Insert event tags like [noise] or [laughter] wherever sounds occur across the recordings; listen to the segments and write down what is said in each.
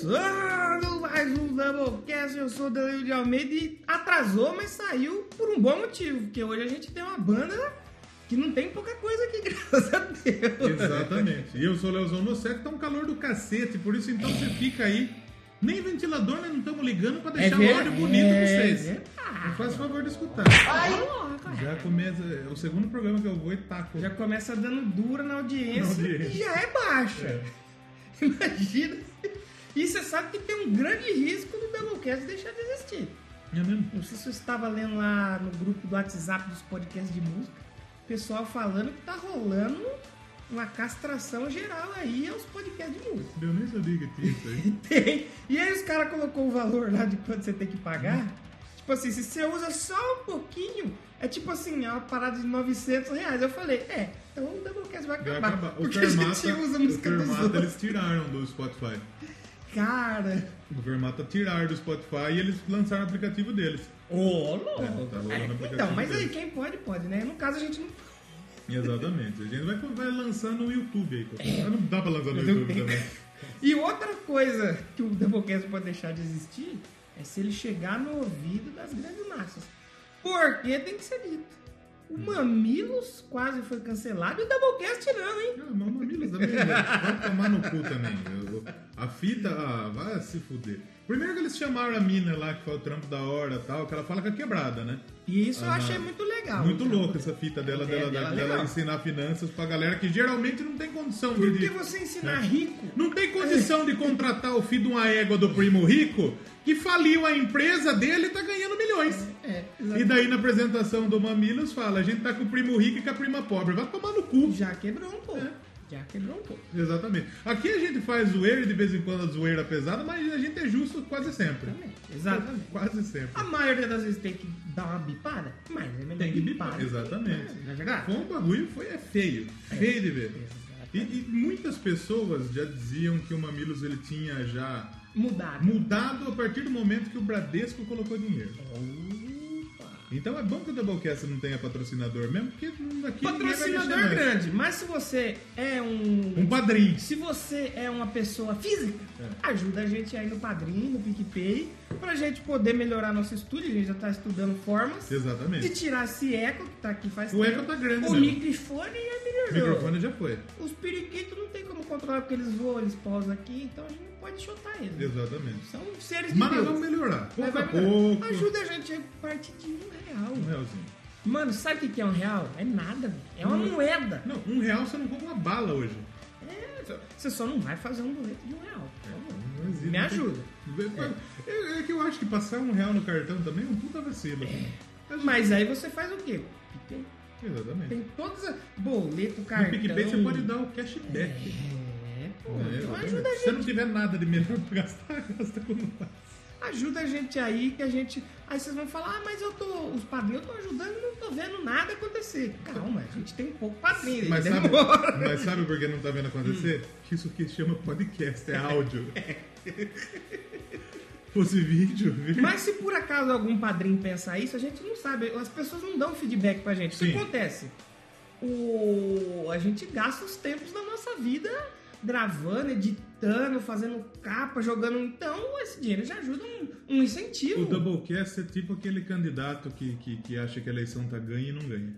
começando mais um Doublecast. Eu sou o Danilo de Almeida e atrasou, mas saiu por um bom motivo, porque hoje a gente tem uma banda que não tem pouca coisa aqui, [laughs] graças a Deus. Exatamente. E eu sou o Leozão Noceco, tá um calor do cacete, por isso então você fica aí. Nem ventilador nós não estamos ligando É pra deixar o áudio bonito pra vocês. Me faz favor de escutar. Já começa. É o segundo programa que eu vou e taco. Já começa dando dura na audiência, Na audiência. e já é baixa. [laughs] Imagina. se- E você sabe que tem um grande risco do Doublecast deixar de existir. É mesmo? Não sei se eu estava lendo lá no grupo do WhatsApp dos podcasts de música, o pessoal falando que tá rolando uma castração geral aí aos podcasts de música. [laughs] Eu nem sabia que tinha isso aí. Tem. E aí os caras colocou o valor lá de quanto você tem que pagar. Tipo assim, se você usa só um pouquinho, é tipo assim, é uma parada de 900 reais. Eu falei, é, então o Doublecast vai Vai acabar. acabar. O porque a gente [laughs] Fermata, usa a o música dos Fermata outros. eles tiraram do Spotify. Cara, O Fermata tiraram do Spotify e eles lançaram o aplicativo deles. ô É, tá rolando louco. É, aplicativo então, mas aí deles. quem pode, pode, né? No caso a gente não Exatamente. A gente vai, vai lançar no YouTube aí. Ah, Não dá pra lançar no É. Mas eu- YouTube também. E outra coisa que o Doublecast pode deixar de existir é se ele chegar no ouvido das grandes massas. Porque tem que ser dito. O Uhum. Mamilos quase foi cancelado e o Doublecast tirando, hein? Ah, mas o Mamilos também, velho. Vai tomar no cu também. né? Eu- eu- A fita, ah, vai se fuder. Primeiro que eles chamaram a mina lá, que foi o trampo da hora e tal, que ela fala que é quebrada, né? E isso eu Ah, achei muito legal. Muito louca essa fita dela, É, dela, dela dela legal. ensinar finanças pra galera que geralmente não tem condição de- Porque de. você ensinar É. rico. Não tem condição de contratar o filho de uma égua do primo rico que faliu a empresa dele e tá ganhando milhões. É, E daí na apresentação do Mamilos fala, a gente tá com o primo rico e com a prima pobre. Vai tomar no cu. já quebrou um pouco. É. Já quebrou um pouco. Exatamente. Aqui a gente faz zoeira e de vez em quando a zoeira é pesada, mas a gente é justo quase sempre. Exatamente. Exatamente. Quase sempre. A maioria das vezes tem que dar uma bipada, mas é melhor Tem que bipar. bipar. Exatamente. Não é verdade? Foi um bagulho, foi é feio. Feio de ver. E, e muitas pessoas já diziam que o Mamilos ele tinha já Mudar. mudado a partir do momento que o Bradesco colocou dinheiro. Opa. Então é bom que o Doublecast não tenha patrocinador mesmo, porque não- aqui ninguém vai mexer Patrocinador mais. grande, mas se você é um. Um padrinho. Se você é uma pessoa física, É. ajuda a gente aí no Padrim, no PicPay, pra gente poder melhorar nosso estúdio. A gente já tá estudando formas de Exatamente. tirar esse eco que tá aqui faz O tempo. eco tá grande O mesmo. microfone já O melhorou. microfone já foi. Os periquitos não tem como controlar porque eles voam, eles pausam aqui, então a gente não pode chutar eles. Exatamente. São seres de Mas nós Deus. vamos melhorar. Mas Pouco vai a melhorar. pouco. Ajuda a gente a partir de um real. Um realzinho. Mano, sabe o que que é um real? É nada, velho. é uma moeda. Não, um real você não compra uma bala hoje. É, você só não vai fazer um boleto de um real, por favor. Não existe. Me ajuda. É. É, é que eu acho que passar um real no cartão também é um puta vacilo. É. Mas aí você faz o quê? Tem, Exatamente. tem todas as... Boleto, No cartão... PicPay você pode dar o cashback. É, pô. É, então exatamente. ajuda, a Se você não tiver nada de melhor pra gastar, [laughs] gasta com nada. gente- ajuda a gente aí, que a gente... Aí vocês vão falar, ah, mas eu tô... Os padrinhos eu tô ajudando e não tô vendo nada acontecer. Calma, a gente tem um pouco padrinho. Mas sabe, demora. mas sabe por que não tá vendo acontecer? Hum. Que isso aqui chama podcast, é áudio. [laughs] Fosse vídeo, vídeo. Mas se por acaso algum padrinho pensar isso, a gente não sabe. As pessoas não dão feedback pra gente. O que Sim. acontece? O... A gente gasta os tempos da nossa vida gravando, editando, fazendo capa, jogando. Então, esse dinheiro já ajuda um, um incentivo. O Doublecast é tipo aquele candidato que, que, que acha que a eleição tá ganha e não ganha.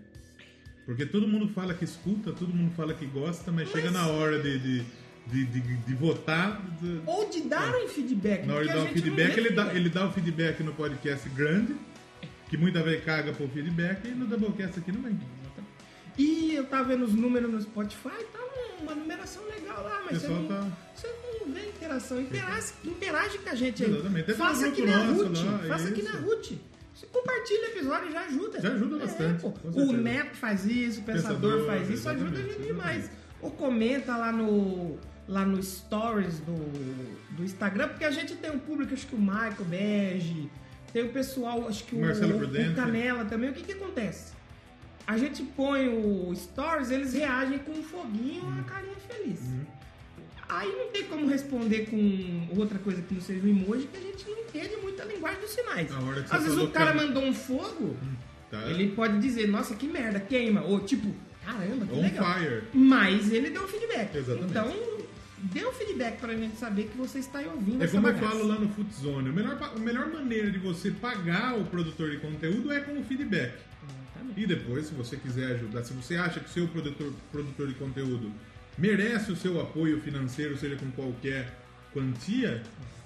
Porque todo mundo fala que escuta, todo mundo fala que gosta, mas, chega na hora de, de, de, de- de votar. de- Ou de dar um feedback. na hora de porque a dar gente não o né? feedback, vê ele dá, ele dá o feedback no podcast grande, que muita vez caga pro feedback, e no Doublecast aqui não vem. E eu tava vendo os números no Spotify, tá uma numeração legal lá, O mas você pessoal não, tá. você não vê interação. Interage, interage com a gente aí. Exatamente. Deve Faça no aqui grupo na nosso Ruth. lá, Faça aqui né? isso. na Ruth. Você compartilha o episódio, já ajuda. Já ajuda É, bastante, pô. com O certeza. Neto faz isso, o Pensador, Pensador, faz isso, ajuda a gente exatamente, demais. exatamente. Ou comenta lá no, lá no Stories do, do Instagram, porque a gente tem um público, acho que o Michael Bege, tem o pessoal, acho que o, Marcelo o Prudente. Canela também. O que que acontece? A gente põe o Stories, eles reagem com um foguinho, Uhum. uma carinha feliz. Aí não tem como responder com outra coisa que não seja um emoji, que a gente não entende muito a linguagem dos sinais. Na hora que é Às você vezes falou o cara cara- mandou um fogo, Tá ele pode dizer, nossa, que merda, queima. Ou tipo, caramba, que É on legal. fire. Mas ele deu um feedback. Exatamente. Então, Dê um feedback pra gente saber que você está aí ouvindo. É essa como eu bagaça. falo lá no Footzone, a melhor, pa- a melhor maneira de você pagar o produtor de conteúdo é com o feedback. Exatamente. E depois, se você quiser ajudar, se você acha que seu produtor, produtor de conteúdo merece o seu apoio financeiro, seja com qualquer quantia,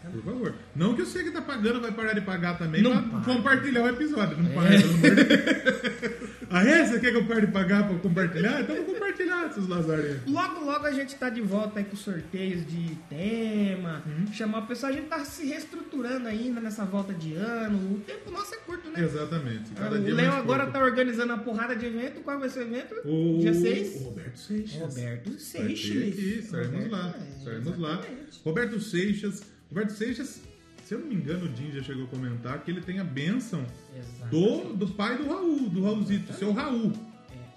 por favor. Não que você que tá pagando vai parar de pagar também Não É. pra para. compartilhar o episódio. Não para, pelo amor de Deus. [laughs] Ah, é? Você quer que eu pare de pagar pra compartilhar? Então vou compartilhar, seus lazarinhos. Logo, logo a gente tá de volta aí com sorteios de tema, Uhum. chamar o pessoal. A gente tá se reestruturando ainda nessa volta de ano. O tempo nosso é curto, né? Exatamente. Cada o dia é Léo mais agora pouco. tá organizando a porrada de evento. Qual vai ser o evento? O... Dia 6? O Roberto Seixas. Roberto Vai ter aqui, Seixas. estaremos Roberto, lá. é, Estaremos lá. exatamente. Roberto Seixas. Roberto Seixas, se eu não me engano, o Din já chegou a comentar que ele tem a bênção Exato. do, do pai do Raul, do Raulzito, seu Raul.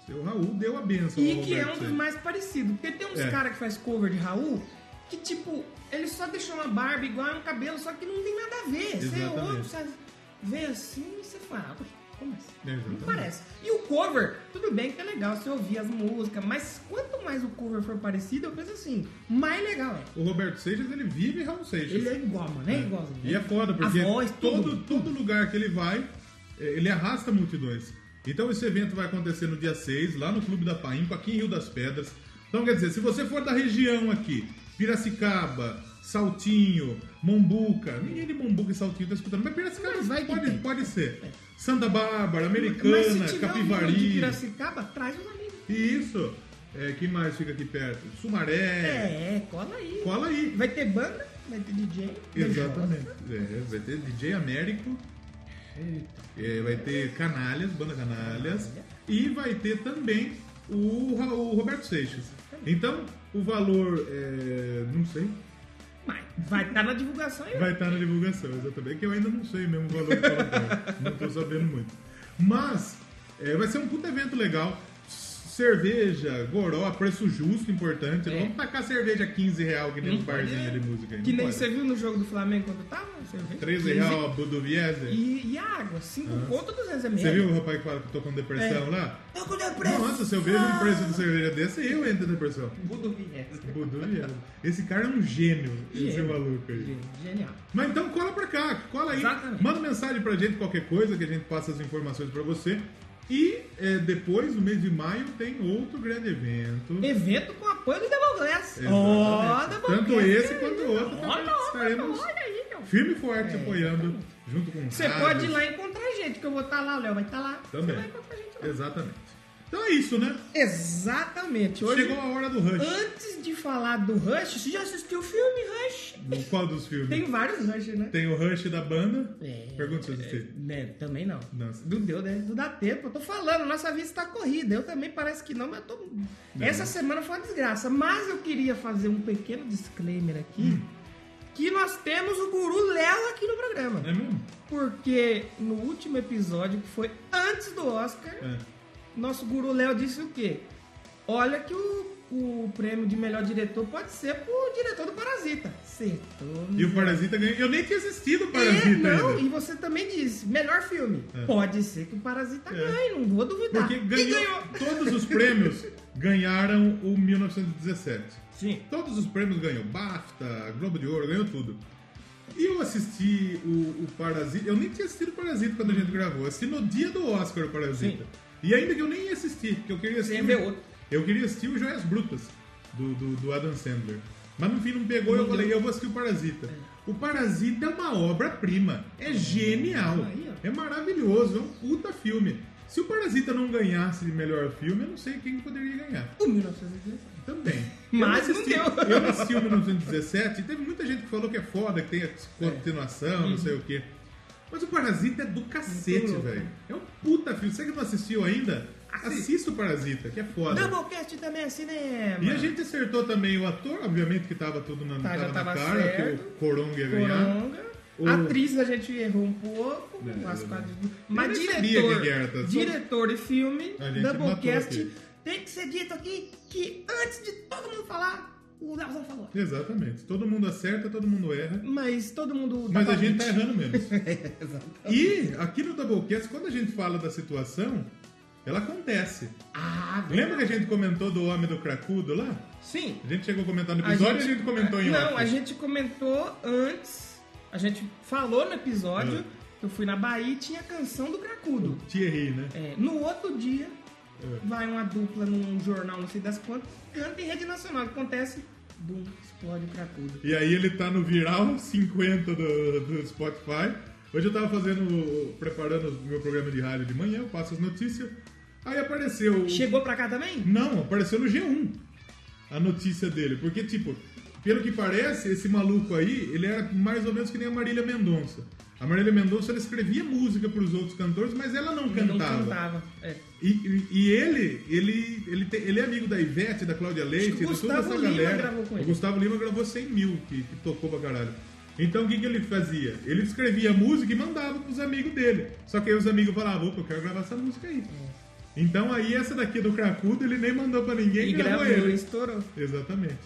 Seu Raul deu a bênção. ao E que é Roberto um dos Seixas. mais parecidos. Porque tem uns É. caras que faz cover de Raul que, tipo, ele só deixou uma barba igual a um cabelo, só que não tem nada a ver. Você Exatamente. ouve, você vê assim e você fala, ué, como assim? É. Não Exatamente. parece. E o cover, tudo bem que é legal você ouvir as músicas, mas quanto mais o cover for parecido, eu penso assim, mais legal é. O Roberto Seixas, ele vive Raul Seixas. Ele é igual, mano, é igualzinho. E é foda, porque A voz, todo, tudo. todo lugar que ele vai, eh, ele arrasta multidões. Então esse evento vai acontecer no dia 6, lá no Clube da Paimpa, aqui em Rio das Pedras. Então quer dizer, se você for da região aqui, Piracicaba, Saltinho, Mombuca, ninguém de Mombuca e Saltinho tá escutando, mas Piracicaba Mas vai que pode, tem. pode ser. Santa Bárbara, Mas se Americana, tiver um de Capivari. Piracicaba, traz os amigos. E isso, é, que mais fica aqui perto? Sumaré. É, cola aí. Cola aí. Vai ter banda, vai ter DJ. vai Exatamente. É, vai ter DJ Américo. É, vai ter Canalhas, banda Canalhas. E vai ter também o, Ra- o Roberto Seixas. Então, o valor, é, não sei, Mas vai estar na divulgação aí. vai estar na divulgação, exatamente. É Que eu ainda não sei mesmo o valor que ela Não tô sabendo muito. Mas, é, vai ser um puta evento legal. Cerveja, goró, preço justo, importante. É. Não vamos tacar cerveja 15 real que Não nem né? no barzinho de música. aí, Que não nem pode. você viu no jogo do Flamengo quando tava? Você viu? 13 real a E, Budovieser. é. e a água, 5 conto, 200 ml. Você viu o rapaz que fala que tô com É. depressão lá? Tô com depressão. Nossa, se eu vejo Ah! um preço de cerveja desse, eu entro em depressão. Budo Viés. Mudou de ano. Esse cara é um gênio, esse Gênio. maluco aí. Gente, Genial. Mas então cola pra cá, cola aí. Exatamente. Manda mensagem pra gente, qualquer coisa, que a gente passa as informações pra você. E é, depois, no mês de maio, tem outro grande evento. Evento com apoio do Double Glass. Exatamente. Ó, Double Tanto Glass, esse aí, quanto ó. outro também Olha, olha, estaremos olha aí, ó. firme e forte É, apoiando, junto com Você rádios. pode ir lá encontrar a gente, que eu vou estar lá, o Léo vai estar lá. Você Ah, Também. vai encontrar a gente lá. Exatamente. Então é isso, né? Exatamente. Hoje, Chegou a hora do rush. antes de falar do Rush, você já assistiu o filme Rush? No qual dos filmes? Tem vários Rush, né? Tem o Rush da banda. É. Pergunta se você tem. Né, também não. Nossa. Não deu, né? Não dá tempo. Eu tô falando, nossa vida está corrida. Eu também parece que não, mas eu tô. Essa semana foi uma desgraça. Mas eu queria fazer um pequeno disclaimer aqui. Hum. Que nós temos o guru Léo aqui no programa. Não é mesmo? Porque no último episódio, que foi antes do Oscar, É. nosso guru Léo disse o quê? Olha que o, o prêmio de melhor diretor pode ser pro diretor do Parasita. Acertou. E o Parasita ganhou. Eu nem tinha assistido o Parasita E, É, não, ainda. e você também disse, melhor filme. É. Pode ser que o Parasita É. ganhe, não vou duvidar. Porque E ganhou, ganhou. todos os prêmios ganharam o 1917. Sim. Todos os prêmios ganhou. BAFTA, Globo de Ouro, ganhou tudo. E eu assisti o, o Parasita. Eu nem tinha assistido o Parasita quando a gente gravou. Eu Assisti no dia do Oscar o Parasita. Sim. E ainda que eu nem ia assistir, porque eu queria Você assistir. ia ver é outro. Eu queria assistir o Joias Brutas do, do, do Adam Sandler. Mas no fim não pegou e eu falei, eu vou assistir o Parasita. O Parasita é uma obra-prima. É genial. Aí, ó. É maravilhoso. É um puta filme. Se o Parasita não ganhasse de melhor filme, eu não sei quem poderia ganhar. O 1917. Também. Mas eu não assisti, deu. Eu assisti o 1917 e teve muita gente que falou que é foda, que tem a continuação, não sei o quê. Mas o Parasita é do cacete, É. Muito louco. velho. É um puta filme. Você que não assistiu ainda, assista o Parasita, que é foda. Doublecast também é cinema. E a gente acertou também o ator, obviamente que tava tudo na, Tá, tava já na tava cara, certo. que o Coronga ia ganhar. Coronga. O- A atriz a gente errou um pouco. É, as eu- quadras- eu Mas nem diretor, sabia quem que era, tá? Só- diretor e filme, A gente matou Doublecast, aqui. tem que ser dito aqui que antes de todo mundo falar, o Léo falou. Exatamente. Todo mundo acerta, todo mundo erra. Mas todo mundo... dá Mas a pra- gente tá [laughs] errando menos. Exato. E aqui no Doublecast, quando a gente fala da situação, Ela acontece. Ah, Lembra que a gente comentou do homem do cracudo lá? Sim. A gente chegou a comentar no A episódio gente- ou a gente comentou em Não, off? a gente comentou antes. A gente falou no episódio Ah. que eu fui na Bahia e tinha a canção do Cracudo. Thierry, né? É, no outro dia, É. vai uma dupla num jornal, não sei das quantas, canta em rede nacional. O que acontece? Bum, explode o Cracudo. E aí ele tá no viral 50 do, do Spotify. Hoje eu tava fazendo, preparando o meu programa de rádio de manhã, eu passo as notícias. Aí apareceu. Chegou pra cá também? Não, apareceu no G1 a notícia dele. Porque, tipo, pelo que parece, esse maluco aí, ele era mais ou menos que nem a Marília Mendonça. A Marília Mendonça ela escrevia música pros outros cantores, mas ela não Não cantava. cantava. É. E, e- e ele, ele, ele, tem- ele é amigo da Ivete, da Cláudia Leite, Acho que de o toda Gustavo essa Lima galera. gravou com o ele. Gustavo Lima gravou 100 mil, que, que tocou pra caralho. Então o que, que ele fazia? Ele escrevia a música e mandava pros amigos dele. Só que aí os amigos falavam, opa, eu quero gravar essa música É. aí. Então aí essa daqui do Cracudo ele nem mandou pra ninguém E e gravou gravou, ele. estourou. Exatamente.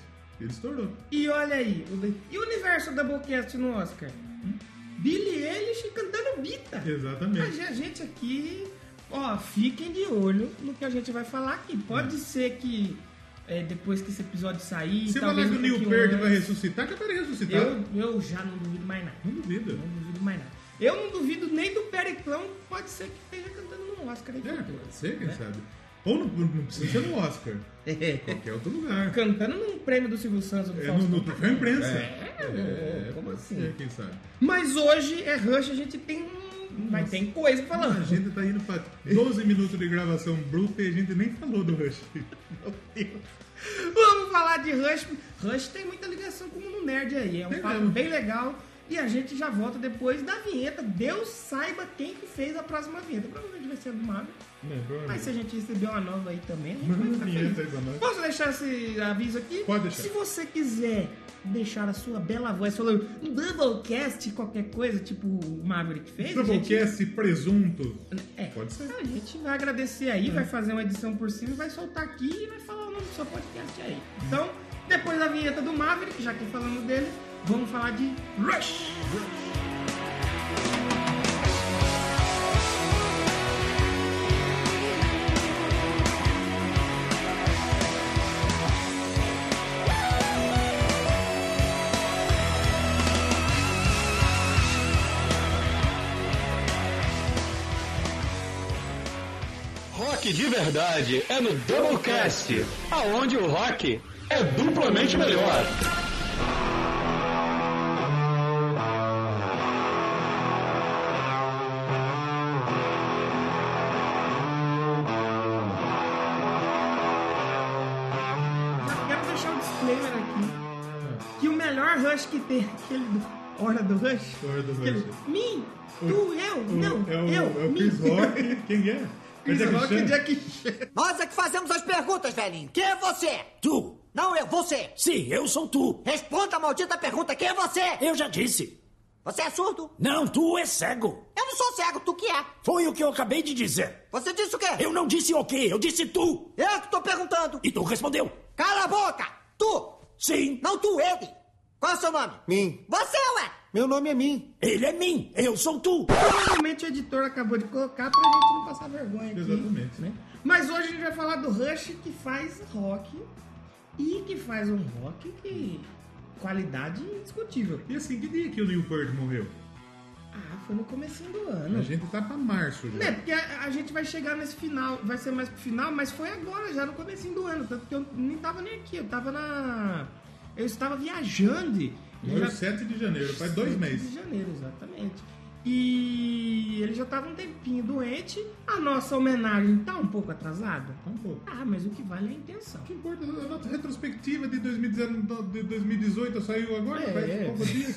Ele estourou. E olha aí, o Le- e o universo da Doublecast no Oscar? Hum? Billy Eilish cantando Bita. A Exatamente. gen- a gente aqui, ó, fiquem de olho no que a gente vai falar aqui. Pode ser que é, depois que esse episódio sair. Hum. Você vai lá talvez que o um Neil pouquinho Peart antes, vai ressuscitar, que vai ressuscitar. eu, eu já não duvido mais nada. Não duvido. Não duvido mais nada. Eu não duvido nem do Periclão, pode ser que esteja cantando no Oscar aí. Né? É, futuro. pode ser, quem sabe. Ou não, não É. precisa ser no Oscar. Qualquer outro [laughs] lugar. Cantando num prêmio do Silvio Santos ou do É, no, Faustão. no troféu imprensa. É, É, como pode assim? ser, quem sabe? Mas hoje é Rush, a gente tem. um- Mas tem coisa pra falar. A gente tá indo pra 12 minutos de gravação bruta e a gente nem falou do Rush. [laughs] Vamos falar de Rush. Rush tem muita ligação com o mundo nerd aí. É um Tem papo mesmo. bem legal. E a gente já volta depois da vinheta. Deus saiba quem que fez a próxima vinheta. Provavelmente vai ser a do Marvel. Mas se a gente receber uma nova aí também, a gente Manda vai uma ficar vinheta feliz. aí pra nós. Posso deixar esse aviso aqui? Pode deixar. Se você quiser deixar a sua bela voz falando um Doublecast, qualquer coisa, tipo o Maverick fez, a gente... Doublecast presunto. É. Pode ser. A gente vai agradecer aí, vai fazer uma edição por cima e vai soltar aqui e vai falar o nome do seu podcast aí. Então, depois da vinheta do Maverick, já que falamos dele, vamos falar de Rush! Rock de verdade é no Doublecast, aonde o rock é duplamente melhor. Já quero deixar um disclaimer aqui, que o melhor Rush que tem é aquele do... Hora do Rush? Hora do Aquele- Rush. Mim, O- tu, eu, O- não, é o, eu, é o mim. Chris Rock. Quem é? É [laughs] Chris Jack Rock e Chan? Jack Chan. Nós é que fazemos as perguntas, velhinho. Quem é você? Tu? Não, eu, você. Sim, eu sou tu. Responda a maldita pergunta. Quem é você? Eu já disse. Você é surdo? Não, tu é cego. Eu não sou cego, tu que é. Foi o que eu acabei de dizer. Você disse o quê? Eu não disse ok, eu disse tu. Eu que tô perguntando. E tu respondeu. Cala a boca. Tu. Sim, Não tu, ele. Qual é o seu nome? Mim. Você, ué. Meu nome é Mim. ele é mim, eu sou tu. Provavelmente o editor acabou de colocar pra gente não passar vergonha aqui. Exatamente. né? Mas hoje a gente vai falar do Rush que faz rock e que faz um rock que qualidade indiscutível. E assim, que dia que o Neil Peart morreu? Ah, foi no comecinho do A ano. gente tá pra março já. Né, porque a, a gente vai chegar nesse final, vai ser mais pro final, mas foi agora já no comecinho do ano, tanto que eu nem tava nem aqui, eu tava na eu estava viajando. e Morreu já- 7 é de janeiro, faz dois 7 meses. de janeiro, exatamente. E ele já tava um tempinho doente. A nossa homenagem tá um pouco atrasada? Tá um pouco. Ah, mas o que vale é a intenção. O que importa? A nota retrospectiva de 2019 de 2018 saiu agora? É, faz é. poucos dias.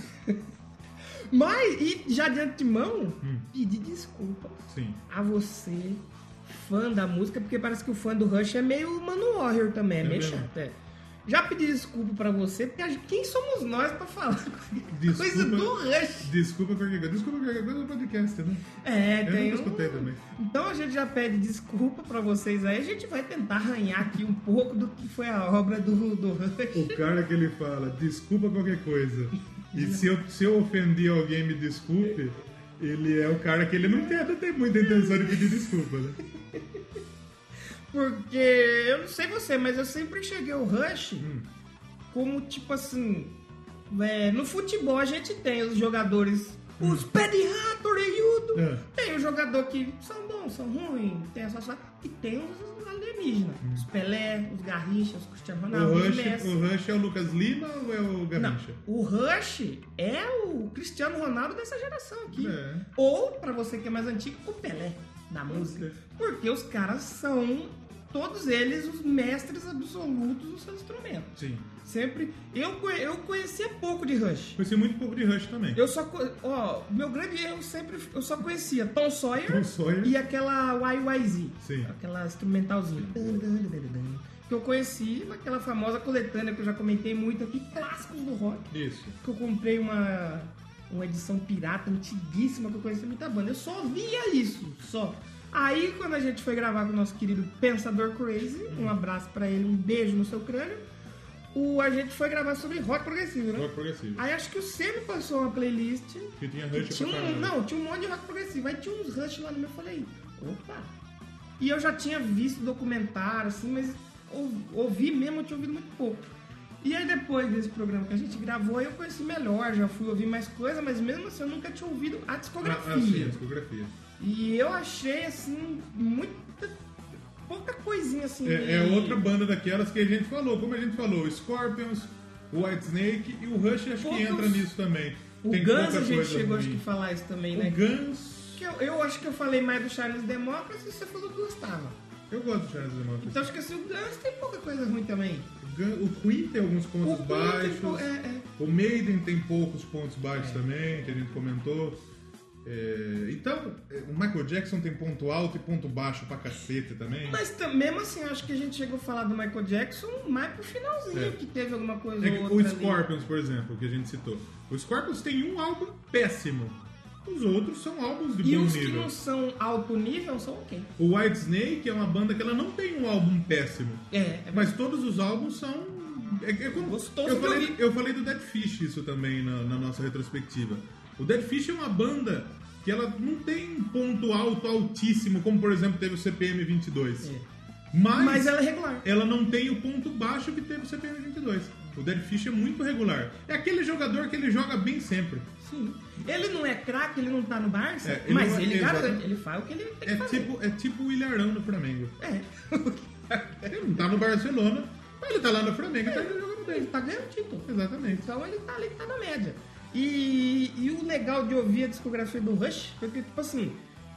Mas, e já de antemão, Hum. pedir desculpa Sim. a você, fã da música, porque parece que o fã do Rush é meio Mano Warrior também, é, É meio mesmo? chato. é. Já pedi desculpa pra você, porque a gente- quem somos nós pra falar [laughs] qualquer coisa Desculpa. do Rush? Desculpa qualquer coisa. Desculpa qualquer coisa no podcast, né? É, Eu tem nunca um- escutei também. Então a gente já pede desculpa pra vocês aí. A gente vai tentar arranhar aqui um pouco do que foi a obra do, do Rush. O cara que ele fala, desculpa qualquer coisa. E se eu, se eu ofendi alguém, me desculpe. Ele é o cara que ele não tem, não tem muita intenção de pedir desculpa, né? Porque eu não sei você, mas eu sempre enxerguei o Rush Hum. como tipo assim. é, no futebol a gente tem os jogadores. Os pé de rato, orelhudo. Hum. É. Tem o jogador que são bons, são ruins, tem essa só. E tem os alienígenas. Os Pelé, os Garrincha, os Cristiano Ronaldo, Hum. o, os Rush, Messi. o Rush é o Lucas Lima ou é o Não, Garrincha? o Rush é o Cristiano Ronaldo dessa geração aqui. É. Ou, pra você que é mais antigo, o Pelé da música. Porque os caras são, todos eles, os mestres absolutos dos seus instrumentos. Sim. Sempre. Eu, conhe- eu conhecia pouco de Rush. Conheci muito pouco de Rush também. Eu só. co- Ó, meu grande erro sempre. Eu só conhecia Tom Sawyer, Tom Sawyer. e aquela YYZ. Sim. Aquela instrumentalzinha. Que eu conheci naquela famosa coletânea que eu já comentei muito aqui, clássicos do rock Isso. que eu comprei uma, uma edição pirata antiguíssima que eu conhecia muita banda. Eu só via isso, só. Aí quando a gente foi gravar com o nosso querido Pensador Crazy, Uhum. um abraço pra ele, um beijo no seu crânio. O, a gente foi gravar sobre rock progressivo, né? Rock progressivo. Aí acho que o Sam me passou uma playlist. Que tinha que Rush tinha pra Ah, um, caramba. Não, tinha um monte de rock progressivo. Aí tinha uns Rush lá no meu. Eu falei, opa! E eu já tinha visto documentário, assim, mas ou- ouvi mesmo, eu tinha ouvido muito pouco. E aí depois desse programa que a gente gravou, aí eu conheci melhor, já fui ouvir mais coisa, mas mesmo assim eu nunca tinha ouvido a Ah, ah, sim, discografia. a discografia. e eu achei, assim, muita. pouca coisinha assim. É, é de- outra banda daquelas que a gente falou, como a gente falou, Scorpions, White Snake e o Rush acho Poucos- que entra nisso também. O Tem Guns pouca a gente coisa chegou acho ruim. que a falar isso também, né? O Guns, Que eu, eu acho que eu falei mais do Charles Democracy e você falou que gostava. eu gosto de Charles Democracy. Então acho que assim, o Guns tem pouca coisa ruim também. O Gun- o Queen tem alguns pontos Queen tem pou- baixos. é, é. O Maiden tem poucos pontos baixos também, que a gente comentou. É, então, é, o Michael Jackson tem ponto alto e ponto baixo pra cacete também. Mas tam- mesmo assim, eu acho que a gente chegou a falar do Michael Jackson mais pro finalzinho, É. que teve alguma coisa É que ou outra o ali. Scorpions, por exemplo, que a gente citou. O Scorpions tem um álbum péssimo. Os outros são álbuns de E bom os que nível. não são alto nível são ok. O White Snake é uma banda que ela não tem um álbum péssimo. É, é Mas todos os álbuns são. É, é como- Gostoso eu, de falei, ouvir. eu falei do Dead Fish isso também na, na nossa retrospectiva. O Dead Fish é uma banda que ela não tem um ponto alto altíssimo, como por exemplo teve o CPM 22. É. Mas, Mas ela... ela é regular. não tem o ponto baixo que teve o CPM 22. O Dead Fish é muito regular. É aquele jogador que ele joga bem sempre. Sim. Ele não é craque, ele não tá no Barça, É, ele mas não é- ele exato. garante, ele faz o que ele tem que É fazer. tipo, é tipo o Ilharão no Flamengo. [laughs] É. [laughs] Ele não tá no Barcelona, mas ele tá lá no Flamengo e tá jogando ele bem. tá ganhando título. Exatamente. Então ele tá ali, tá na média. E, e o legal de ouvir a discografia do Rush foi que, tipo assim,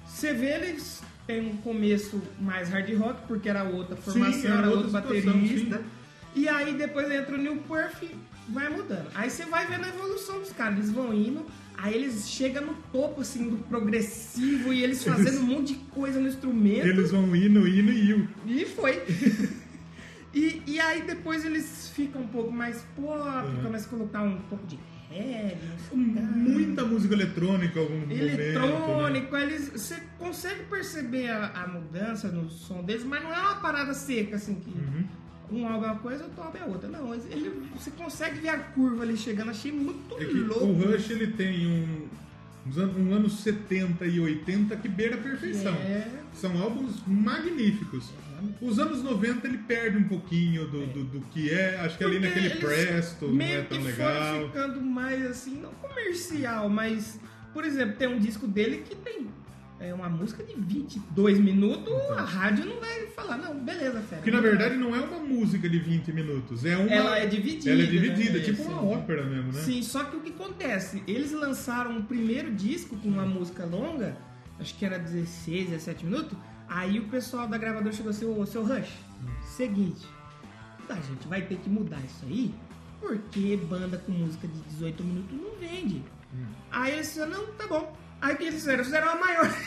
você vê eles tem um começo mais hard rock, porque era outra formação, era era, outro outra situação, baterista. sim. E aí depois entra o Neil Perth e vai mudando. Aí você vai vendo a evolução dos caras, eles vão indo, aí eles chegam no topo, assim, do progressivo e [laughs] eles fazendo um monte de coisa no instrumento. Eles vão indo, indo e indo. E foi. [laughs] e, e aí depois eles ficam um pouco mais pop, Uhum. começam a colocar um pouco de reggae, um não sei Um o quê. muita música eletrônica em algum momento. né? eletrônico. aí Eles, você consegue perceber a, a mudança no som deles, mas não é uma parada seca assim que. Uhum. Um álbum é uma coisa, outro álbum é outra. Não, ele, você consegue ver a curva ali chegando. Achei muito Né? É que louco. o Rush ele tem um, uns an- um anos 70 e 80 que beira a perfeição. É. Uhum. São álbuns magníficos. Os anos 90 ele perde um pouquinho do, do, do que é. Acho que ali Porque naquele eles Presto não meio é tão que legal. Foi ficando mais assim, não comercial, mas, por exemplo, tem um disco dele que tem é, uma música de 22 minutos, a rádio não vai falar, não, beleza, fera. Então. Que na verdade não é uma música de 20 minutos. É uma, Ela é dividida, Ela é dividida, né? é tipo Isso. uma ópera mesmo, né? Sim, só que o que acontece? Eles lançaram o primeiro disco com uma música longa, acho que era 16, 17 minutos. Aí o pessoal da gravadora chegou assim: Ô, seu Rush, seguinte, a gente vai ter que mudar isso aí, porque banda com música de 18 minutos não vende. Aí eles disseram: não, tá bom. Aí o que eles fizeram? Fizeram a maior. [laughs]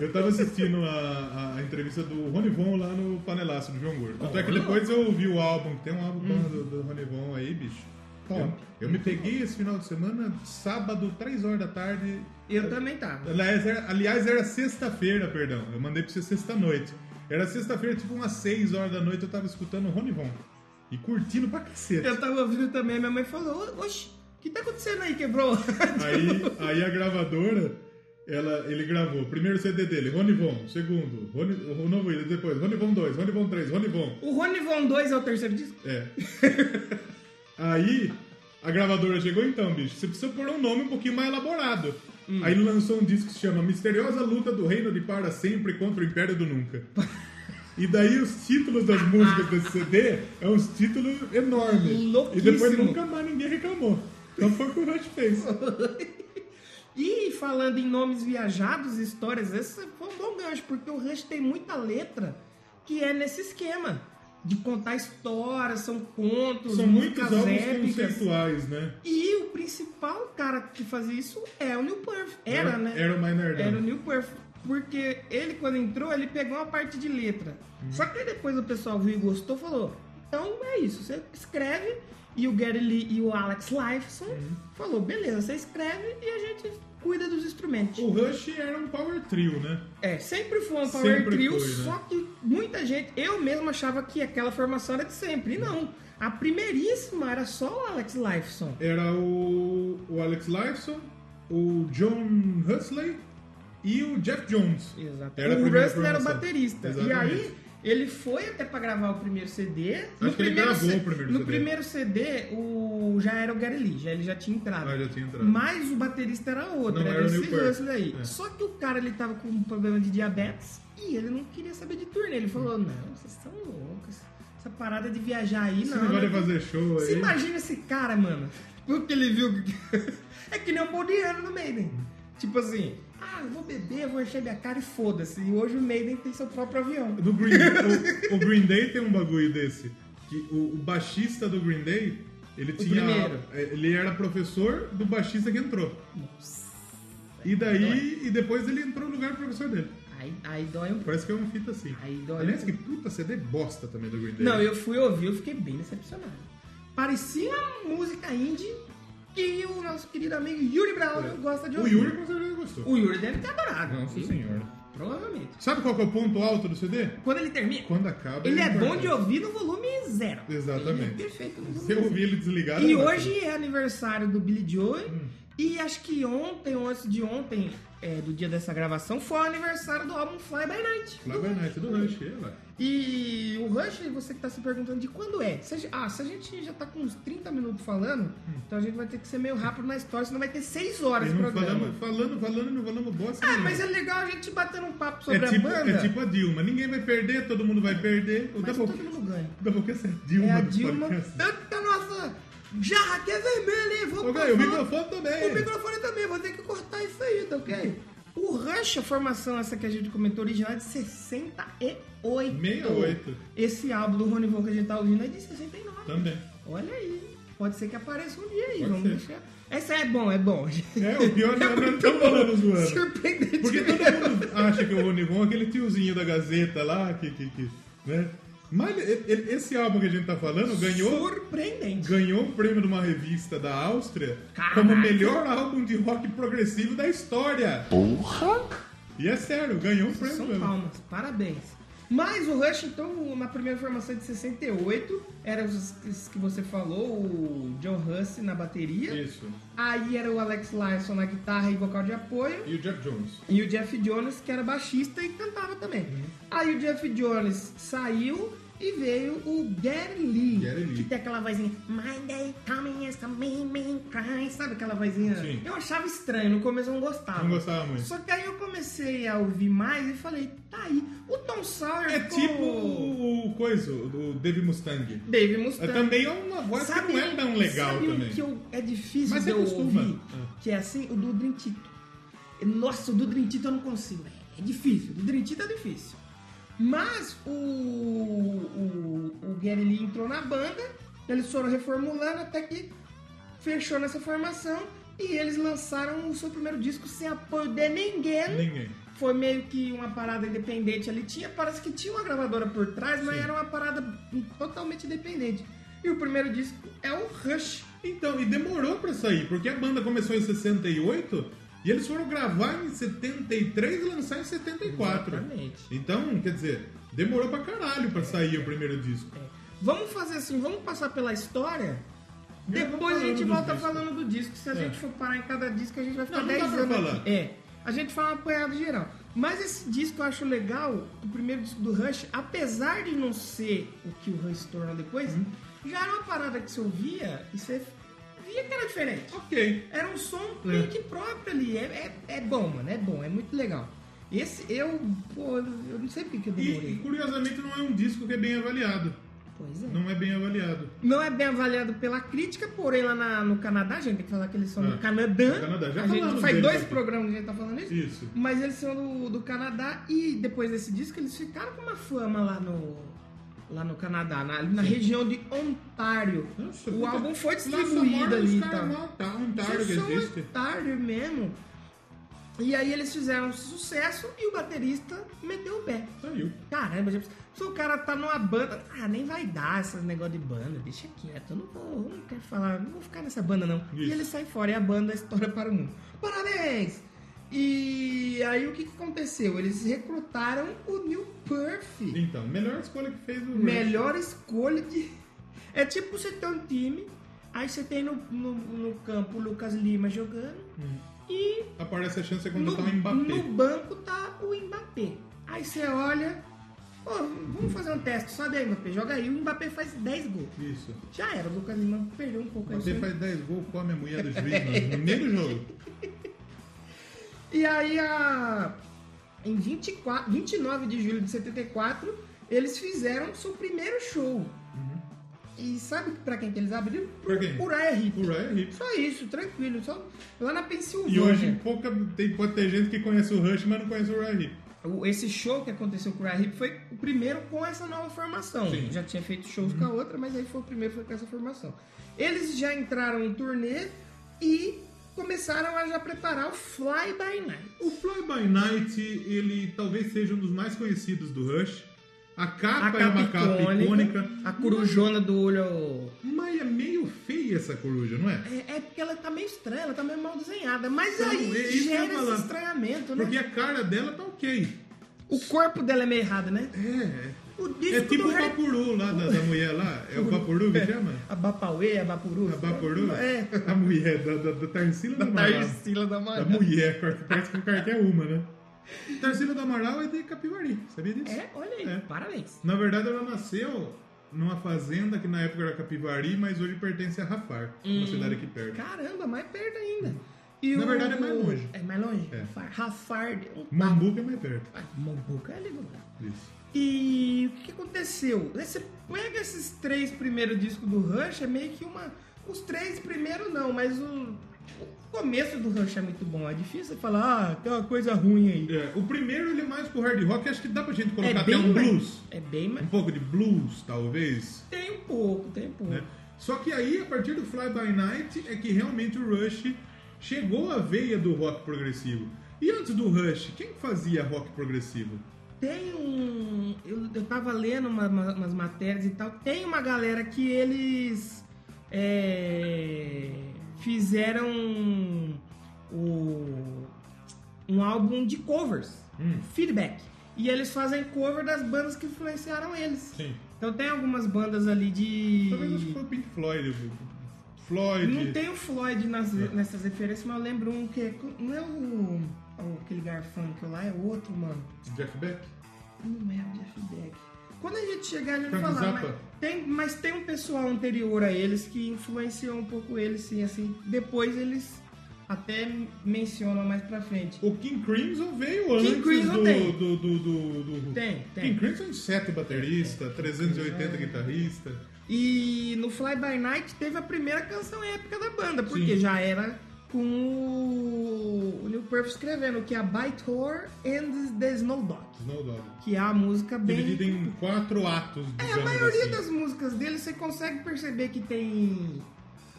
Eu tava assistindo a, a entrevista do Ronivon lá no panelaço do João Gordo. Tanto é que depois eu ouvi o álbum, que tem um álbum bom do, do Ronivon aí, bicho. Top. Eu, eu me peguei esse final de semana, sábado, 3 horas da tarde. Eu também tava. Aliás, era, aliás, era sexta-feira, perdão. Eu mandei pra você sexta-noite. Era sexta-feira, tipo umas 6 horas da noite, eu tava escutando o Ronivon. E curtindo pra cacete. Eu tava ouvindo também, minha mãe falou: "Ô, Oxe, o que tá acontecendo aí? Quebrou. Aí, aí a gravadora Ela, ele gravou. Primeiro CD dele, Ronivon. Segundo, Rony, o novo ídolo. Depois, Ronivon 2, Ronivon 3, Ronivon. [laughs] O Ronivon 2 é o terceiro disco? É. [laughs] Aí, a gravadora chegou então, bicho. Você precisa pôr um nome um pouquinho mais elaborado. Aí ele lançou um disco que se chama Misteriosa Luta do Reino de Para Sempre contra o Império do Nunca. E daí os títulos das músicas desse CD é uns títulos enormes. E depois Louquíssimo. nunca mais ninguém reclamou. Então foi o que o Rush fez. [laughs] E falando em nomes viajados, histórias, esse foi um bom gancho, porque o Rush tem muita letra que é nesse esquema. De contar histórias, são contos, São muitos músicas álbuns um épicas. conceituais, né? E o principal cara que fazia isso é o Neil Perth. Era, Era- né? era o Maynard. Era o Neil Perth. Porque ele, quando entrou, ele pegou uma parte de letra. Hum. Só que aí depois o pessoal viu e gostou falou: então é isso, você escreve. E o Gary Lee e o Alex Lifeson Hum. falou: beleza, você escreve e a gente cuida dos instrumentos. O Rush era um power trio, né? É, sempre foi um power Sempre trio, foi, né? só que muita gente, eu mesmo achava que aquela formação era de sempre. E não. A primeiríssima era só o Alex Lifeson. Era o, o Alex Lifeson, o John Huxley e o Jeff Jones. Exato. Era a o primeira Russell era o formação. baterista. E Exatamente. aí, ele foi até pra gravar o primeiro CD. no que ele primeiro gravou C- o primeiro No CD. primeiro CD, o... já era o Gary Lee, já ele já tinha entrado. Ah, já tinha entrado. Mas o baterista era outro, Não era, era o esse Neil Peart. Russell aí. É. Só que o cara, ele tava com um problema de diabetes e ele não queria saber de turnê. Ele falou, não, vocês estão loucos. Essa parada de viajar aí, Esse não. negócio de né? fazer show Você aí. imagina esse cara, mano. Porque ele viu. que- [laughs] é que nem um boldiano no Maiden. Tipo assim, ah, eu vou beber, vou encher minha cara e foda-se. E hoje o Maiden tem seu próprio avião. No Green, o, o Green Day tem um bagulho desse. Que o, o baixista do Green Day, ele tinha. é, primeiro. Ele era professor do baixista que entrou. E daí, e depois ele entrou no lugar do professor dele. Aí, aí dói um pouco. Parece que é uma fita assim. Aí dói Aliás, um que puta CD bosta também do Green Day. Não, eu fui ouvir, eu fiquei bem decepcionado. Parecia uma música indie que o nosso querido amigo Yuri Brown gosta de O ouvir. Yuri com certeza gostou. O Yuri deve ter adorado. Nossa Eu- senhora. Provavelmente. Sabe qual que é o ponto alto do CD? Quando ele termina, Quando acaba. ele é bom corta. de ouvir no volume zero. Ele Exatamente. é perfeito no volume Se eu ouvir ele desligado. E eu gosto. hoje é aniversário do Billy Joel. Hum. E acho que ontem, ou antes de ontem, é, do dia dessa gravação, foi o aniversário do álbum Fly By Night. Lá vai Night do Rush, é lá. E o Rush, você que tá se perguntando de quando é. Se a gen- ah, se a gente já tá com uns 30 minutos falando, então a gente vai ter que ser meio rápido na história, senão vai ter 6 horas Hum. E de não programa. falamos, falando, falando, não falamos bosta. Ah, nenhuma. mas é legal a gente bater um papo É sobre tipo, a banda. é tipo a Dilma. Ninguém vai perder, todo mundo vai perder. O mas Double todo mundo ganha. Doublecast é a Dilma. É a do Dilma. podcast. Tanta nossa jarra que é vermelha, hein? Vou Ô, velho, o falar- microfone também. O microfone também, vou ter que cortar isso aí, tá ok? O Rush, a formação essa que a gente comentou original é de 68. 68. Esse álbum do Rony Von que a gente tá ouvindo é de 69. Também. Olha aí. Pode ser que apareça um dia aí, Pode vamos ser. deixar. Essa é bom, é bom. É, o pior [laughs] é que nós não estamos falando zoando. Surpreendente. Porque todo mundo acha que o Ronivon é aquele tiozinho da Gazeta lá, que, que, que, né? Mas ele- ele- esse álbum que a gente tá falando ganhou, Surpreendente. ganhou um prêmio de uma revista da Áustria Caraca. como o melhor álbum de rock progressivo da história. Porra! E é sério, ganhou um prêmio São mesmo. palmas, parabéns. Mas o Rush, então, na primeira formação de 68, eram os os que você falou, o John Hussey na bateria. Isso. Aí era o Alex Lifeson na guitarra e vocal de apoio. E o Jeff Jones. E o Jeff Jones, que era baixista e cantava também. Aí o Jeff Jones saiu e veio o Gary Lee, Gary Lee. Que tem aquela vozinha. My day coming is coming, me cry. Sabe aquela vozinha? Sim. Eu achava estranho, no começo eu não gostava. Não gostava muito. Só que aí eu comecei a ouvir mais e falei, tá aí. O Tom Sawyer É ficou- tipo o, o coisa, o Dave Mustang. Dave É, Mustaine. também é uma voz que não é tão legal sabe o também. que eu- é difícil Mas de você eu acostuma. ouvir? É. Que é assim, o do Drintito. Nossa, o do Drintito eu não consigo. velho. É difícil. O do Drintito é difícil. Mas o, o, o Gary Lee entrou na banda, eles foram reformulando até que fechou nessa formação e eles lançaram o seu primeiro disco sem apoio de ninguém. Ninguém. Foi meio que uma parada independente ali. Tinha, parece que tinha uma gravadora por trás, mas era uma parada totalmente independente. E o primeiro disco é o Rush. Então, e demorou pra sair, porque a banda começou em 68 e eles foram gravar em 73 e lançar em 74. Exatamente. É. Então, quer dizer, demorou pra caralho pra sair o primeiro disco. Vamos fazer assim, vamos passar pela história. E eu vou Depois a gente falando dos volta discos. falando do disco. Se a É. gente for parar em cada disco, a gente vai ficar Não, não 10 dá pra anos. falar. aqui. É. a gente fala uma apanhada geral. Mas esse disco eu acho legal, o primeiro disco do Rush, apesar de não ser o que o Rush se tornou depois, Uhum. já era uma parada que você ouvia e você via que era diferente. Ok. Era um som É. meio que próprio ali. É, é, é bom, mano. É bom, é muito legal. Esse eu, pô, eu não sei por que eu E, e, demorei. curiosamente não é um disco que é bem avaliado. Pois é. Não é bem avaliado. Não é bem avaliado pela crítica, porém lá na- no Canadá, a gente tem que falar que eles são É. do Canadã. Do Canadá, já a gente falamos faz deles dois aqui. programas que a gente tá falando isso. Isso. Mas eles são do, do Canadá e depois desse disco eles ficaram com uma fama lá no, lá no Canadá, na, na região de Ontário. Nossa, o puta- álbum foi Nossa, distribuído mora ali tá. e os caras tal. é um mó ta- um tarde que Vocês são existe. otário é mesmo. E aí eles fizeram sucesso e o baterista meteu o pé. Saiu. Caramba, já... se o cara tá numa banda. Ah, nem vai dar esses negócio de banda, deixa quieto. Eu não vou, eu não quero falar, não vou ficar nessa banda não. E Isso. ele sai fora e a banda estoura para o mundo. Parabéns! E aí o que, que aconteceu? Eles recrutaram o Neil Perth. Então, melhor escolha que fez o Rush. Melhor escolha de. É tipo você ter um time, aí você tem no, no, no campo o Lucas Lima jogando e Aparece a chance de no, contratar o Hum. Mbappé. no banco tá o Mbappé. Aí você olha, pô, vamos fazer um teste, sobe aí, Mbappé, joga aí, o Mbappé faz 10 gols. Isso. Já era, o Lucas Lima perdeu um pouco aí. Mbappé faz 10 gols, come a mulher do juiz mano, no meio do [laughs] jogo. E aí, a... em 24, 29 de julho de 74, eles fizeram seu primeiro show. E sabe pra quem que eles abriram? Pra Uhum. quem? Uraia Hip. O é Ryan Hip. Só isso, tranquilo, só lá na Pensilvânia. E hoje pouca, tem, pode ter gente que conhece o Rush, mas não conhece o Ryan Hip. O- Esse show que aconteceu com o Ryan Hip foi o primeiro com essa nova formação. Sim. Já tinha feito shows com a outra, mas aí foi o primeiro foi com essa formação. Eles já entraram em turnê e começaram a já preparar o Fly By Night. O Fly By Night, ele talvez seja um dos mais conhecidos do Rush. A capa, é uma capa icônica, icônica. a corujona do olho... Mas é meio feia essa coruja, não é? É, é porque ela tá meio estranha, ela tá meio mal desenhada. Mas Não, é aí isso que eu gera ia esse falar. estranhamento, né? Porque a cara dela tá ok. O corpo dela é meio errado, né? É. O É disco tipo do o Harry Papuru lá da, da mulher lá. É o Papuru que chama? A Bapauê, a Bapuru. A Papuru? É. A mulher da, da, da Tarsila é Da do Amaral. Tarsila da Da Amaral. mulher, corta- parece que o cara é uma, né? Tarsila do Amaral é de Capivari, sabia disso? É, olha aí, É. parabéns. Na verdade, ela nasceu numa fazenda que na época era Capivari, mas hoje pertence a Rafar, Hum. uma cidade aqui perto. Caramba, mais perto ainda. E Na o- verdade, é mais longe. É mais longe? um, É. Rafar- Rafar. de- Mambuca é mais perto. Ah, Mambuca é ali do lado. Isso. E o que aconteceu? Você pega esses três primeiros discos do Rush, é meio que uma. Os três primeiros não, mas o, o começo do Rush é muito bom. É difícil você falar, ah, tem uma coisa ruim aí. É, o primeiro ele é mais pro hard rock, acho que dá pra gente É colocar até bem um mais- blues. É bem mais. Um pouco de blues, talvez. Tem um pouco, tem um pouco. né? Só que aí, a partir do Fly By Night, é que realmente o Rush chegou à veia do rock progressivo. E antes do Rush, quem fazia rock progressivo? Tem um. Eu, eu tava lendo uma- uma- umas matérias e tal. Tem uma galera que eles. é, fizeram o, um álbum de covers. Hum. Feedback. E eles fazem cover das bandas que influenciaram eles. Sim. Então tem algumas bandas ali de. Talvez acho que foi o Pink Floyd. o Floyd. Não tem o Floyd nas, nessas referências, mas eu lembro um que. é- Não é o. o- Aquele Garfunkel lá, é outro, mano. Jeff Beck. Não é o Jeff Beck. Quando a gente chegar, a gente vai Frank falar. Zappa? Mas tem, mas tem um pessoal anterior a eles que influenciou um pouco eles, sim, assim. Depois eles até mencionam mais pra frente. O King Crimson veio King antes Crimson do, tem. do, do, do, do- Tem, tem. King Crimson é sete baterista, 380 guitarrista. E no Fly By Night teve a primeira canção épica da banda, porque Sim. já era com o, o Neil Peart escrevendo, que é a Bite Horror and the Snow Dog, Snow Dog. que é a música bem... Dividido em quatro atos, É, digamos a maioria assim. das músicas dele você consegue perceber que tem.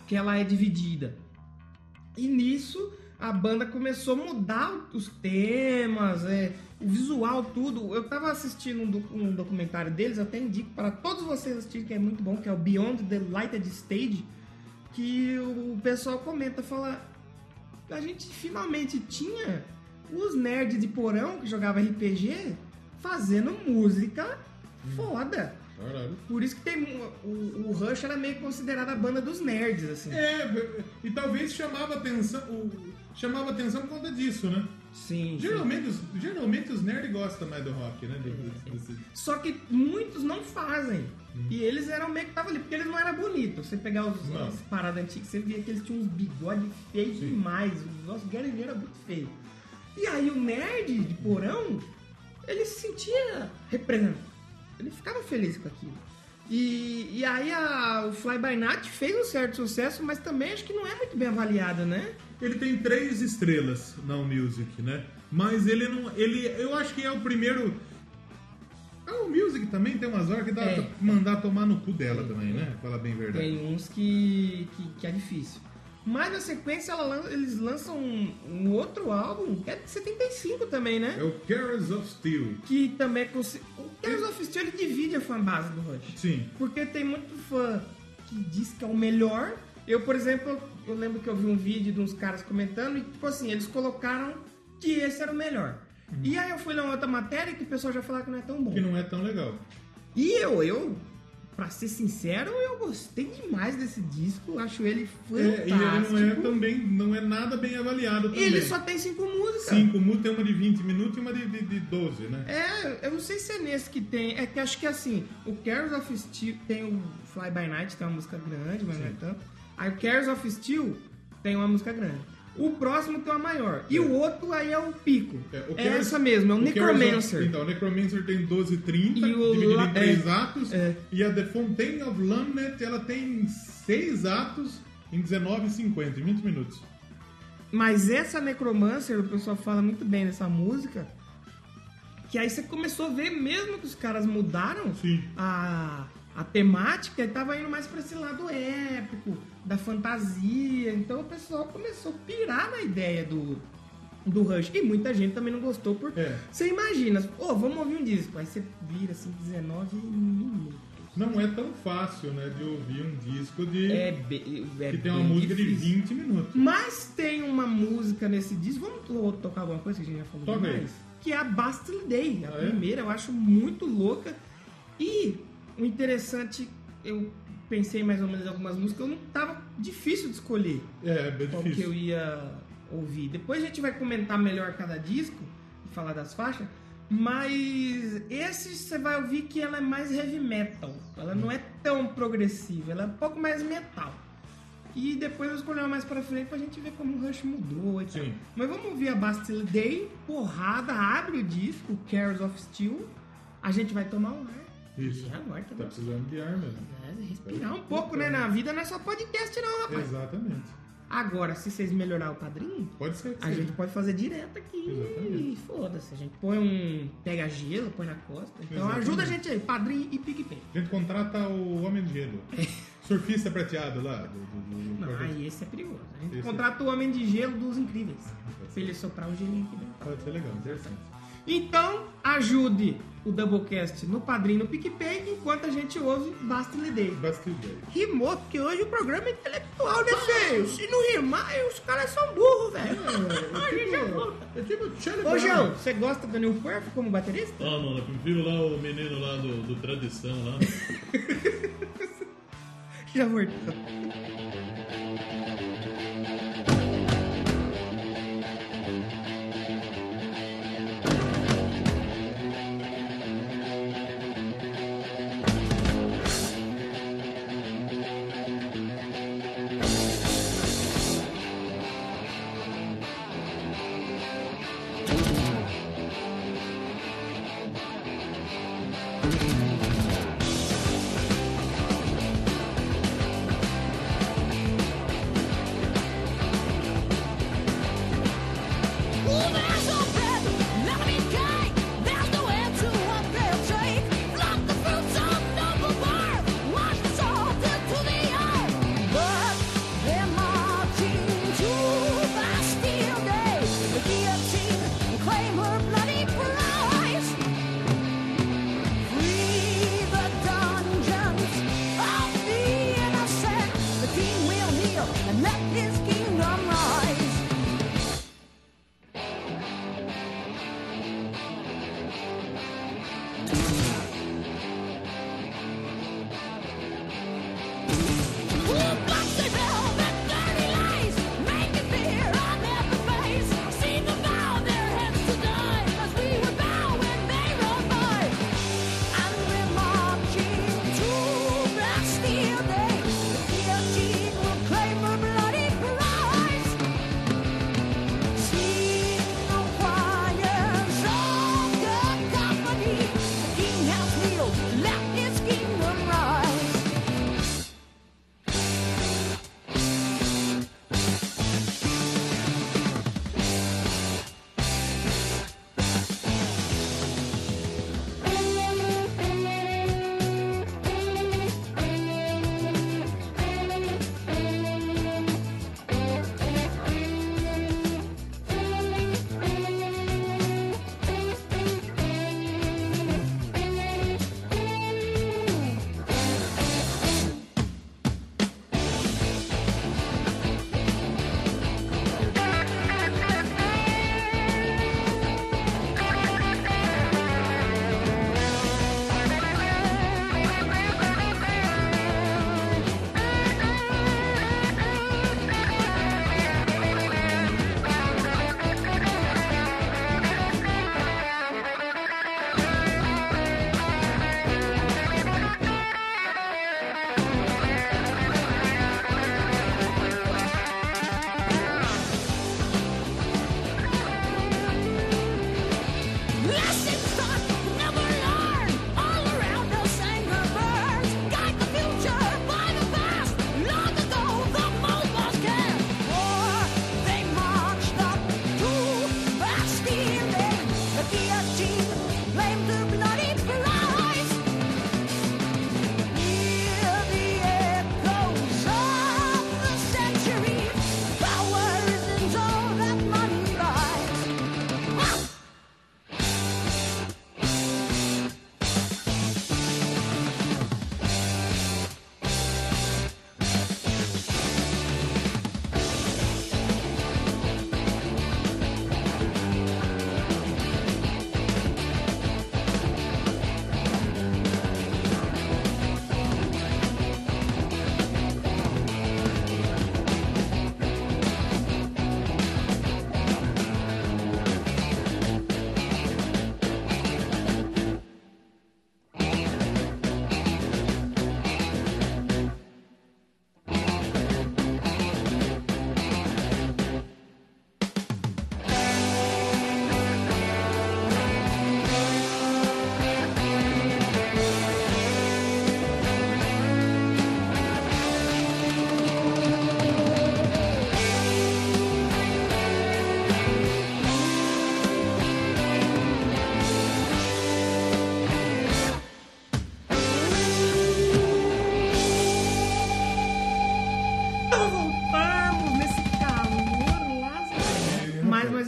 que ela é dividida. E nisso a banda começou a mudar os temas, é, o visual, tudo. Eu tava assistindo um, docu- um documentário deles, até indico para todos vocês assistirem, que é muito bom, que é o Beyond the Lighted Stage, que o pessoal comenta, fala. A gente finalmente tinha os nerds de porão que jogava RPG fazendo música foda. Caralho. Por isso que tem mu- o, o Rush era meio considerado a banda dos nerds, assim. É, e talvez chamava atenção, o- chamava atenção por conta disso, né? Sim. Geralmente os, geralmente os nerds gostam mais do rock, né? Do- do- desse- Só que muitos não fazem. E eles eram meio que estavam ali, porque eles não eram bonitos. Você pegar os, Não. as paradas antigas, você via que eles tinham uns bigodes feios demais. O nosso guerrilheiro era muito feio. E aí o nerd de porão, ele se sentia representado. Ele ficava feliz com aquilo. E, e aí a- o Fly By Night fez um certo sucesso, mas também acho que não é muito bem avaliado, né? Ele tem três estrelas na Music, né? Mas ele não. Ele, eu acho que é o primeiro. A Music também tem umas horas que dá É. pra mandar tomar no cu dela também, né? Fala bem a verdade. Tem uns que, que, que é difícil. Mas na sequência ela lan- eles lançam um, um outro álbum, que é de 75 também, né? É o Carrots of Steel. Que também é. Consi... O Tales of Steel ele divide a fanbase do Rush. Sim. Porque tem muito fã que diz que é o melhor. Eu, por exemplo, eu lembro que eu vi um vídeo de uns caras comentando e, tipo assim, eles colocaram que esse era o melhor. E aí eu fui ler uma outra matéria que o pessoal já falava que não é tão bom. Uhum. Que não é tão legal. E eu, eu, pra ser sincero, eu gostei demais desse disco, acho ele É, e ele fantástico. não é também. Não é nada bem avaliado também. Ele só tem cinco músicas. Cinco mu tem uma de 20 minutos e uma de, de, de 12, né? É, eu não sei se é nesse que tem. É que acho que assim, o Cares of Steel tem o Fly By Night, tem uma música grande, mas não é tanto. Aí o Cares of Steel tem uma música grande. O próximo tem uma maior. E o outro aí é o pico. É, o Carrots- essa mesmo, é o, Carrots of- Necromancer. então, o Necromancer tem 12 30, E o dividido La- em 3 é, atos. é. E a The Fontaine of Lamnet, ela tem 6 atos em 19 e 50, em 20 minutos. Mas essa Necromancer, o pessoal fala muito bem dessa música. Que aí você começou a ver mesmo que os caras mudaram Sim. a, a temática e tava indo mais pra esse lado épico, da fantasia. Então o pessoal começou a pirar na ideia do, do Rush. E muita gente também não gostou, porque É. você imagina, ô, vamos ouvir um disco. Aí você vira assim 19 minutos. Não é tão fácil, né, de ouvir um disco de É, be- é que tem uma bem música difícil. de 20 minutos. Mas tem uma música nesse disco. Vamos to- tocar alguma coisa que a gente já falou Toca demais? Que é a Bastille Day. A Ah, é? primeira, eu acho muito louca. E o interessante, eu pensei mais ou menos em algumas músicas, eu não tava difícil de escolher É, é bem qual que eu difícil. ia ouvir. Depois a gente vai comentar melhor cada disco e falar das faixas. Mas esse você vai ouvir que ela é mais heavy metal. Ela não é tão progressiva, ela é um pouco mais metal. E depois eu escolhi uma mais pra frente pra gente ver como o Rush mudou e tal. Sim. Mas vamos ouvir a Bastille Day, porrada, abre o disco, Cares of Steel. A gente vai tomar um ar. Isso. E agora Tá também. precisando de ar, mesmo. Respirar um pouco, né? Na vida não é só podcast, não, rapaz. Exatamente. Agora, se vocês melhorar o padrinho, Pode ser que a gente seja. pode fazer direto aqui. Exatamente. Foda-se, a gente põe um. Pega gelo, põe na costa. Então Exatamente. ajuda a gente aí, padrinho e PicPay. A gente contrata o Homem de Gelo. Surfista prateado lá. do- do- do- É. Não, aí esse é perigoso. A gente Esse é- contrata o homem de gelo dos incríveis. Pra ele soprar um gelinho aqui dentro. Pode ser legal, interessante. Então, ajude o Doublecast no padrinho e no PicPay, enquanto a gente ouve Basta Lidei. Basket Day. Rimou, porque hoje o programa é intelectual, né, feio? Se não rimar, aí os caras são burros, velho. [laughs] Ai, gente, é burro. É tipo Charlie Ô, Brown. João, você gosta do Neil Perth como baterista? Ah, mano, eu prefiro lá o menino lá do, do Tradição lá. Já voltou. Thank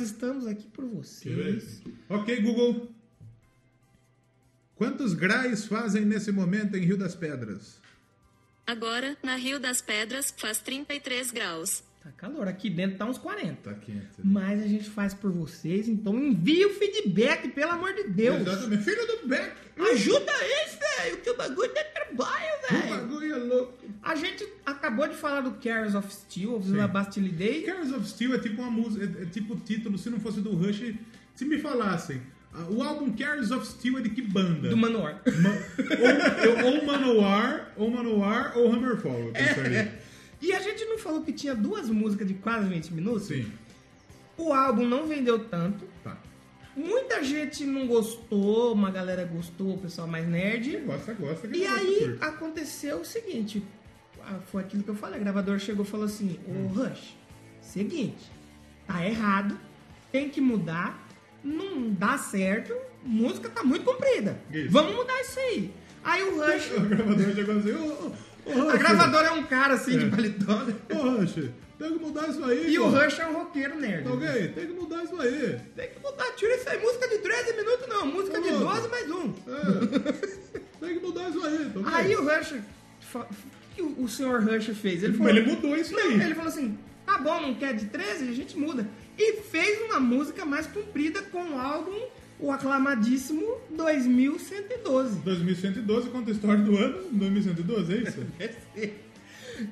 estamos aqui por vocês. Ok, Google. Quantos graus fazem nesse momento em Rio das Pedras? Agora, na Rio das Pedras, faz 33 graus. Tá calor, aqui dentro tá uns 40. Tá quente. né? Mas a gente faz por vocês, então envia o feedback, pelo amor de Deus. Exatamente. Filho do Beck! Ajuda eles, velho, que o bagulho dá trabalho, Que velho. bagulho é louco! A gente acabou de falar do Cares of Steel, da Bastille Day. Cars of Steel é tipo uma música, é, é tipo o título, se não fosse do Rush, se me falassem, ah, o álbum Cars of Steel é de que banda? Do Manowar. Ma- ou, eu- ou Manowar, ou Manowar, ou Hammerfall, [laughs] eu pensaria. E a gente não falou que tinha duas músicas de quase 20 minutos? Sim, O álbum não vendeu tanto. tá. Muita gente não gostou, uma galera gostou, o pessoal mais nerd. Quem gosta, gosta. E Quem não gosta, aí curte. aconteceu o seguinte: ah, foi aquilo que eu falei. O gravador chegou e falou assim: Ô Hum. Rush, seguinte, tá errado, tem que mudar, não dá certo, música tá muito comprida. Isso. Vamos mudar isso aí. Aí o [laughs] Rush, O gravador chegou assim, ô, ô, ô, a Rush, gravadora é um cara assim de É. paletó, [laughs] né? Ô, Rush, tem que mudar isso aí. E o pô. Rush é um roqueiro nerd. Alguém, tem que mudar isso aí. é. [laughs] Tem que mudar, tira isso aí, música de 13 minutos não, música de Tá louco. 12 mais um. É. tem que mudar isso aí. tá ok? Aí o Rush, fa- o que o o senhor Rush fez? Ele é Mas ele mudou isso Não, aí. ele falou assim: tá bom, não quer de 13? A gente muda. E fez uma música mais comprida com o álbum, o aclamadíssimo 2112. 2112, conta a história do ano. 2112, é isso? [laughs]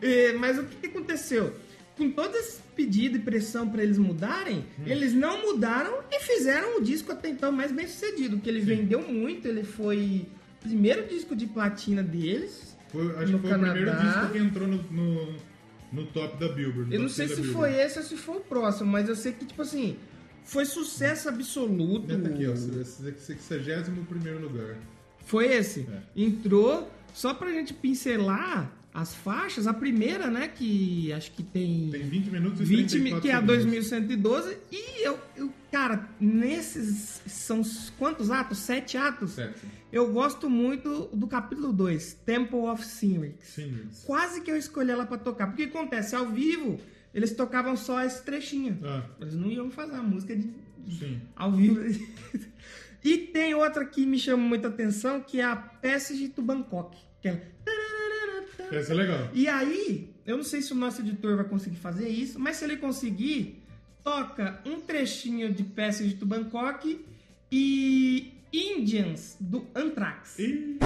É, mas o que que aconteceu? Com todo esse pedido e pressão pra eles mudarem, eles não mudaram e fizeram o disco até então mais bem sucedido, que ele vendeu muito, ele foi o primeiro disco de platina deles. Foi- acho No que foi Canadá. o primeiro disco que entrou no, no, no top da Billboard. Eu no não top sei da se Billboard. foi esse ou se foi o próximo, mas eu sei que, tipo assim, foi sucesso absoluto. Tá aqui, ó. 61 primeiro lugar. Foi esse. É. Entrou, só pra gente pincelar as faixas, a primeira, né, que acho que tem, Tem 20 minutos e 20 mil, 34 que é a segundos. 2112, e eu, eu, cara, nesses são s- quantos atos? Sete atos? Sete. Eu gosto muito do capítulo 2, Temple of Sinrix. Sim. Quase que eu escolhi ela pra tocar, porque o que acontece, ao vivo, eles tocavam só esse trechinho. Ah, Eles não iam fazer a música de... sim. ao vivo. [laughs] e tem outra que me chama muita atenção, que é a PSG to Bangkok. Que é... Essa é legal. E aí, eu não sei se o nosso editor vai conseguir fazer isso, mas se ele conseguir, toca um trechinho de PSG to Bangkok e Indians do Anthrax. E...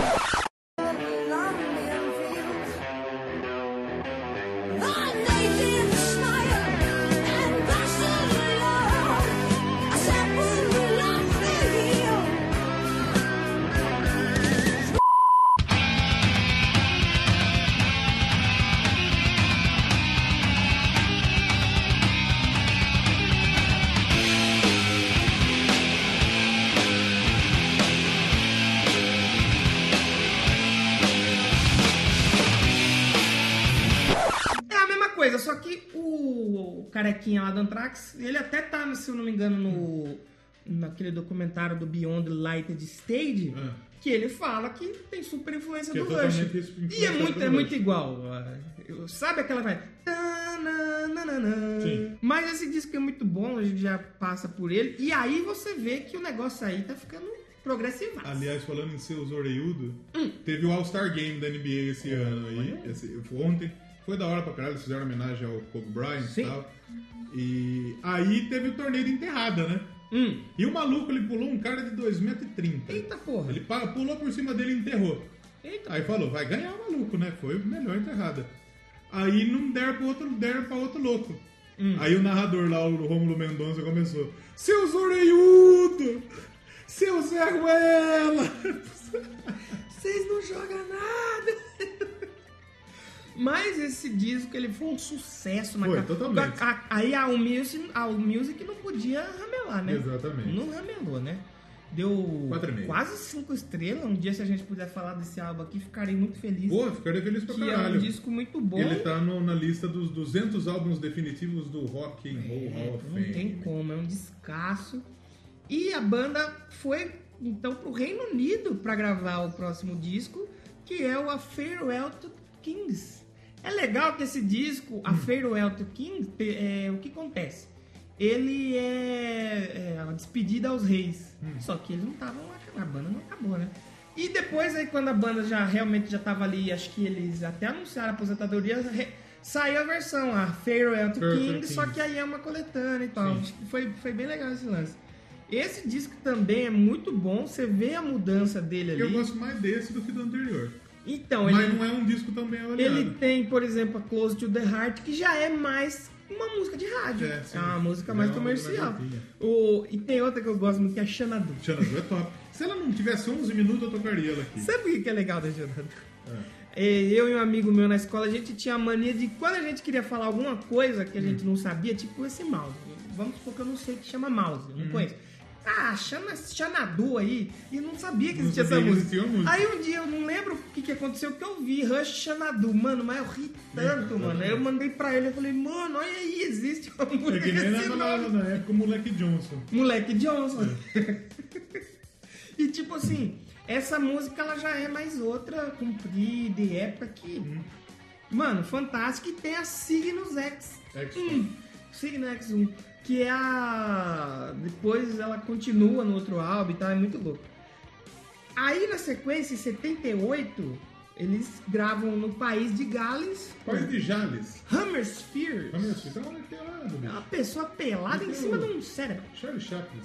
É a mesma coisa, só que o carequinha lá do Anthrax, ele até tá, se eu não me engano, no naquele documentário do Beyond Lighted Stage, Ah. que ele fala que tem super influência Que é do totalmente Rush. influenciado E é muito, pelo é muito Rush. igual. ah, eu- Sabe aquela vai... Tananana. Sim. Mas esse disco é muito bom, a gente já passa por ele. E aí você vê que o negócio aí tá ficando progressivo. Aliás, falando em seus oreiudo, teve o All-Star Game da NBA esse ano aí. esse- ontem. Foi da hora pra caralho, eles fizeram homenagem ao Kobe Bryant Sim. e tal. E aí teve o torneio de enterrada, né? Hum. E o maluco, ele pulou um cara de 2,30m. Eita porra. Ele pa- pulou por cima dele e enterrou. Eita. Aí falou, vai ganhar o maluco, né? Foi o melhor enterrada. Aí não deram pro outro, deram pra outro louco. Hum. Aí o narrador lá, o Rômulo Mendonça, começou. Seus oreiudo! Seu Zé [laughs] Ruela! Vocês não jogam nada! [laughs] Mas esse disco ele foi um sucesso na Foi, ca- totalmente. a- a- Aí a Allmusic, a Allmusic não podia ramelar, né? Exatamente. Não ramelou, né? Deu Quatro e meio. quase cinco estrelas. Um dia, se a gente puder falar desse álbum aqui, ficarei muito feliz. Pô, ficaria feliz pra que é um caralho. disco muito bom. Ele tá no- na lista dos 200 álbuns definitivos do Rock and Roll Hall of Não Fame. tem como, é um descasso. E a banda foi então pro Reino Unido pra gravar o próximo disco, que é o A Farewell to Hum. Kings. É legal que esse disco, A Farewell to Kings, te- é, o que acontece? ele é, é uma despedida aos reis. Hum. Só que eles não estavam a banda não acabou, né? E depois aí quando a banda já realmente já tava ali, acho que eles até anunciaram a aposentadoria, re- saiu a versão, a Farewell to Farewell to King, Kings. só que aí é uma coletânea e tal. Foi, foi bem legal esse lance. Esse disco também é muito bom, você vê a mudança dele ali. Eu gosto mais desse do que do anterior. Então, Mas ele, não é um disco também avaliado. ele tem, por exemplo, a Close to the Heart, que já é mais uma música de rádio. É, É, sim. uma música mais É uma música comercial. mais antiga. o, e tem outra que eu gosto muito, que é Xanadu. Xanadu é top. Se ela não tivesse 11 minutos, eu tocaria ela aqui. Sabe o que que é legal da Xanadu? Ah. É, Eu e um amigo meu na escola, a gente tinha a mania de quando a gente queria falar alguma coisa que a gente Hum. não sabia, tipo esse mouse. Vamos supor que eu não sei que chama mouse, eu Hum. não conheço. Ah, chama Xanadu aí, e não sabia que Não existia sabia essa que música. existia uma música. Aí um dia eu não lembro o que, que aconteceu, que eu vi Rush Xanadu, mano, mas eu ri tanto, mano. Aí eu mandei pra ele, eu falei, mano, olha aí, existe uma música. É que com nem esse na, na, nome. na época é o Moleque Johnson. Moleque Johnson. [laughs] e tipo assim, essa música ela já é mais outra, comprida e época que. Mano, fantástico. E tem a Signos X. Hum. um. X-Factor. Signo X1. Que é a. Depois ela continua no outro álbum e tal, é muito louco. Aí na sequência, em 78, eles gravam no país de Gales. Pai de Jales. Hammer Spears. Olha isso, então olha que é lá do É uma bicho. pessoa pelada em cima de um cérebro. Charlie Chaplin.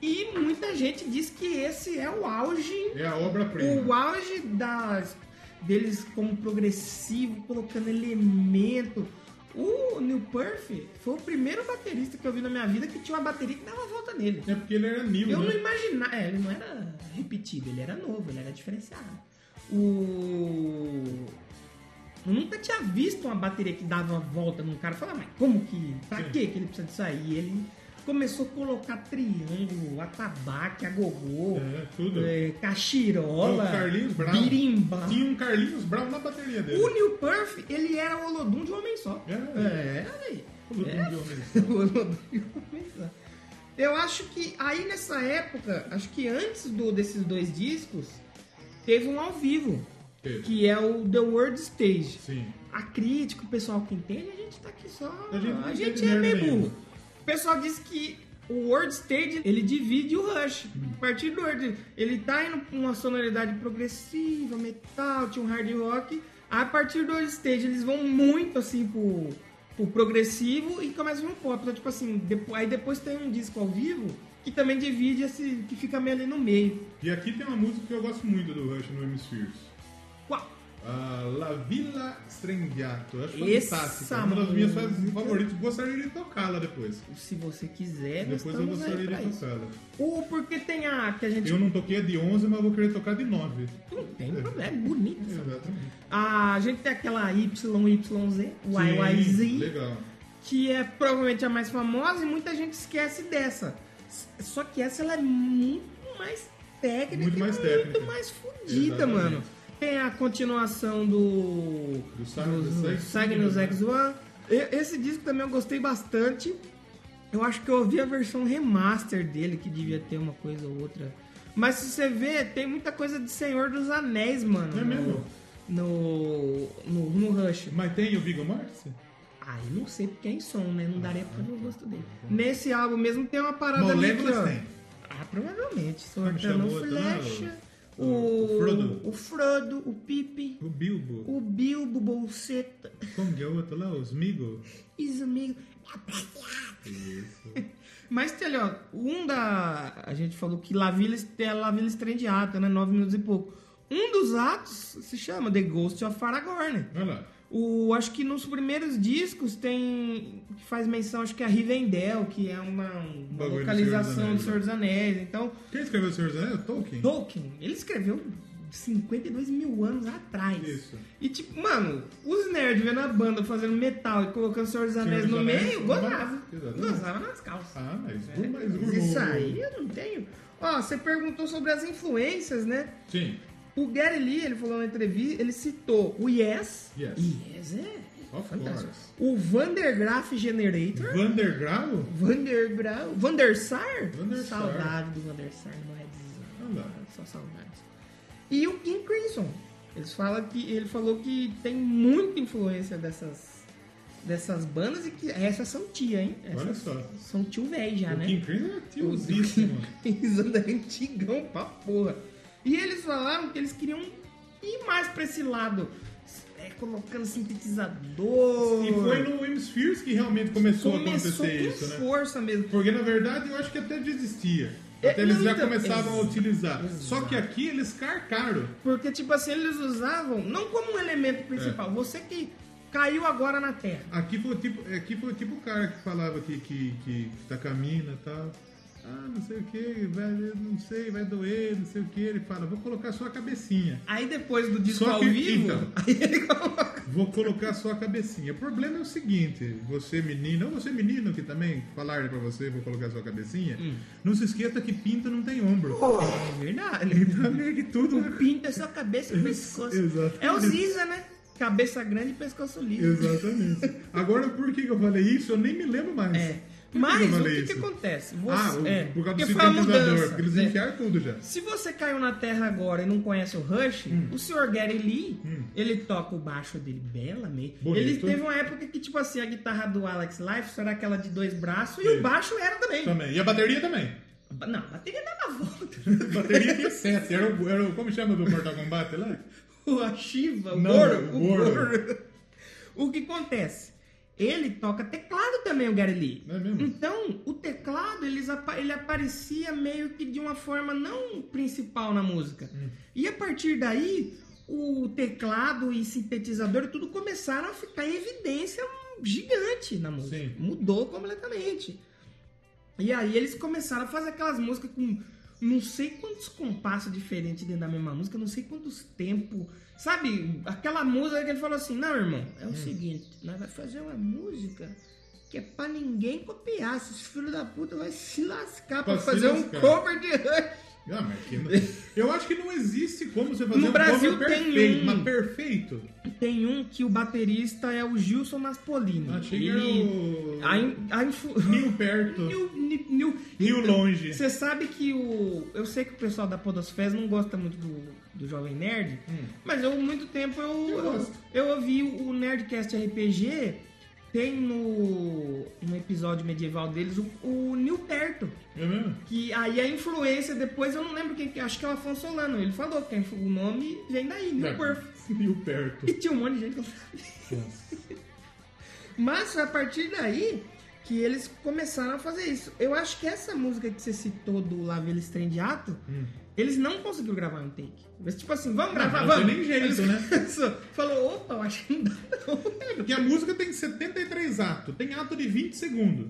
E muita gente diz que esse é o auge, É a obra-prima. o auge das, deles como progressivo, colocando elemento. O Neil Perth foi o primeiro baterista que eu vi na minha vida que tinha uma bateria que dava volta nele. É porque ele era new, Eu não né? imaginava. É, ele não era repetido, ele era novo, ele era diferenciado. O. Eu nunca tinha visto uma bateria que dava volta num cara. Falava, mas como que. Pra que que ele precisa disso aí? Ele começou a colocar triângulo, atabaque, agogô, É, tudo. é, O cachirola, Carlinhos Brau. birimba. Tinha um Carlinhos Brau na bateria dele. O Neil Perth, ele era o Olodum de um homem só. É. é velho. Olodum É. de [laughs] homem. O Olodum de um homem só. Eu acho que aí nessa época, acho que antes do, desses dois discos, teve um ao vivo, Teve. que é o The World Stage. Sim. A crítica, o pessoal que entende, a gente tá aqui só. A A gente não gente, entende é merda meio nenhuma. burro. O pessoal diz que o World Stage ele divide o Rush. A partir do World, ele tá indo com uma sonoridade progressiva, metal, tinha um hard rock. A partir do World Stage eles vão muito assim pro, pro progressivo e começam no pop. Então, tipo assim, depo- aí depois tem um disco ao vivo que também divide esse. que fica meio ali no meio. E aqui tem uma música que eu gosto muito do Rush no Hemispheres. Qual? Ah, La Villa Strengiato. Eu acho Essa fantástica. É uma das minhas música. favoritas. Gostaria de tocá-la depois. Se você quiser, nós Depois eu É, estamos aí gostaria pra de isso. tocá-la. O porque tem a que a gente Eu não toquei a de 11, mas vou querer tocar de 9. Não tem problema, é bonito. essa música. Exatamente. A gente tem aquela YYZ, YYZ, Legal. que é provavelmente a mais famosa e muita gente esquece dessa. S- Só que essa ela é muito mais técnica, Muito e mais muito técnica. mais fodida, Exatamente. mano. Tem a continuação do, Do Cygnus X. Cygnus X1. E- Esse disco também eu gostei bastante. Eu acho que eu ouvi a versão remaster dele, que devia ter uma coisa ou outra. Mas se você vê, tem muita coisa de Senhor dos Anéis, mano. né? É mesmo? No, no, no Rush. Mas tem o Viggo Mortis? Aí não sei porque é em som, né? Não daria pra ver o gosto dele. Nesse álbum mesmo tem uma parada ali que, Moléculas ó, tem. Ah, provavelmente. Como Sortando chamou, Flecha, tá? o, O- o Frodo. o Frodo, o Pipe, O Bilbo. o Bilbo Bolseta, Como que é o outro lá? Os Migo? os amigos. Isso. Mas, Telhó, um da. A gente falou que La Villa, é La Villa Estrandiata, né? Nove minutos e pouco. Um dos atos se chama The Ghost of Aragorn. Olha lá. O, acho que nos primeiros discos tem. que faz menção, acho que é a Rivendell, que é uma, uma Bagulho do localização do Senhor né? Senhor dos Anéis. Então, Quem escreveu o Senhor dos Anéis? É O Tolkien? Tolkien, ele escreveu 52 mil anos atrás. Isso. E tipo, mano, os nerds vendo a banda fazendo metal e colocando Senhor dos Anéis dos no Anéis, meio, gozava. exatamente. Gozava nas calças. Ah, mas, é, mas Mas Isso aí eu não tenho. Ó, você perguntou sobre as influências, né? Sim, O Gary Lee, ele falou na entrevista, ele citou o Yes. Yes. Yes, é. of Fantástico. course. O Vandergraaf Generator. Vandergrau? Vandergrau. Vandersar? Vandersar. Saudade do Vandersar é no Redzone. Olha lá. Só saudades. E o King Crimson. Eles falam que, ele falou que tem muita influência dessas dessas bandas e que essas são tia, hein? Essas Olha só. São tio velho já, O né? King Crimson é [laughs] tiozíssimo. Eles andam é antigão pra porra. E eles falaram que eles queriam ir mais pra esse lado. É, colocando sintetizador. E foi no Hemispheres que realmente começou, a Começou acontecer com isso, né? força mesmo. Porque na verdade eu acho que até desistia. É, Até eles não, já então, começavam a ex- utilizar. exato. Só que aqui eles carcaram. Porque, tipo assim, eles usavam não como um elemento principal. É. Você que caiu agora na Terra. Aqui foi o tipo, aqui foi o tipo o cara que falava que, que, que, que tá caminhando e tal. Ah, não sei o que, vai, não sei, vai doer, não sei o que. Ele fala, vou colocar só a cabecinha. Aí depois do disco Só ao que- vivo, então. [laughs] aí ele coloca. Vou colocar só a cabecinha. O problema é o seguinte, você menino, ou você menino que também falar pra você, vou colocar só a cabecinha, Hum. não se esqueça que pinto não tem ombro. É verdade. [laughs] Então meio que tudo O pinto é só cabeça e pescoço. Exatamente. É o Ziza, né? Cabeça grande e pescoço liso. Exatamente. Agora, por que que eu falei isso? Eu nem me lembro mais. É. Por Mas eu o falei que, que isso? acontece? Você, Ah, o- é, por causa do porque foi uma sintetizador, mudança, porque eles né? enfiaram tudo já. Se você caiu na Terra agora e não conhece o Rush, Hum. o Sr. Gary Lee, ele toca o baixo dele belamente. Bonito. Ele teve uma época que, tipo assim, a guitarra do Alex Life só era aquela de dois braços e Sim. Tá. o baixo era também. Também. E a bateria também. Ba- Não, a bateria dava volta. A [laughs] bateria tinha sete. Era o, era o- como chama do Mortal Kombat lá? [laughs] o a Shiva, o Não, Goro, o o Goro. Goro. O que acontece? Ele toca teclado também, o Gary Lee. É mesmo? Então, o teclado eles apa- ele aparecia meio que de uma forma não principal na música. Hum. E a partir daí, o teclado e sintetizador e tudo começaram a ficar em evidência gigante na música. Sim. Mudou completamente. E aí eles começaram a fazer aquelas músicas com não sei quantos compassos diferentes dentro da mesma música, não sei quantos tempos. Sabe, aquela música que ele falou assim, não, irmão, é o Hum. seguinte, nós vamos fazer uma música que é pra ninguém copiar. Esses filhos da puta vai se lascar pra, Pra se fazer lascar. um cover de Rush. Ah, mas que não- Eu acho que não existe como você fazer No um Brasil cover tem perfeito. um. Mas perfeito. Tem um que o baterista é o Gilson Naspolini. Ah, Achei que era Ele- é o... a in- a influ- Nil perto. [laughs] Nil, ni- nil- Nil longe. Você sabe que o. Eu sei que o pessoal da Podosfera não gosta muito do, do Jovem Nerd, mas eu muito tempo eu, Eu eu, gosto. eu ouvi o Nerdcast RPG. Tem no, no episódio medieval deles o, o Nil Perto. É mesmo? Que aí a influência depois, eu não lembro quem que acho que é o Afonso Solano. Ele falou que a influ- o nome vem daí, Nil Perth. Nil [laughs] perto. E tinha um monte de gente que eu sabia. Mas a partir daí que eles começaram a fazer isso. Eu acho que essa música que você citou do Lá Vela Trem de Ato, eles não conseguiram gravar um take. Mas tipo assim, vamos Não, gravar, não tem vamos. nem jeito, Eles- [laughs] né? Só Falou, opa, eu acho que não dá É, não. porque a música tem 73 atos. Tem ato de 20 segundos.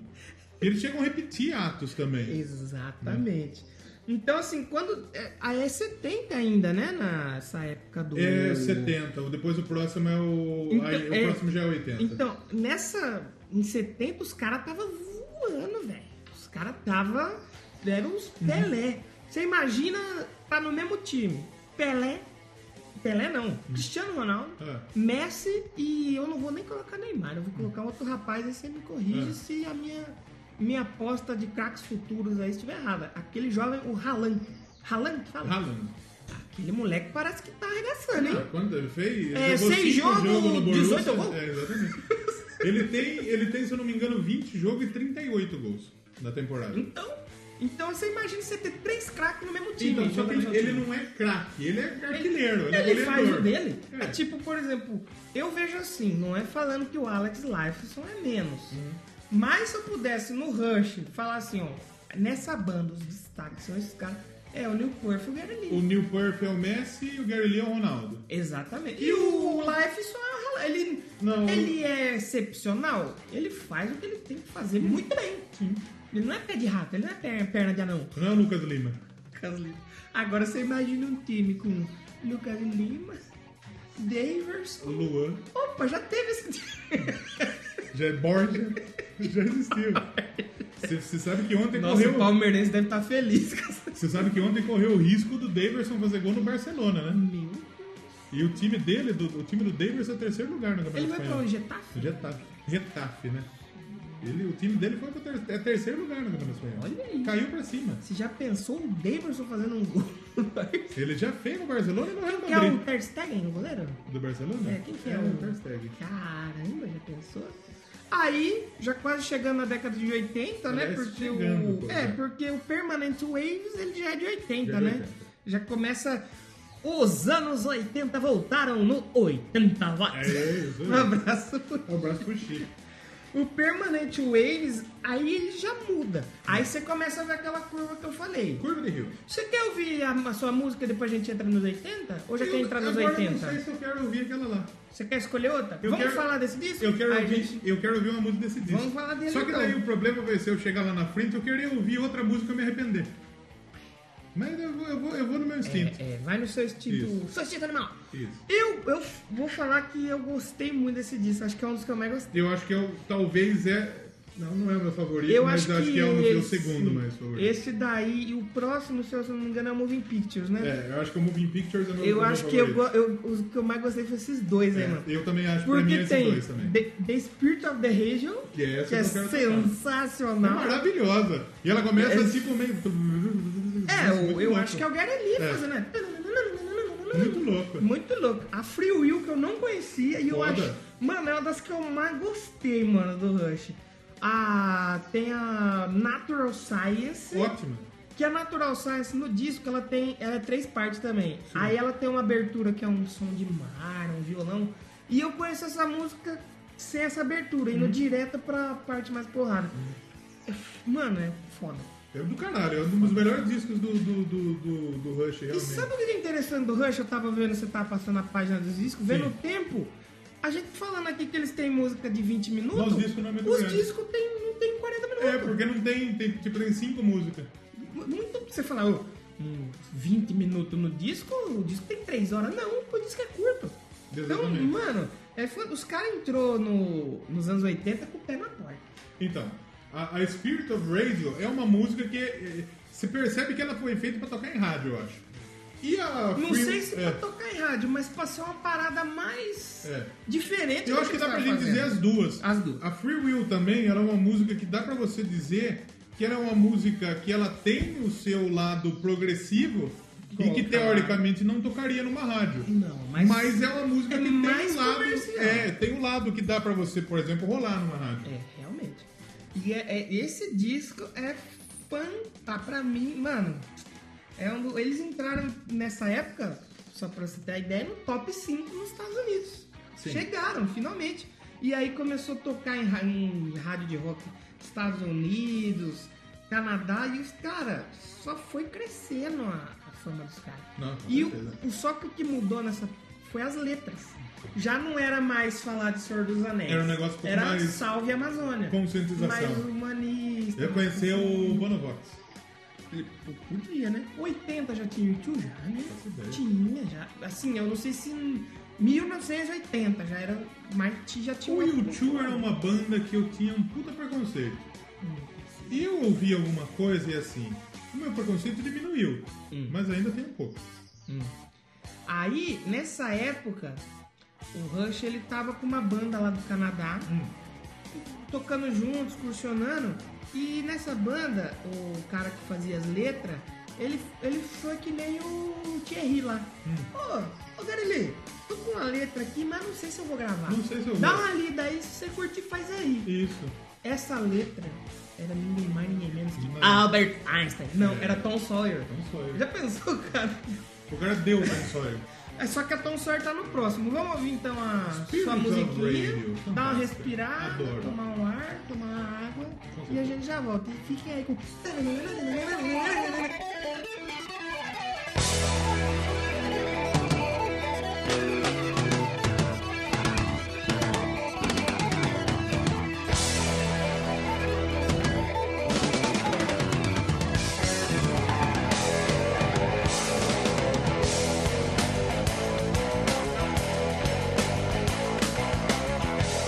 E eles chegam a repetir atos também. Exatamente. Então assim, quando... é, A é 70 ainda, né? Nessa época do... É 70. Depois o próximo é o... Então, aí, o é- próximo já é 80. Então, nessa. Em 70, os caras tava voando, velho. Os caras tava. Eram uns Uhum. Pelé. Você imagina, tá no mesmo time. Pelé. Pelé não. Cristiano Ronaldo, Uhum. É. Uhum. Messi e eu não vou nem colocar Neymar. Eu vou colocar outro rapaz aí você me corrige É. se a minha, minha aposta de craques futuros aí estiver errada. Aquele jovem, o Haaland. Haaland, fala. Haaland. Aquele moleque parece que tá arregaçando, hein? Ah, quando ele fez? É, jogou seis cinco jogos, no Borussia. 18 gols. É, exatamente. ele, tem, ele tem, se eu não me engano, 20 jogos e 38 gols na temporada. Então, então você imagina você ter três craques no mesmo time. Então, só que jogando no ele, ele time. não é craque, ele é artilheiro, Ele ele, é goleador. faz o dele. É. É. tipo, por exemplo, eu vejo assim, não é falando que o Alex Lifeson é menos. Uhum. Mas se eu pudesse no Rush falar assim, ó, nessa banda os destaques são esses caras. É o Neil Perth e o Gary Lee. O Neil Perth é o Messi e o Gary Lee é o Ronaldo. Exatamente. E o Lifeson é um- ele Não. ele é excepcional, ele faz o que ele tem que fazer muito bem. Ele não é pé de rato, ele não é per- perna de anão. Não é o Lucas Lima. Lucas Lima. Agora você imagina um time com Lucas Lima, Daverson. O Luan Opa, já teve esse time. já é Borja, [laughs] já existiu. Você você sabe que [laughs] ontem Nossa, o correu. palmeirense deve estar feliz com essa. Você sabe que ontem correu o risco do Daverson fazer gol no Barcelona, né? Meu. E o time dele, do, o time do Daverson é terceiro lugar no Ele Campeonato vai pra Espanhol. onde? tá Getafe? Getafe. Getafe, né? Ele, o time dele foi pro ter, é terceiro lugar no Campeonato Espanhol. Olha aí. Caiu pra cima. Você já pensou o Daverson fazendo um [laughs] gol? Ele já fez no Barcelona e no Real Que é Madrid. o Ter Stegen, o goleiro? Do Barcelona? É, quem que é o o- Ter Stegen. Caramba, já pensou? Aí, já quase chegando na década de 80, né? Aliás, Porque chegando, o, pô. é, porque o Permanent Waves ele já é de 80, Já é de né? 80. Já começa. Os anos 80 voltaram no 80 watts. É isso aí. [laughs] Um abraço pro Um abraço pro Chico. o Permanent Waves, aí ele já muda. Aí você começa a ver aquela curva que eu falei. Curva de Rio. Você quer ouvir a, a sua música e depois a gente entra nos 80? Ou já quer Eu- entrar nos agora eu Não sei 80? se eu quero ouvir aquela lá. Você quer escolher outra? Eu Vamos quero- falar desse disco? Eu quero, Aí a ouvir, gente- eu quero ouvir uma música desse disco. Vamos falar dele, Só que então. daí o problema vai ser eu chegar lá na frente eu querer ouvir outra música e eu me arrepender. Mas eu vou, eu vou, eu vou no meu instinto. É, é, vai no seu estilo. Isso. Seu estilo animal. Isso. Eu, eu vou falar que eu gostei muito desse disco. Acho que é um dos que eu mais gostei. Eu acho que eu, talvez é. Não, não é o meu favorito, Eu mas acho, eu acho que, é o meu esse, segundo mais favorito. Esse daí, e o próximo, se eu não me engano, é o Moving Pictures, né? É, eu acho que o Moving Pictures é o meu Eu meu acho que eu, favorito. go- eu, os que eu mais gostei foi esses dois aí, mano. É, eu também acho, pra mim, Porque esses tem dois também. The, The Spirit of the Region, Que é essa que é que eu quero tocar. É sensacional. maravilhosa. E ela começa É- tipo meio. É, eu, eu acho que é o Gary Lee É. fazendo, né? Muito louco. Muito louco. A Free Will que eu não conhecia e eu Foda. acho. Mano, é uma das que eu mais gostei, mano, do Rush. Ah, tem a Natural Science. Ótima. Que a Natural Science no disco ela tem ela é três partes também. Aí ela tem uma abertura que é um som de mar, um violão. E eu conheço essa música sem essa abertura, indo direto pra parte mais porrada. É f- Mano, é foda. É do caralho, é um dos melhores discos do, do, do, do, do Rush, E realmente. sabe o que é interessante do Rush? Eu tava vendo, você tava passando a página dos discos, vendo o Sim. tempo. A gente falando aqui que eles têm música de 20 minutos. Mas os discos não é muito os grande. discos tem, não tem 40 minutos. É, porque não tem, tem, tipo, tem cinco músicas. Muito pra você falar, ô, um 20 minutos no disco, o disco tem 3 horas. Não, o disco é curto. Exatamente. Então, mano, é foda. os caras entrou no, nos anos 80 com o pé na porta. Então, a, a Spirit of Radio é uma música que eh, se percebe que ela foi feita pra tocar em rádio, eu acho. E a Não Free- sei se é. pra tocar em rádio, mas pra ser uma parada mais É. diferente. Eu do acho que eles dá pra tavam gente dizer as fazendo. duas. As duas. A Free Will também, ela é uma música que dá pra você dizer que ela é uma música que ela tem o seu lado progressivo e que Colocar. teoricamente não tocaria numa rádio. Não, mas, Mas, é uma música é que tem mais um lado, comercial. é, tem um lado que dá pra você, por exemplo, rolar numa rádio. É, realmente. E é- é- esse disco é fanta pra mim, mano. É um do- eles entraram nessa época, só pra você ter a ideia, no top 5 nos Estados Unidos. Chegaram, finalmente. E aí começou a tocar em, ra- em rádio de rock Estados Unidos, Canadá, e os cara só foi crescendo a, a fama dos caras. Não, com E o, certeza. o- só que o que mudou nessa foi as letras. Já não era mais falar de Senhor dos Anéis. Era um negócio um pouco Era mais- Salve Amazônia. Conscientização. É, Mais humanista. Eu conheci o Bonovox. Pô, Podia, né? 80 já tinha YouTube? Já, né? Faço ideia. Tinha, já. Assim, eu não sei se em 1980 já era... Mas ti- já tinha... O uma- U2 era uma banda que eu tinha um puta preconceito. Hum. E eu ouvi alguma coisa e assim, o meu preconceito diminuiu, Hum. mas ainda tem um pouco. Aí, nessa época, o Rush, ele tava com uma banda lá do Canadá. Hum. Tocando juntos, excursionando. E nessa banda, o cara que fazia as letras, ele, ele foi que nem o Thierry lá. Hum. Ô, ô Garelê, tô com uma letra aqui, mas não sei se eu vou gravar. Não sei se eu Dá vou. uma lida aí, se você curtir, faz aí. Isso. Essa letra era ninguém mais, ninguém menos que Imagina. Albert Einstein. Não, era Tom Sawyer. Tom Sawyer. Já pensou, cara? O cara deu o console. É só que a Tom Sawyer tá no próximo. Vamos ouvir então a Spirit sua of musiquinha, Radio. dar uma Fantástica. respirada, Adoro. tomar um ar, tomar uma água e a gente já volta. E fiquem [laughs] aí com. Thank Oh,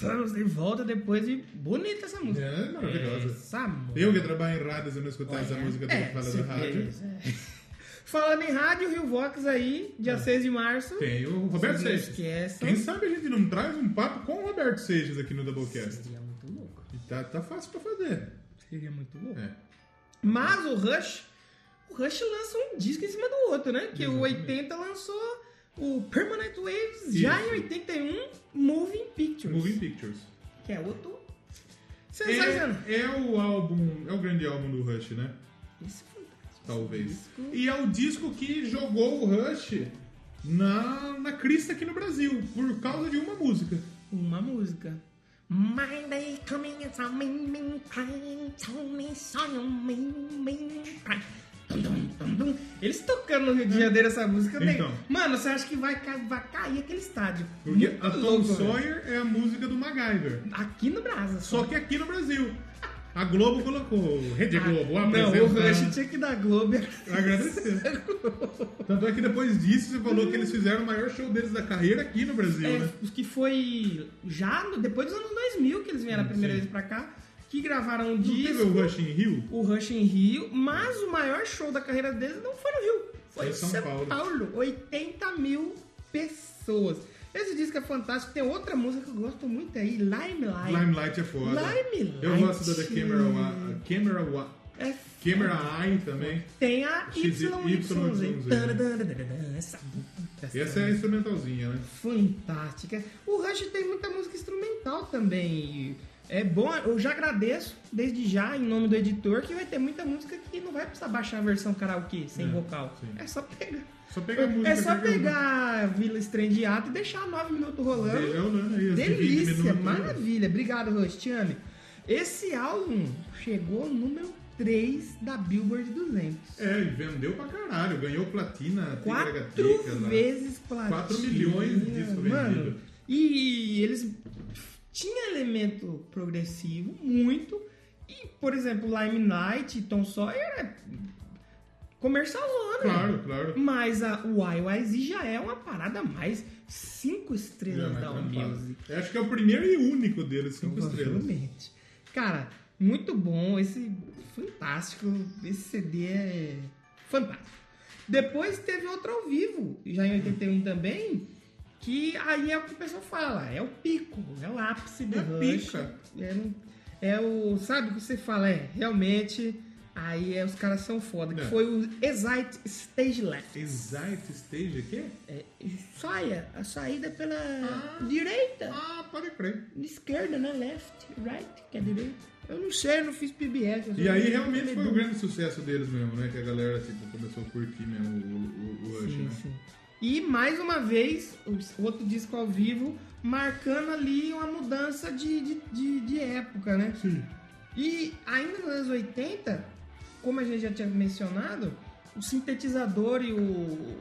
Beatles, ele volta depois e. Bonita essa música. É, maravilhosa. Essa música. Eu que trabalho em rádios e não escutei essa Olha, É, música desde que fala você do rádio. É. fez, é. Falando em rádio, Rio Vox aí, dia 6 de março. Tem o Roberto Vocês não Seixas. esqueçam. Quem sabe a gente não traz um papo com o Roberto Seixas aqui no Doublecast. Seria muito louco. E tá, tá fácil pra fazer. Seria muito louco. É. Mas o Rush, o Rush lança um disco em cima do outro, né? Que o 80 lançou o Permanent Waves, já em Isso. 81, Moving Pictures. Moving Pictures. Que é outro. Sensacional. É, é o álbum, é o grande álbum do Rush, né? Isso é fantástico. Talvez. Disco. E é o disco que jogou o Rush na, na crista aqui no Brasil, por causa de uma música. Uma música. My day coming is a mean, mean time. Tell me so you mean, mean time. Dum, dum, dum, dum. Eles tocando no Rio de Janeiro essa música. eu Então. dei- Mano, você acha que vai, ca- vai cair aquele estádio? Porque Muito a Tom louco, né? velho. Sawyer é a música do MacGyver. Aqui no Brasa. Só que aqui no Brasil. A Globo colocou. Rede Ah, Globo, Não, apresenta. o Rush tinha que dar Globo. Agradecer. Tanto é que depois disso você falou que eles fizeram o maior show deles da carreira aqui no Brasil, É, né? os que foi já no- depois dos anos 2000 que eles vieram a primeira vez pra cá, que gravaram um Não teve o disco, Rush em Rio? o Rush em Rio, mas o maior show da carreira deles não foi no Rio, foi Foi em em São Paulo. 80 mil pessoas. Esse disco é fantástico, tem outra música que eu gosto muito é aí, Limelight. Limelight é foda. Limelight. Eu gosto da The Camera Wa- Camera Wa- É Camera Eye também. Tem a X- YYZ. YYZ, né? Tadadadadadã, Essa música Essa é a instrumentalzinha, né? fantástica. O Rush tem muita música instrumental também. É bom, eu já agradeço desde já, em nome do editor, que vai ter muita música que não vai precisar baixar a versão karaokê sem É, vocal. sim. É só pegar. Só pegar a música. é só pega a pegar a Vila Estrandiata e deixar nove minutos rolando. Verão, né? E os 20 Delícia, minutos. maravilha. Obrigado, Rostiane. Esse álbum chegou no número 3 da Billboard 200. É, e vendeu pra caralho. Ganhou platina, Quatro tigregateca lá. vezes platina. né? Quatro milhões de disco Mano, vendido. e eles tinha elemento progressivo muito. E, por exemplo, Lime Night e Tom Sawyer é comercialzona. Claro, claro. Mas a YYZ já é uma parada mais cinco estrelas Não, é da All trampado. Music. Eu Acho que é o primeiro e único deles, cinco estrelas. Provavelmente. Tipo, Cara, muito bom, esse fantástico, esse CD é fantástico. Depois teve outro ao vivo, já em 81 também, que aí é o que o pessoal fala, é o pico, é o ápice do É Rush. pica. É, não- é o, sabe o que você fala, é, realmente, aí é, os caras são foda, que É. foi o Excite Stage Left. Exact Stage aqui? É, saia, a saída pela direita. Ah, pode crer. De esquerda, né? Left, right, que é direito. Eu não sei, eu não fiz PBF. eu só E aí fiz realmente foi o PBF. grande sucesso deles mesmo, né? Que a galera tipo, começou a curtir mesmo o, o, o Rush, Sim, né? sim. E mais uma vez, o outro disco ao vivo, marcando ali uma mudança de, de, de, de época, né? E ainda nos anos 80, como a gente já tinha mencionado, o sintetizador e o, o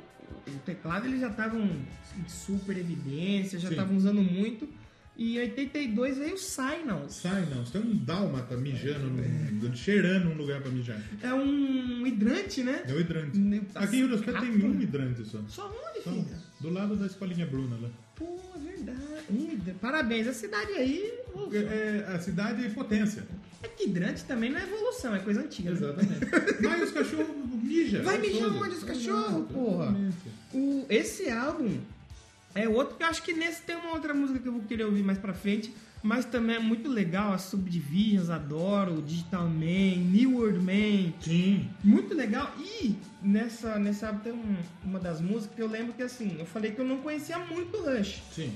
teclado eles já estavam em super evidência, já Sim. estavam usando muito. E em 82 veio o Signals. Sai não, você tem um dálmata mijando, no, cheirando um lugar pra mijar. É um hidrante, né? É o hidrante. Meu, tá Aqui em Rio das Pedras tem sacado. um hidrante só. Só onde Só um. fica? Do lado da escolinha Bruna né? lá. Pô, é verdade. Um hidrante. Parabéns, a cidade aí. É, é, a cidade é potência. É que hidrante também não é evolução, é coisa antiga. né? Exatamente. [laughs] Mas os cachorros mijam. Vai mijar gostoso. onde os cachorros, porra? Exatamente. O, esse álbum é outro que eu acho que nesse tem uma outra música que eu vou querer ouvir mais pra frente, mas também é muito legal. As Subdivisions, adoro. o Digital Man, New World Man. Sim. Muito legal. E nessa, nessa álbum tem um- uma das músicas que eu lembro que assim, eu falei que eu não conhecia muito o Rush. Sim.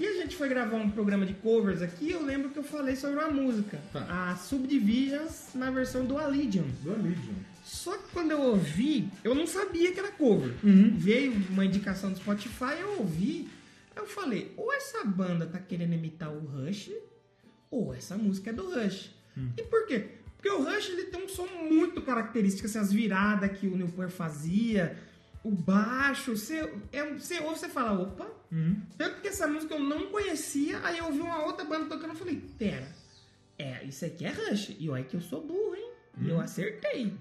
E a gente foi gravar um programa de covers aqui, eu lembro que eu falei sobre uma música, Tá. a Subdivisions na versão do Allegiant. Do Alidion. Só que quando eu ouvi, eu não sabia que era cover. Veio uma indicação do Spotify, eu ouvi, eu falei, ou essa banda tá querendo imitar o Rush, ou essa música é do Rush. Hum. E por quê? Porque o Rush ele tem um som muito característico, assim, as viradas que o Newport fazia, o baixo, você, é, você ouve você fala, opa. Hum. Tanto que essa música eu não conhecia, aí eu ouvi uma outra banda tocando e falei, pera, é, isso aqui é Rush. E olha que eu sou burro, hein? E eu acertei. Hum.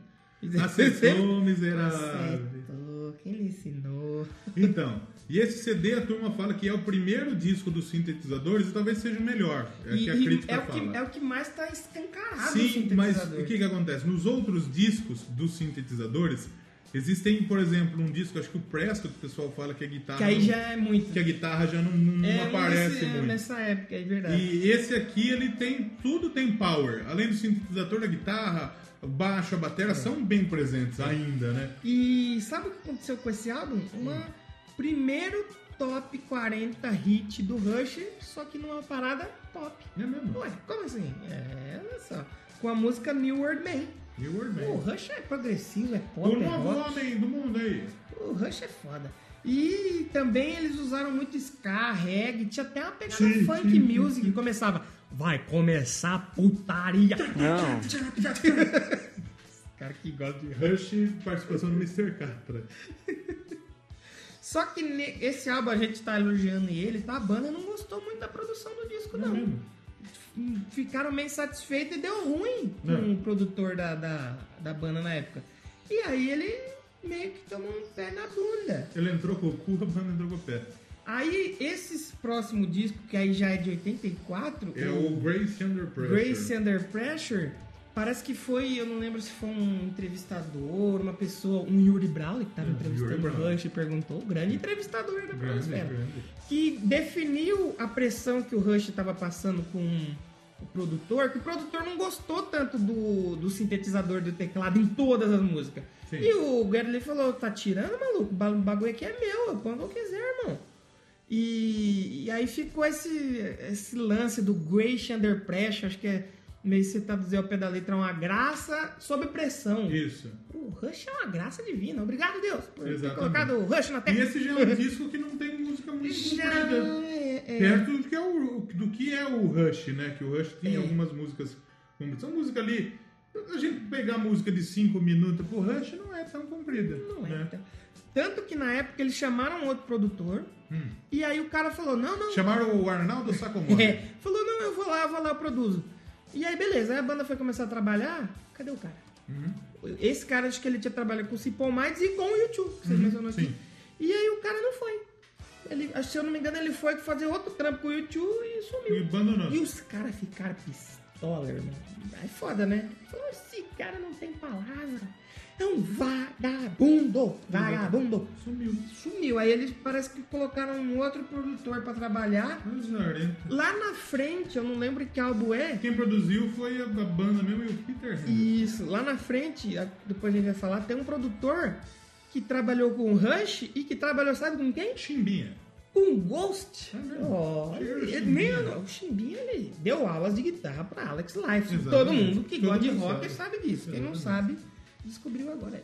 [laughs] [laughs] Acertou, é um miserável. Acertou, quem lhe ensinou? Então, E esse CD a turma fala que é o primeiro disco dos sintetizadores e talvez seja o melhor. É o E- que a e crítica é, o fala. que, é o que mais tá escancarado no Sim, mas sintetizador. o que, que acontece? Nos outros discos dos sintetizadores, existem, por exemplo, um disco, acho que o Prescott, que o pessoal fala que a guitarra. Que aí não- já é muito. que a guitarra já não, não é, aparece nesse- é, muito. Nessa época, é verdade. E esse aqui, ele tem. Tudo tem power. Além do sintetizador da guitarra, o baixo, a bateria são bem presentes ainda, né? E sabe o que aconteceu com esse álbum? Uma Hum. primeiro top 40 hit do Rush, só que numa parada top. É mesmo. Ué, como assim? É, olha só. Com a música New World Man. E o Pô, O Orman. Rush é progressivo, é pop, O é novo rock. homem do mundo aí. O Rush é foda. E também eles usaram muito ska, reggae, tinha até uma pegada Sim, funk music que começava. Vai começar a putaria. Não. Cara que gosta de Rush, participação do Mr. Catra. Só que ne- esse álbum a gente tá elogiando ele, tá? A banda não gostou muito da produção do disco, é não. F- Ficaram meio insatisfeitos e deu ruim com Não. o produtor da, da, da banda na época. E aí ele meio que tomou um pé na bunda. Ele entrou com o cu, a banda entrou com o pé. Aí, esse próximo disco, que aí já é de 84, É o Grace Under Pressure. Grace Under Pressure, parece que foi, eu não lembro se foi um entrevistador, uma pessoa, um Yuri Brawley, que estava entrevistando o Brawley. Rush e perguntou, grande entrevistador da Uhum. Grande, Podosfera, grande. que definiu a pressão que o Rush estava passando com o produtor, que o produtor não gostou tanto do, do sintetizador do teclado em todas as músicas. Sim. E o Gary falou, tá tirando, maluco? O ba- bagulho aqui é meu, eu ponho o que eu quiser, irmão. E, e aí ficou esse, esse lance do Grace Under Pressure, acho que é meio citado dizer ao pé da letra, é uma graça sob pressão. Isso. O Rush é uma graça divina. Obrigado, Deus, por ter Exatamente. colocado o Rush na E tecla. esse já [laughs] é um [laughs] disco que não tem música muito Já comprida. é- é- Perto do que, é o, do que é o Rush, né? Que o Rush É. tinha algumas músicas. compridas. São música ali. A gente pegar música de 5 minutos pro Rush não é tão comprida. Não é. né? então. Tanto que na época eles chamaram outro produtor. Hum. E aí o cara falou: não, não. Chamaram o Arnaldo Sacomori. [laughs] É, falou: não, eu vou lá, eu vou lá, eu produzo. E aí, beleza. Aí a banda foi começar a trabalhar. Cadê o cara? Uhum. Esse cara, acho que ele tinha trabalhado com o Cipom Minds e com o YouTube, que você mencionou aqui. Uhum, sim. E aí o cara não foi. Ele, acho que, se eu não me engano, ele foi fazer outro trampo com o YouTube e sumiu. E abandonou. E os caras ficaram pistola, irmão. É foda, né? Falou, esse cara não tem palavra. É um vagabundo. Vagabundo. Sumiu. Sumiu. Aí eles parece que colocaram um outro produtor pra trabalhar. Azar, hein? Lá na frente, eu não lembro que álbum é. Quem produziu foi a a banda mesmo e o Peter Henry. Isso. Lá na frente, a- depois a gente vai falar, tem um produtor que trabalhou com o Rush e que trabalhou, sabe com quem? Chimbinha. Com o Ghost. É mesmo? Olha, Cheiro ele- Chimbinha. nem o- o Chimbinha ele deu aulas de guitarra pra Alex Life. Exatamente. Todo mundo que Todo gosta de mundo rock sabe, sabe. disso. Quem não sabe, descobriu agora.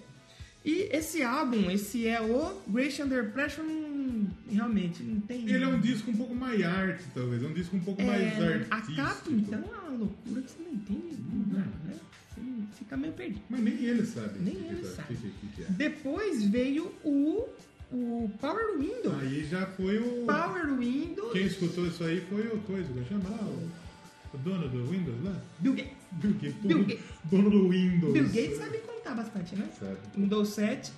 E esse álbum, esse é o Grace Under Pressure, não- realmente não tem. Ele é um disco um pouco mais arte, talvez. É um disco um pouco É, mais A artístico. capa, então, é uma loucura que você não entende. né? Você fica meio perdido. Mas nem ele sabe. Nem o que que ele tá- sabe. o que que- o que que é. Depois veio o, o Power Window. Aí já foi o. Power Window Quem escutou isso aí foi o coisa, como é chama lá? O, o dono do Windows lá? Bill Gates. Bill Gates. Bill Dono- Gates. Dono do Windows. Bill Gates sabe contar bastante, né? Sabe. Windows 7,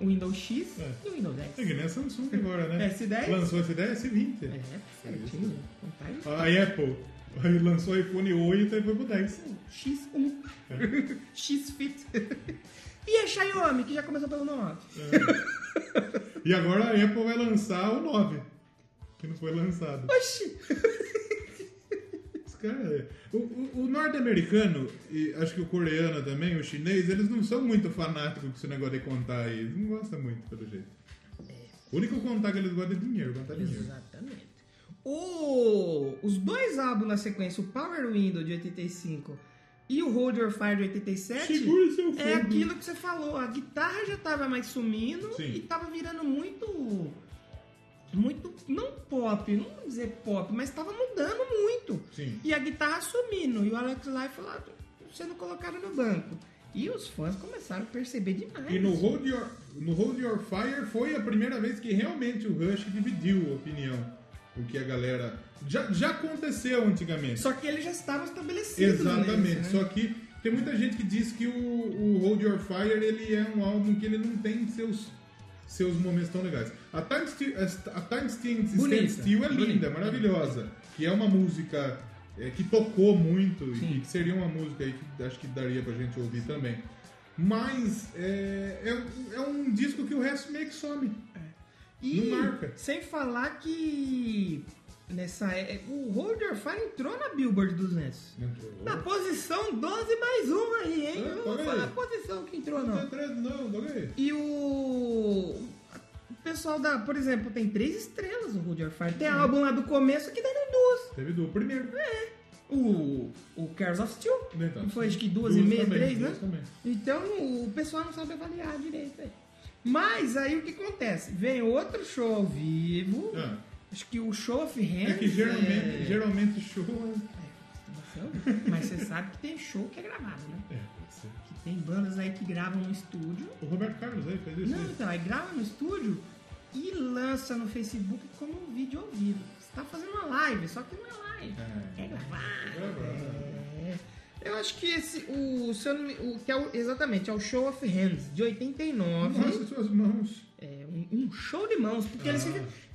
Windows X É. e Windows 10. É que nem a Samsung agora, É, né? S10? Lançou S10 S20. É, certinho. Contar isso. A Apple aí lançou o iPhone 8 e foi pro 10. X1. É. [laughs] X-Fit. um. E a Xiaomi, que já começou pelo 9. E agora a Apple vai lançar o 9. Que não foi lançado. Oxi! Os cara- o, o- o norte-americano, e acho que o coreano também, o chinês, eles não são muito fanáticos com esse negócio de contar aí. Eles não gostam muito, pelo jeito. O único contar que eles gostam é dinheiro, contar dinheiro. Exatamente. O, os dois álbuns na sequência, o Power Window de 85 e o Hold Your Fire de 87, Segura seu é fogo. aquilo que você falou. A guitarra já tava mais sumindo Sim. e tava virando muito. Muito. Não pop, não vou dizer pop, mas tava mudando muito. Sim. E a guitarra sumindo. E o Alex Life falou: você não colocaram no banco. E os fãs começaram a perceber demais. E no Hold, Your, no Hold Your Fire foi a primeira vez que realmente o Rush dividiu a opinião. O que a galera. Já, já aconteceu antigamente. Só que eles já estavam estabelecidos. Exatamente. nesse, né? Só que tem muita gente que diz que o, o Hold Your Fire ele é um álbum que ele não tem seus seus momentos tão legais. A Time Still, a Time Still, Stand Bonita, Still é linda, bonita. maravilhosa. Que é uma música é, que tocou muito Sim. e que seria uma música aí que acho que daria pra gente ouvir também. Mas é, é- é um disco que o resto meio que some. E Não marca. sem falar que nessa é- o Holder Fire entrou na Billboard 200. Na posição 12 mais uma aí, hein? É, Eu não vou olha falar aí. a posição que entrou, Não, não. não, não, não, não. E o. O pessoal da. Por exemplo, tem três estrelas o Holder Fire. Tem Uhum. álbum lá do começo que deram duas. Teve do primeiro. O. O Cares of Steel. Então, que É. foi acho que duas, duas e meia, também, três, né? duas também. Então o pessoal não sabe avaliar direito aí. Mas aí o que acontece? Vem outro show ao vivo. Ah, Acho que o show of hands. é que geralmente, é- geralmente show. Mas você sabe que tem show que é gravado, né? É, pode ser. Que tem bandas aí que gravam no estúdio. O Roberto Carlos aí fez isso. Não, né? então, aí grava no estúdio e lança no Facebook como um vídeo ao vivo. Você tá fazendo uma live, só que não é live. É. É, gravado. Gravado. É. Eu acho que esse. O, se eu não me- o, que é o- exatamente, é o Show of Hands, de 89. Mostra suas mãos. É um, um show de mãos, porque eles ficam. Ah.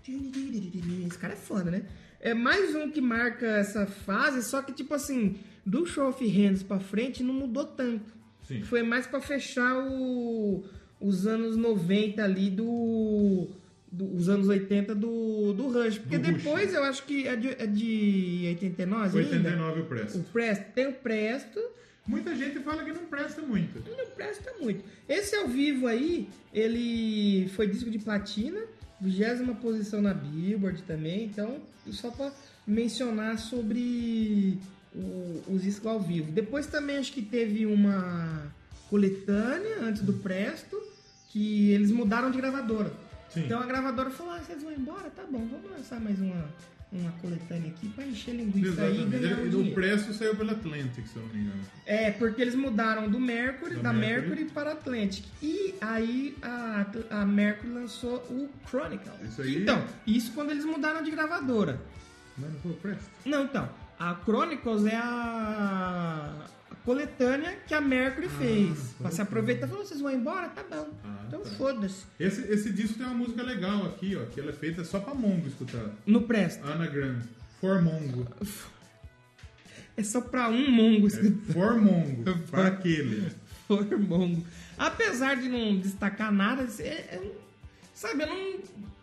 Esse cara é foda, né? É mais um que marca essa fase, só que, tipo assim, do Show of Hands pra frente não mudou tanto. Sim. Foi mais pra fechar o, os anos 90 ali do. do- os anos 80 do, do Rush. Porque Do Rush. né? depois eu acho que é de, é de 89 ainda. 89 o preço. O Presto, tem o Presto. Muita gente fala que não presta muito. Ele não presta muito. Esse ao vivo aí, ele foi disco de platina, vigésima posição na Billboard também, então só pra mencionar sobre o- os discos ao vivo. Depois também acho que teve uma coletânea antes do Presto, que eles mudaram de gravadora. Sim. Então a gravadora falou, ah, vocês vão embora? Tá bom, vamos lançar mais uma, uma coletânea aqui pra encher linguiça aí e ganhar um Ele- dinheiro. o preço saiu pela Atlantic, se eu não me engano. É, porque eles mudaram do Mercury, Do da Mercury. Mercury, para Atlantic. E aí a, a Mercury lançou o Chronicle. Isso aí. Então, isso quando eles mudaram de gravadora. Mas não foi o preço. Não, então. A Chronicles é a, a coletânea que a Mercury fez. Pra se aproveitar, falou, vocês vão embora? Tá bom. Ah, então tá. foda-se. Esse, esse disco tem uma música legal aqui, ó, que ela é feita só pra Mongo escutar. No Presto. Ana Grande. For [laughs] Mongo. É só pra um mongo escutar. For Mongo. pra aquele. Formongo. Apesar de não destacar nada, é- é um- sabe, eu não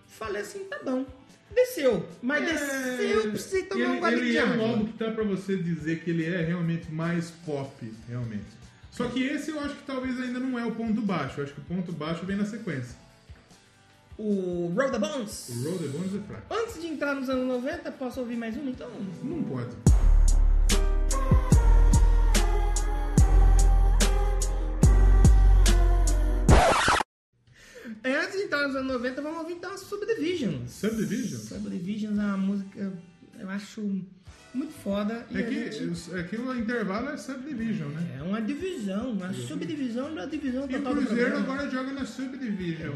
falei assim, tá bom. Desceu, mas desceu, precisa tomar É. ele, um gole ele de é água. um álbum que dá pra você dizer que ele é realmente mais pop, realmente. Só que esse eu acho que talvez ainda não é o ponto baixo. Eu acho que o ponto baixo vem na sequência. O Roll the Bones. O Roll the Bones é fraco. Antes de entrar nos anos 90, posso ouvir mais uma então? Não pode. É, antes de entrar nos anos 90, vamos ouvir então Subdivisions. Subdivision? Subdivisions é uma música, eu acho, muito foda. e É a que, gente- é que o intervalo é Subdivision, né? É uma divisão, uma subdivisão da divisão E o total do Cruzeiro programa. agora joga na Subdivision.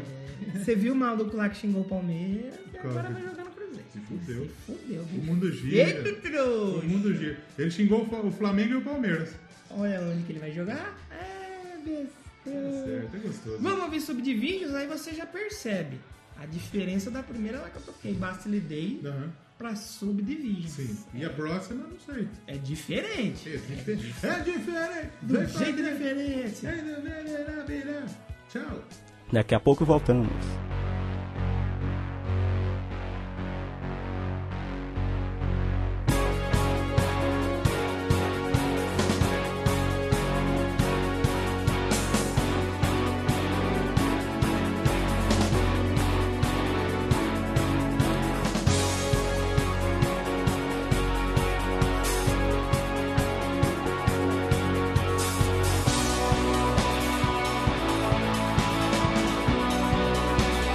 Você viu o maluco lá que xingou o Palmeiras e agora Claro. vai jogar no Cruzeiro. Se fudeu. Se fudeu, O viu? mundo gira. Eita, O trouxa! mundo gira. Ele xingou o Fa- o Flamengo e o Palmeiras. Olha onde que ele vai jogar. É, besteira. Certo, é gostoso. Vamos ouvir subdivídeos, aí você já percebe a diferença da primeira lá que eu toquei, Bastille Day, Aham, pra subdivídeos. Sim. E a próxima, não sei. É diferente. É diferente. É diferente. Do Vai jeito fazer. diferente. É diferente. Tchau. Daqui a pouco voltamos. Thank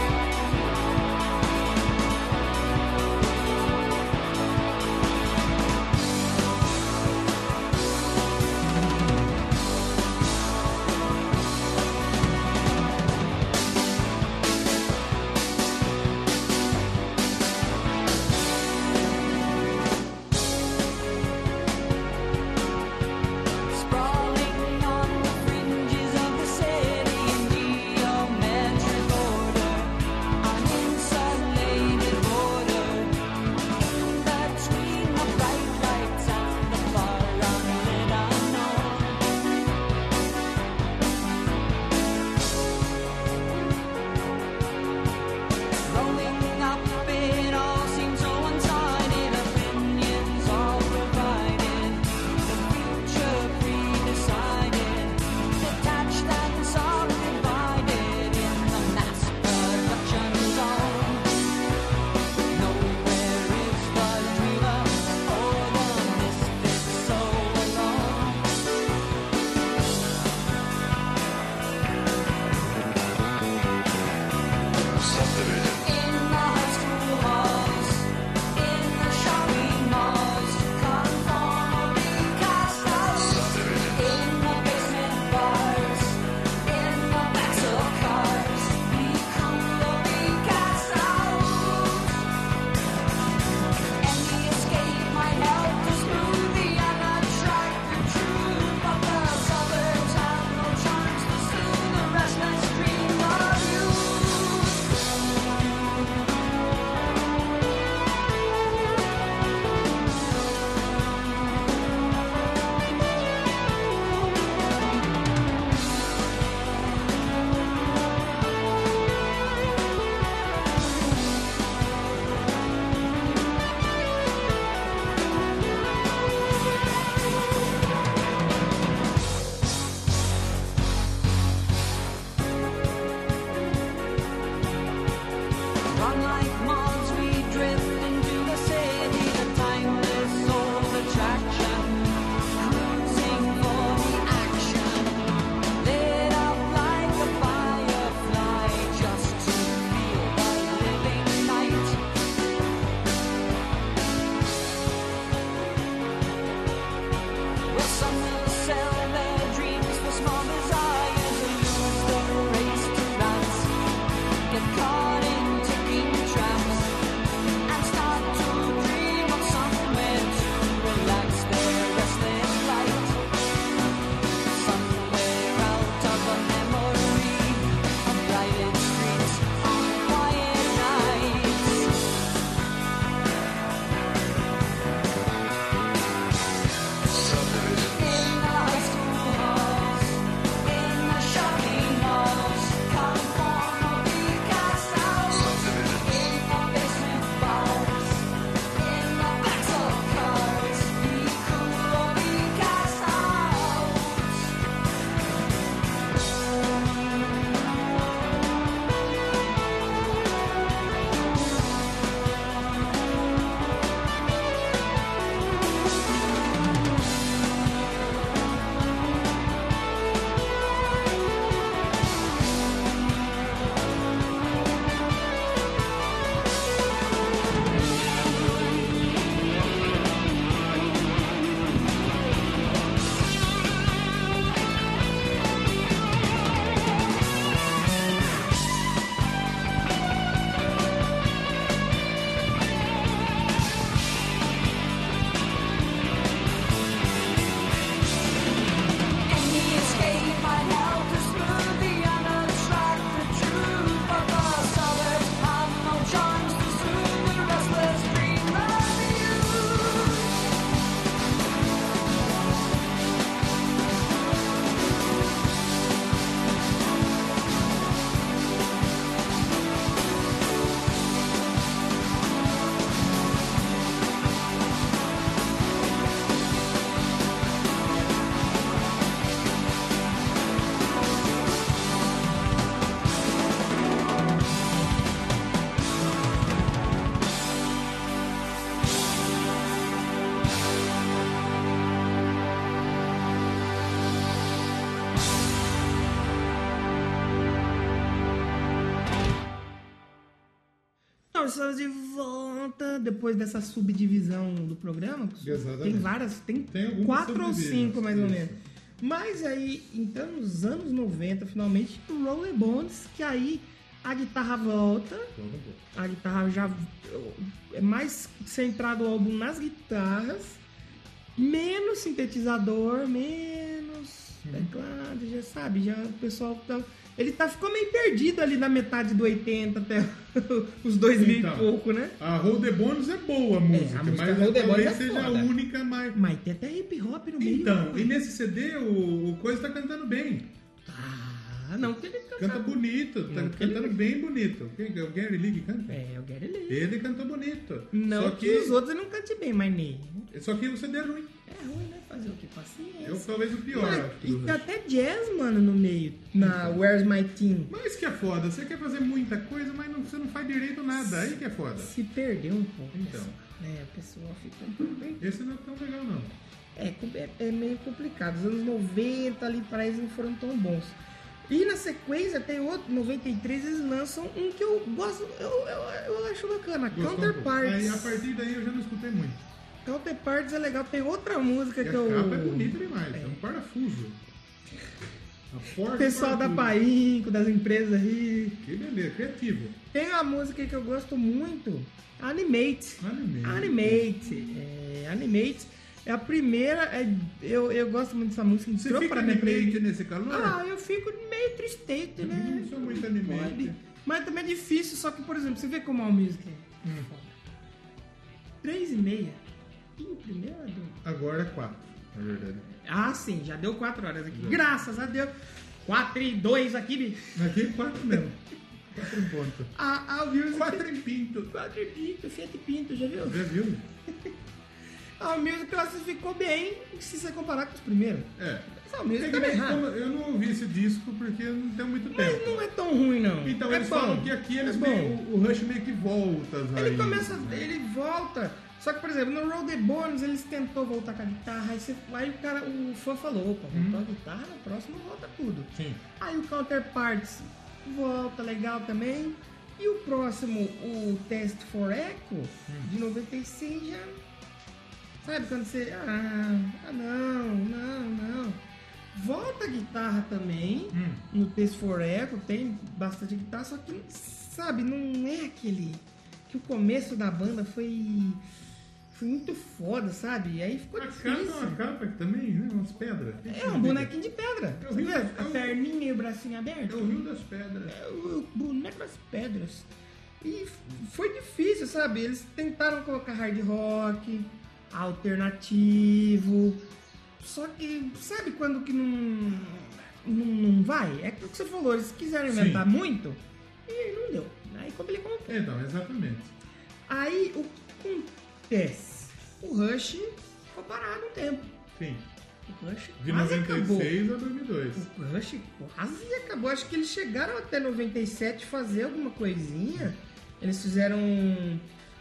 Então, estamos de volta depois dessa subdivisão do programa. Exatamente. Tem várias, tem, Tem algumas quatro ou subdivisões, cinco mais ou isso. menos. Mas aí, então, nos anos 90, finalmente, o Rolling Bones, que aí a guitarra volta. A guitarra já é mais centrado o álbum nas guitarras, menos sintetizador, menos Uhum. teclado, já sabe, já o pessoal tá, ele tá ficou meio perdido ali na metade do 80 até [laughs] os 2000 Então. e pouco, né? A Hold the Bones é boa a música, a música mas Hold the talvez Bones é seja a foda. única mais. Mas tem até hip hop no meio. Então, e nesse CD o, o Coisa tá cantando bem. Ah, não que ele Canta cantava. bonito, tá Não, que ele- cantando bem bonito. Quem que é? O Gary Lee que canta? É, o Gary Lee. Ele canta bonito. Não só que... os outros não cante bem, mas nem. Só que o CD é ruim. É ruim, né? Fazer o que? Paciência. É o- talvez o pior. Mas- é? acho, Ah, Então. e do tem resto. até jazz, mano, no meio. Na Where's My Team. Mas que é foda, você quer fazer muita coisa, mas não- você não faz direito nada. Aí que é foda. Se perdeu um pouco. né? Então. É, o pessoal fica um pouco bem. Esse não é tão legal, não. É, com- é- é meio complicado. Os anos 90 ali pra eles não foram tão bons. E na sequência tem outro, 93, eles lançam um que eu gosto, eu, eu, eu acho bacana, Gostou um pouco. Aí a Counterparts. partir daí eu já não escutei muito. Counterparts é legal, tem outra música E a que eu. capa é bonita demais, é um parafuso. A porta O pessoal da parafuso. Painco, das empresas aí. Que beleza, criativo. Tem uma música que eu gosto muito, Animate. Anime. Animate. É, Animate é a primeira. é- eu, eu gosto muito dessa música. Você entrou fica pra minha animate né? playlist. nesse calor? Ah, eu fico meio tristente, Eu né? não sou muito animate. Pode. Mas também é difícil, só que, por exemplo, você vê como a música é. Foda. Hum. Três e meia. Ih, primeira do... Agora é 4, na verdade. Ah, sim, já deu quatro horas aqui. Graças a Deus. Quatro e dois aqui, bicho. Aqui é 4 mesmo. 4 em ponto. A, a music... 4 em pinto. Quatro e pinto, sete pinto, já viu? Já viu? A music classificou bem se você comparar com os primeiros. É. Essa É music que tá nem- errada. como eu não ouvi esse disco porque não tem muito Mas tempo. não é tão ruim, não. Então é eles bom. falam que aqui eles é meio, bom. o Rush meio que volta as Ele raízes, começa, né? ele volta. Só que, por exemplo, no Roll the Bones eles tentou voltar com a guitarra. Aí, você- aí o cara, o fã falou: opa, voltou a guitarra, no próximo volta tudo. Sim. Aí o Counterparts volta legal também. E o próximo, o Test for Echo, de 96, já. Sabe quando você. Ah, ah, não, não, não. Volta a guitarra também. Hum. No Test for Echo tem bastante guitarra, só que, sabe, não é aquele. Que o começo da banda foi. Foi muito foda, sabe? E aí ficou A capa é difícil. uma capa que também, né? Umas pedras. É um bonequinho de pedra. Eu vi, Você vê? A eu- perninha e o bracinho É aberto. o Rio das Pedras. É o boneco das pedras. E f- foi difícil, sabe? Eles tentaram colocar hard rock, alternativo. Só que, sabe quando que não. Não, não vai? É aquilo que você falou, eles quiseram inventar muito e não deu. Aí complicou um pouco. Então, exatamente. Aí o que acontece? O Rush ficou parado um tempo. Sim. O Rush De quase acabou. 96 a 2002. O Tipo, Rush quase acabou. Acho que eles chegaram até 97 fazer alguma coisinha. Eles fizeram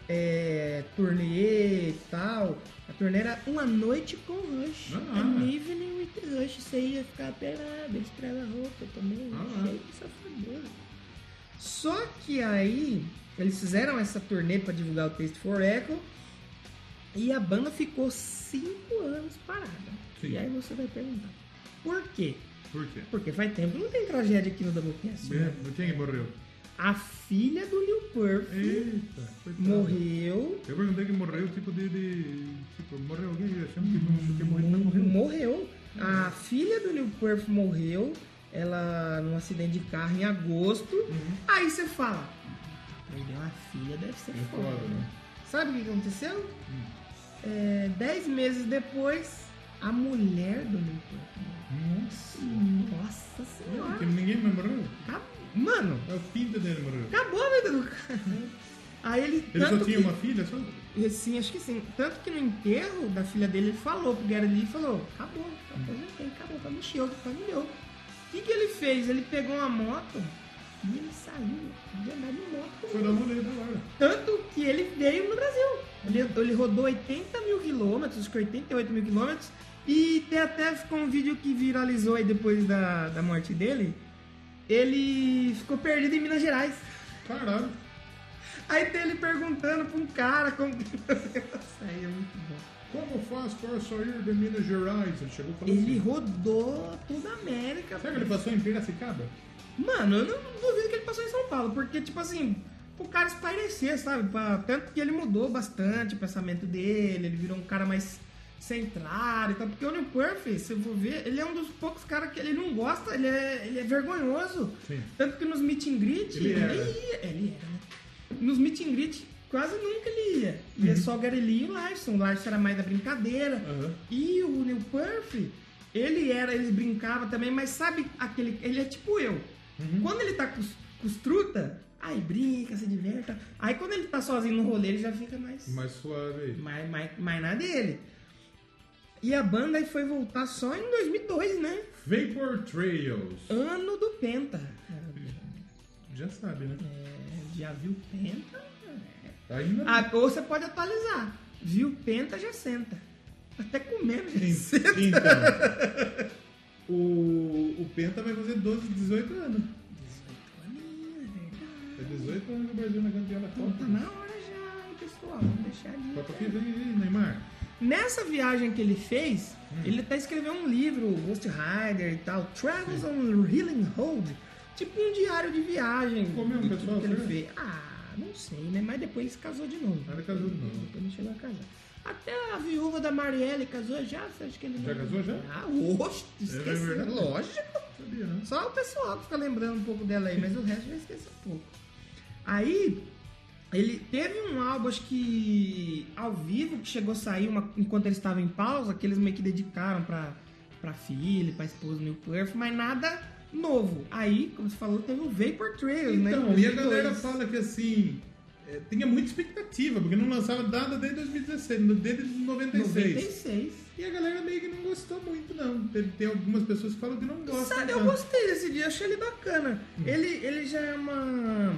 é, turnê e tal. A turnê era Uma Noite com o Rush. Ah. An Evening with the Rush. Você ia ficar pelado, estrela roupa também. Ah. Cheio de safadeza. Só que aí eles fizeram essa turnê pra divulgar o Taste for Echo. E a banda ficou cinco anos parada. Sim. E aí você vai perguntar, por quê? Por quê? Porque faz tempo que não tem tragédia aqui no Doublecast. né? É, Quem morreu? A filha do Lil Perf Eita. coitado. morreu. Eu perguntei que morreu, tipo de... de- tipo, morreu alguém? Achamos que não que morreu, não Hum. morreu. Ah. Morreu. A filha do Lil Perf morreu. Ela num acidente de carro em agosto. Aí você fala, perdeu a filha, deve ser Uhum. É foda. foda, né? né? Hum. Sabe o que que aconteceu? É, dez meses depois, a mulher do Lil Perf morreu. Nossa. Nossa Que senhora. ninguém mais morreu? Tá- Mano, É o pinto dele morreu. acabou a vida do cara. Aí ele. Uhum. Ele tanto só tinha que- uma filha só? Sim, assim, acho que sim. Tanto que no enterro da filha dele, ele falou pro Gary Lee, falou, acabou, aposentei, acabou, tá pra mim chega, pra mim deu. O que, que ele fez? Ele pegou uma moto e ele saiu de andar de Foi dar moto. uma olhada agora. Tanto que ele veio no Brasil. Ele, ele rodou 80 mil quilômetros, acho que 88 mil quilômetros, e tem até ficou um vídeo que viralizou aí depois da, da morte dele. Ele ficou perdido em Minas Gerais. Caralho. Aí tem ele perguntando pra um cara como que. [laughs] Isso aí é muito bom. Como faz para sair de Minas Gerais? Ele chegou falando Ele assim. rodou toda a América. Será que ele passou em Piracicaba? Mano, eu não duvido que ele passou em São Paulo, porque, tipo assim, o cara espairecer, sabe? Pra- Tanto que ele mudou bastante o pensamento dele, ele virou um cara mais centrado e tal. Porque o Neil Murphy, se eu for ver, ele é um dos poucos caras que ele não gosta, ele é, ele é vergonhoso. Sim. Tanto que nos meet and greet, Ele era. ia, ele era, né? Nos meet and greet, quase nunca ele ia. Uhum. Ia só o Garelli e o Larson. O Larson era mais da brincadeira. Aham. E o Neil Puff, ele era, ele brincava também, mas sabe aquele. Ele é tipo eu. Quando ele tá com, os- com os truta, aí brinca, se diverta. Aí quando ele tá sozinho no rolê, ele já fica mais. Mais suave aí. Mais, mais, mais na dele. E a banda aí foi voltar só em 2002, né? Vapor Trails. Ano do Penta. Já sabe, né? É, já viu Penta? Ainda não. Ah, ou você pode atualizar. Viu Penta, já senta. Até comendo, já [laughs] senta. Então, [laughs] o, o Penta vai fazer 12, 18 anos. É 18 anos que o Brasil não é campeão da Tá Copa. na hora já, hein, pessoal. Vamos deixar ali. Copa que vem aí, Neymar. É Nessa viagem que ele fez, Hum. ele até escreveu um livro, Ghost Rider e tal, Travels on Healing Road, tipo um diário de viagem. Ficou mesmo, de tudo pessoal, que ele será? fez. Ah, não sei, né? Mas depois ele se casou de novo. Ah, ele casou de novo. Depois ele chegou a casar. Até a viúva da Marielle casou já, você acha que ele Já não- casou já? É, Ah, oxe, esqueci. verdade. Lógico. Sabia, né? Só o pessoal que fica lembrando um pouco dela aí, mas o resto já esquece um pouco. Aí, ele teve um álbum, acho que ao vivo, que chegou a sair uma- enquanto ele estava em pausa, que eles meio que dedicaram pra, pra filha, pra esposa do Neil Perth, mas nada novo. Aí, como você falou, teve o Vapor Trail, né? Então, e a 2002. galera fala que assim. é, tinha muita expectativa, porque não lançava nada desde 2016, no- desde 96. 96. E a galera meio que não gostou muito, não. Tem, tem algumas pessoas que falam que não gostam. Sabe, eu tanto. gostei desse dia, achei ele bacana. Ele, ele já é uma.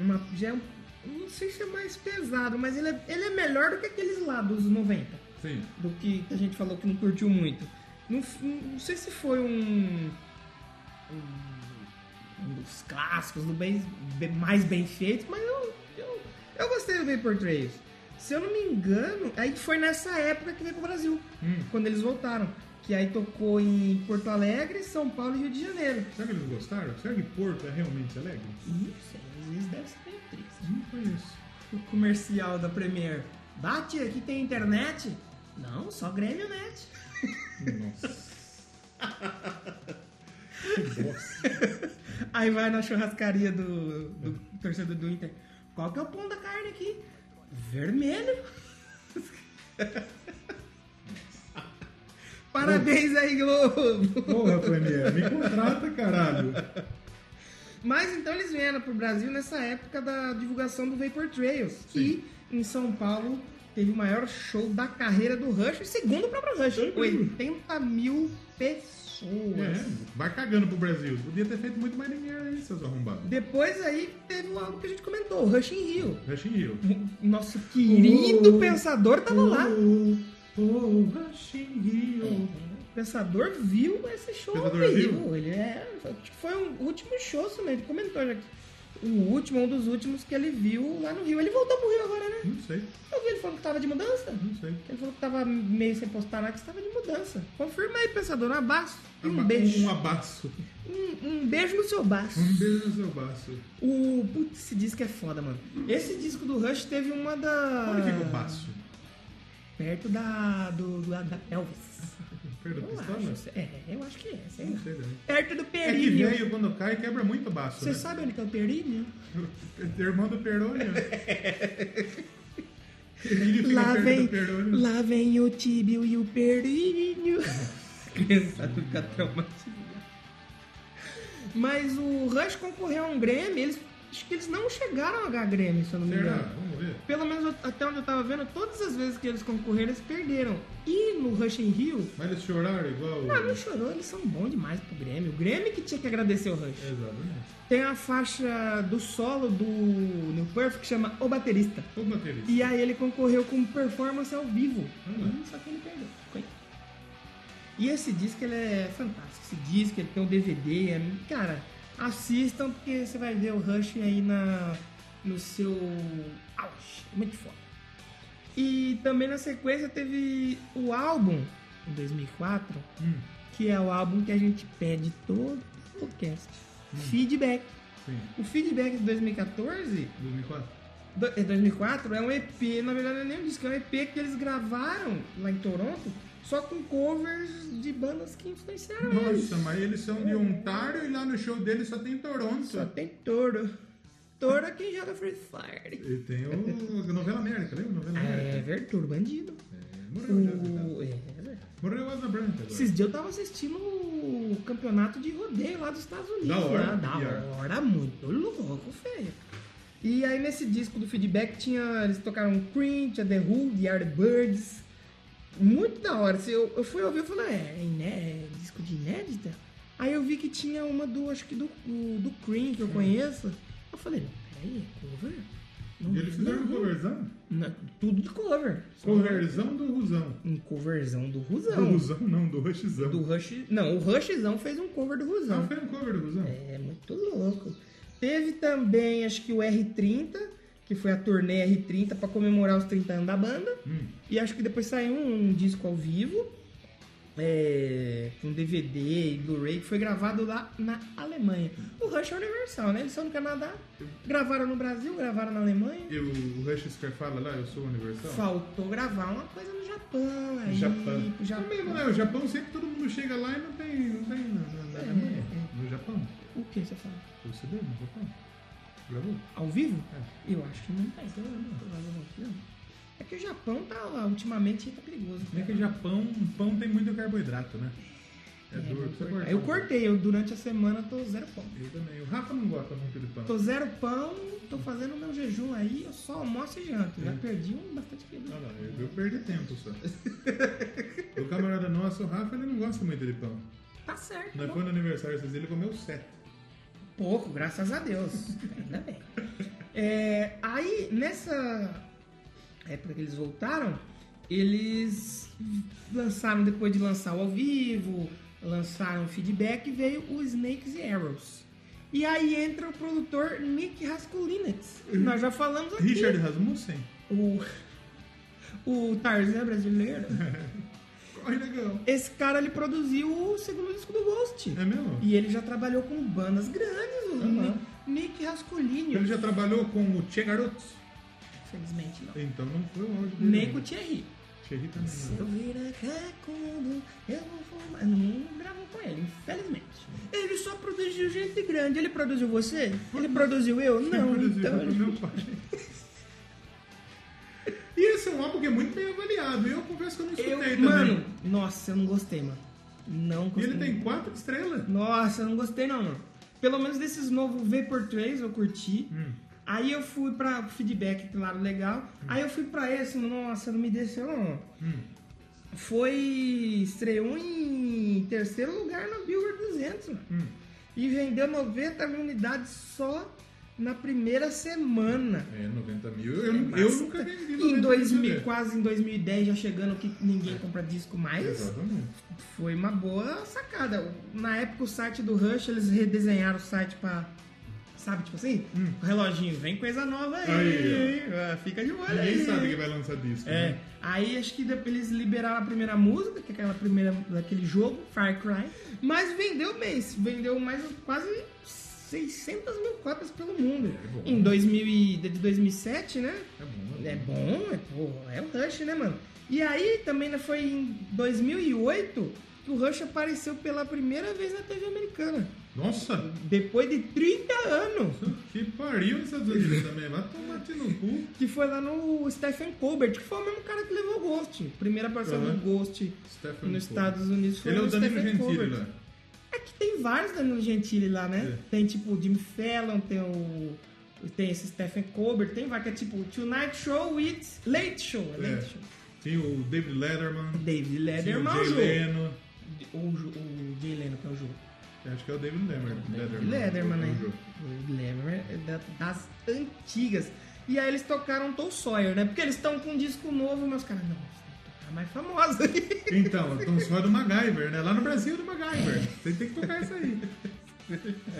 uma já é um, não sei se é mais pesado, mas ele é, ele é melhor do que aqueles lá dos 90, Sim. do que a gente falou que não curtiu muito. Não, f- não sei se foi um. um, um dos clássicos, do bem, bem- mais bem feito, mas eu, eu, eu gostei do Vapor Trails. Se eu não me engano, aí foi nessa época que veio pro Brasil, quando eles voltaram. Que aí tocou em Porto Alegre, São Paulo e Rio de Janeiro. Será que eles gostaram? Será que Porto é realmente alegre? Não sei, às vezes deve ser meio triste. Não conheço. O comercial da Premiere. Bate, aqui tem internet? Não, só Grêmio Net. Nossa. que bosta. [laughs] Aí vai na churrascaria do, do torcedor do Inter. Qual que é o pão da carne aqui? Vermelho. [laughs] Parabéns aí, Globo! [laughs] Porra, Premier, me contrata, caralho. Mas então eles vieram pro Brasil nessa época da divulgação do Vapor Trails, que em São Paulo teve o maior show da carreira do Rush, segundo o próprio Rush, 80 mil pessoas. É, vai cagando pro Brasil. Podia ter feito muito mais dinheiro aí, seus arrombados. Depois aí teve o álbum que a gente comentou, Rush em Rio. Rush in Rio. O Nosso querido Oh, pensador tava lá. Oh, oh, Rush in Rio. O pensador viu esse show ao Pensador viu? vivo. Ele é, acho que foi o último show, se não, ele comentou já que o último, um dos últimos que ele viu lá no Rio. Ele voltou pro Rio agora, né? Não sei, Eu vi ele falando que tava de mudança. não sei. Ele falou que tava meio sem postar nada, que estava de mudança. Confirma aí, pensador. Um abraço e um Aba- beijo. Um abaço. Um, um beijo no seu baço. Um beijo no seu baço. Uhum. O. Putz, esse disco é foda, mano. Esse disco do Rush teve uma da. Onde é fica o baço? Perto da. do, do- da pelvis. Perto da Eu pistola? acho. É, eu acho que é, sei Não lá. sei também. Perto do É que períneo. veio quando cai quebra muito o baço, Você né? [laughs] sabe onde que é o períneo? Irmão [laughs] do Perônio. Ele fica Lá perto vem, do Perônio. lá vem o tíbio e o períneo. [laughs] Criançada fica traumatizada. Mas o Rush concorreu a um Grammy, eles, acho que eles não chegaram a ganhar Grammy, se eu não me Será? engano. Vamos ver. Pelo menos eu- até onde eu tava vendo, todas as vezes que eles concorreram, eles perderam. E no Rush in Rio, Mas eles choraram igual. ah, não chorou, eles são bons demais pro Grêmio. O Grêmio que tinha que agradecer o Rush. Exatamente. Tem a faixa do solo do New Perf que chama O Baterista. Ô, baterista. E aí ele concorreu com performance ao vivo. Hum. Só que ele perdeu. Coitado. E esse disco ele é fantástico. Esse disco ele tem um DVD. é- Cara, assistam porque você vai ver o Rush aí na, no seu auge. É Muito foda. E também na sequência teve o álbum, em 2004, que é o álbum que a gente pede todo o cast. Feedback. Sim. O Feedback de 2014 2004. do- é 2004 é um EP, na verdade não é nem um disco, é um EP que eles gravaram lá em Toronto, só com covers de bandas que influenciaram eles. Nossa, mas eles são de Ontário e lá no show deles só tem Toronto. Só tem touro. Touro é quem joga Free Fire. E tem o Novela América, lembra? Novela América. É, ver touro, bandido. Morreu já. coitado. O... é. Morreu o Asa Branca agora. Esses dias eu tava assistindo o campeonato de rodeio lá dos Estados Unidos. Da hora, lá, da pior. hora, muito louco, feio. E aí nesse disco do feedback tinha. Eles tocaram Cream, tinha The Who, The Are The Birds. Muito da hora. Se Eu, eu fui ouvir e falei, é, é, iné- é disco de inédita? Aí eu vi que tinha uma do, acho que do, do, do Cream que eu conheço. Eu falei, não, peraí, é cover? Não, é E eles fizeram um coverzão? não, tudo de cover. Coverzão do Rusão. Um coverzão do Do Rusão. Rusão não, do Rushzão. Do Rush. Não, o Rushzão fez um cover do Ah, Rusão. foi um cover do Rusão? É muito louco. Teve também, acho que o R30, que foi a turnê R30 pra comemorar os 30 anos da banda. Mm. E acho que depois saiu um, um disco ao vivo. É, com DVD e Blu-ray que foi gravado lá na Alemanha. O Rush é universal, né? Eles são no Canadá, gravaram no Brasil, gravaram na Alemanha. E o Rush Scar fala lá, eu sou universal? Faltou gravar uma coisa no Japão aí. Japão. pro Japão. Também, né? O Japão sempre todo mundo chega lá e não tem. Não tem na, na, na Alemanha. No Japão. O que você fala? O CD no Japão. Gravou? Ao vivo? Eu acho que não tá então, não, provavelmente não. É que o Japão tá lá, ultimamente tá perigoso. É que o Japão, pão tem muito carboidrato, né? É, duro. precisa cortar. Eu cortei, eu durante a semana tô zero pão. Eu também. O Rafa não gosta muito de pão. Tô zero pão, tô fazendo meu jejum aí, eu só almoço e janto. Já perdi um bastante quilo. Não, não, eu, eu perdi tempo [laughs] só. o camarada nosso, o Rafa, ele não gosta muito de pão. Tá certo. Nós bom. foi no aniversário vocês ele comeu sete. Pouco, graças a [laughs] Deus. Ainda bem. É, aí, nessa época que eles voltaram, eles lançaram, depois de lançar o ao vivo, lançaram o feedback, veio o Snakes and Arrows. E aí entra o produtor Nick Raskulinets. Nós já falamos aqui. Richard Rasmussen? O, o Tarzan brasileiro. Corre, negão. Esse cara, ele produziu o segundo disco do Ghost. É mesmo? E ele já trabalhou com bandas grandes, o Aham. Ni- Nick Rascolini. Ele já trabalhou com o Che Garotos? Infelizmente não. Então não foi o áudio dele. Nem com o Thierry. Então, Thierry também. Se eu não. vir aqui é quando eu vou fumar. Não gravou com ele, infelizmente. Ele só produziu gente grande. Ele produziu você? Ele produziu eu? Quem Não, produziu [laughs] então. foi meu pai. E esse é um álbum que é muito bem avaliado. E eu confesso que eu não escutei Eu, também. mano, nossa, eu não gostei, mano. Não e gostei. ele tem quatro estrelas. Nossa, eu não gostei não, mano. Pelo menos desses novos Vapor 3 eu curti. Hum. Aí eu fui pra feedback, claro, legal. Aí eu fui pra esse, nossa, não me desceu não. Hum. Foi. estreou em terceiro lugar na Billboard 200, mano. Hum. E vendeu 90 mil unidades só na primeira semana. É É, 90 mil. Eu, eu, eu nunca vendi 90 Em mil 2000, CD. quase em 2010, já chegando que ninguém compra disco mais. Exatamente. Foi uma boa sacada. O- Na época o site do Rush, eles redesenharam o site pra. Sabe, tipo assim? O reloginho, vem coisa nova aí. Hum. Aí, hein? Ah, Fica de olho aí. Ninguém sabe que vai lançar disco. É. né? Aí acho que depois eles liberaram a primeira música, que é aquela primeira daquele jogo, Far Cry. Mas vendeu bem, se vendeu mais quase 600 mil cópias pelo mundo. É bom. em 2000 e, de 2007, né? É bom. É bom, é, pô, é o Rush, né, mano? E aí também né, foi em 2008 que o Rush apareceu pela primeira vez na TV americana. Nossa, Depois de 30 anos. que pariu nos Estados Unidos também. Vai tomar te no cu. Que foi lá no Stephen Colbert, que foi o mesmo cara que levou o Ghost. Primeira aparição Aham. do Ghost Stephen nos Colbert. Estados Unidos foi Ele é no o Danilo Stephen Gentili né? Colbert. lá. É que tem vários Danilo Gentili lá, né? É. Tem tipo o Jimmy Fallon, tem o. Tem esse Stephen Colbert, tem vários que é tipo Tonight Show with Late Show. É Late Show. É. Tinha o David Letterman. David Tinha Letterman, o o Jay jogo. Leno. O, Ju- o Jay Leno, que é o jogo. Eu Acho que é o David Letterman. Letterman, Letterman, é né? o jogo. O Letterman é da- das antigas. E aí eles tocaram Tom Sawyer, né? Porque eles estão com um disco novo, meus caras. Não, eles têm que tocar mais famosa. Então, então só é do MacGyver, né? Lá no Brasil é do MacGyver. Você tem que tocar isso aí. [laughs]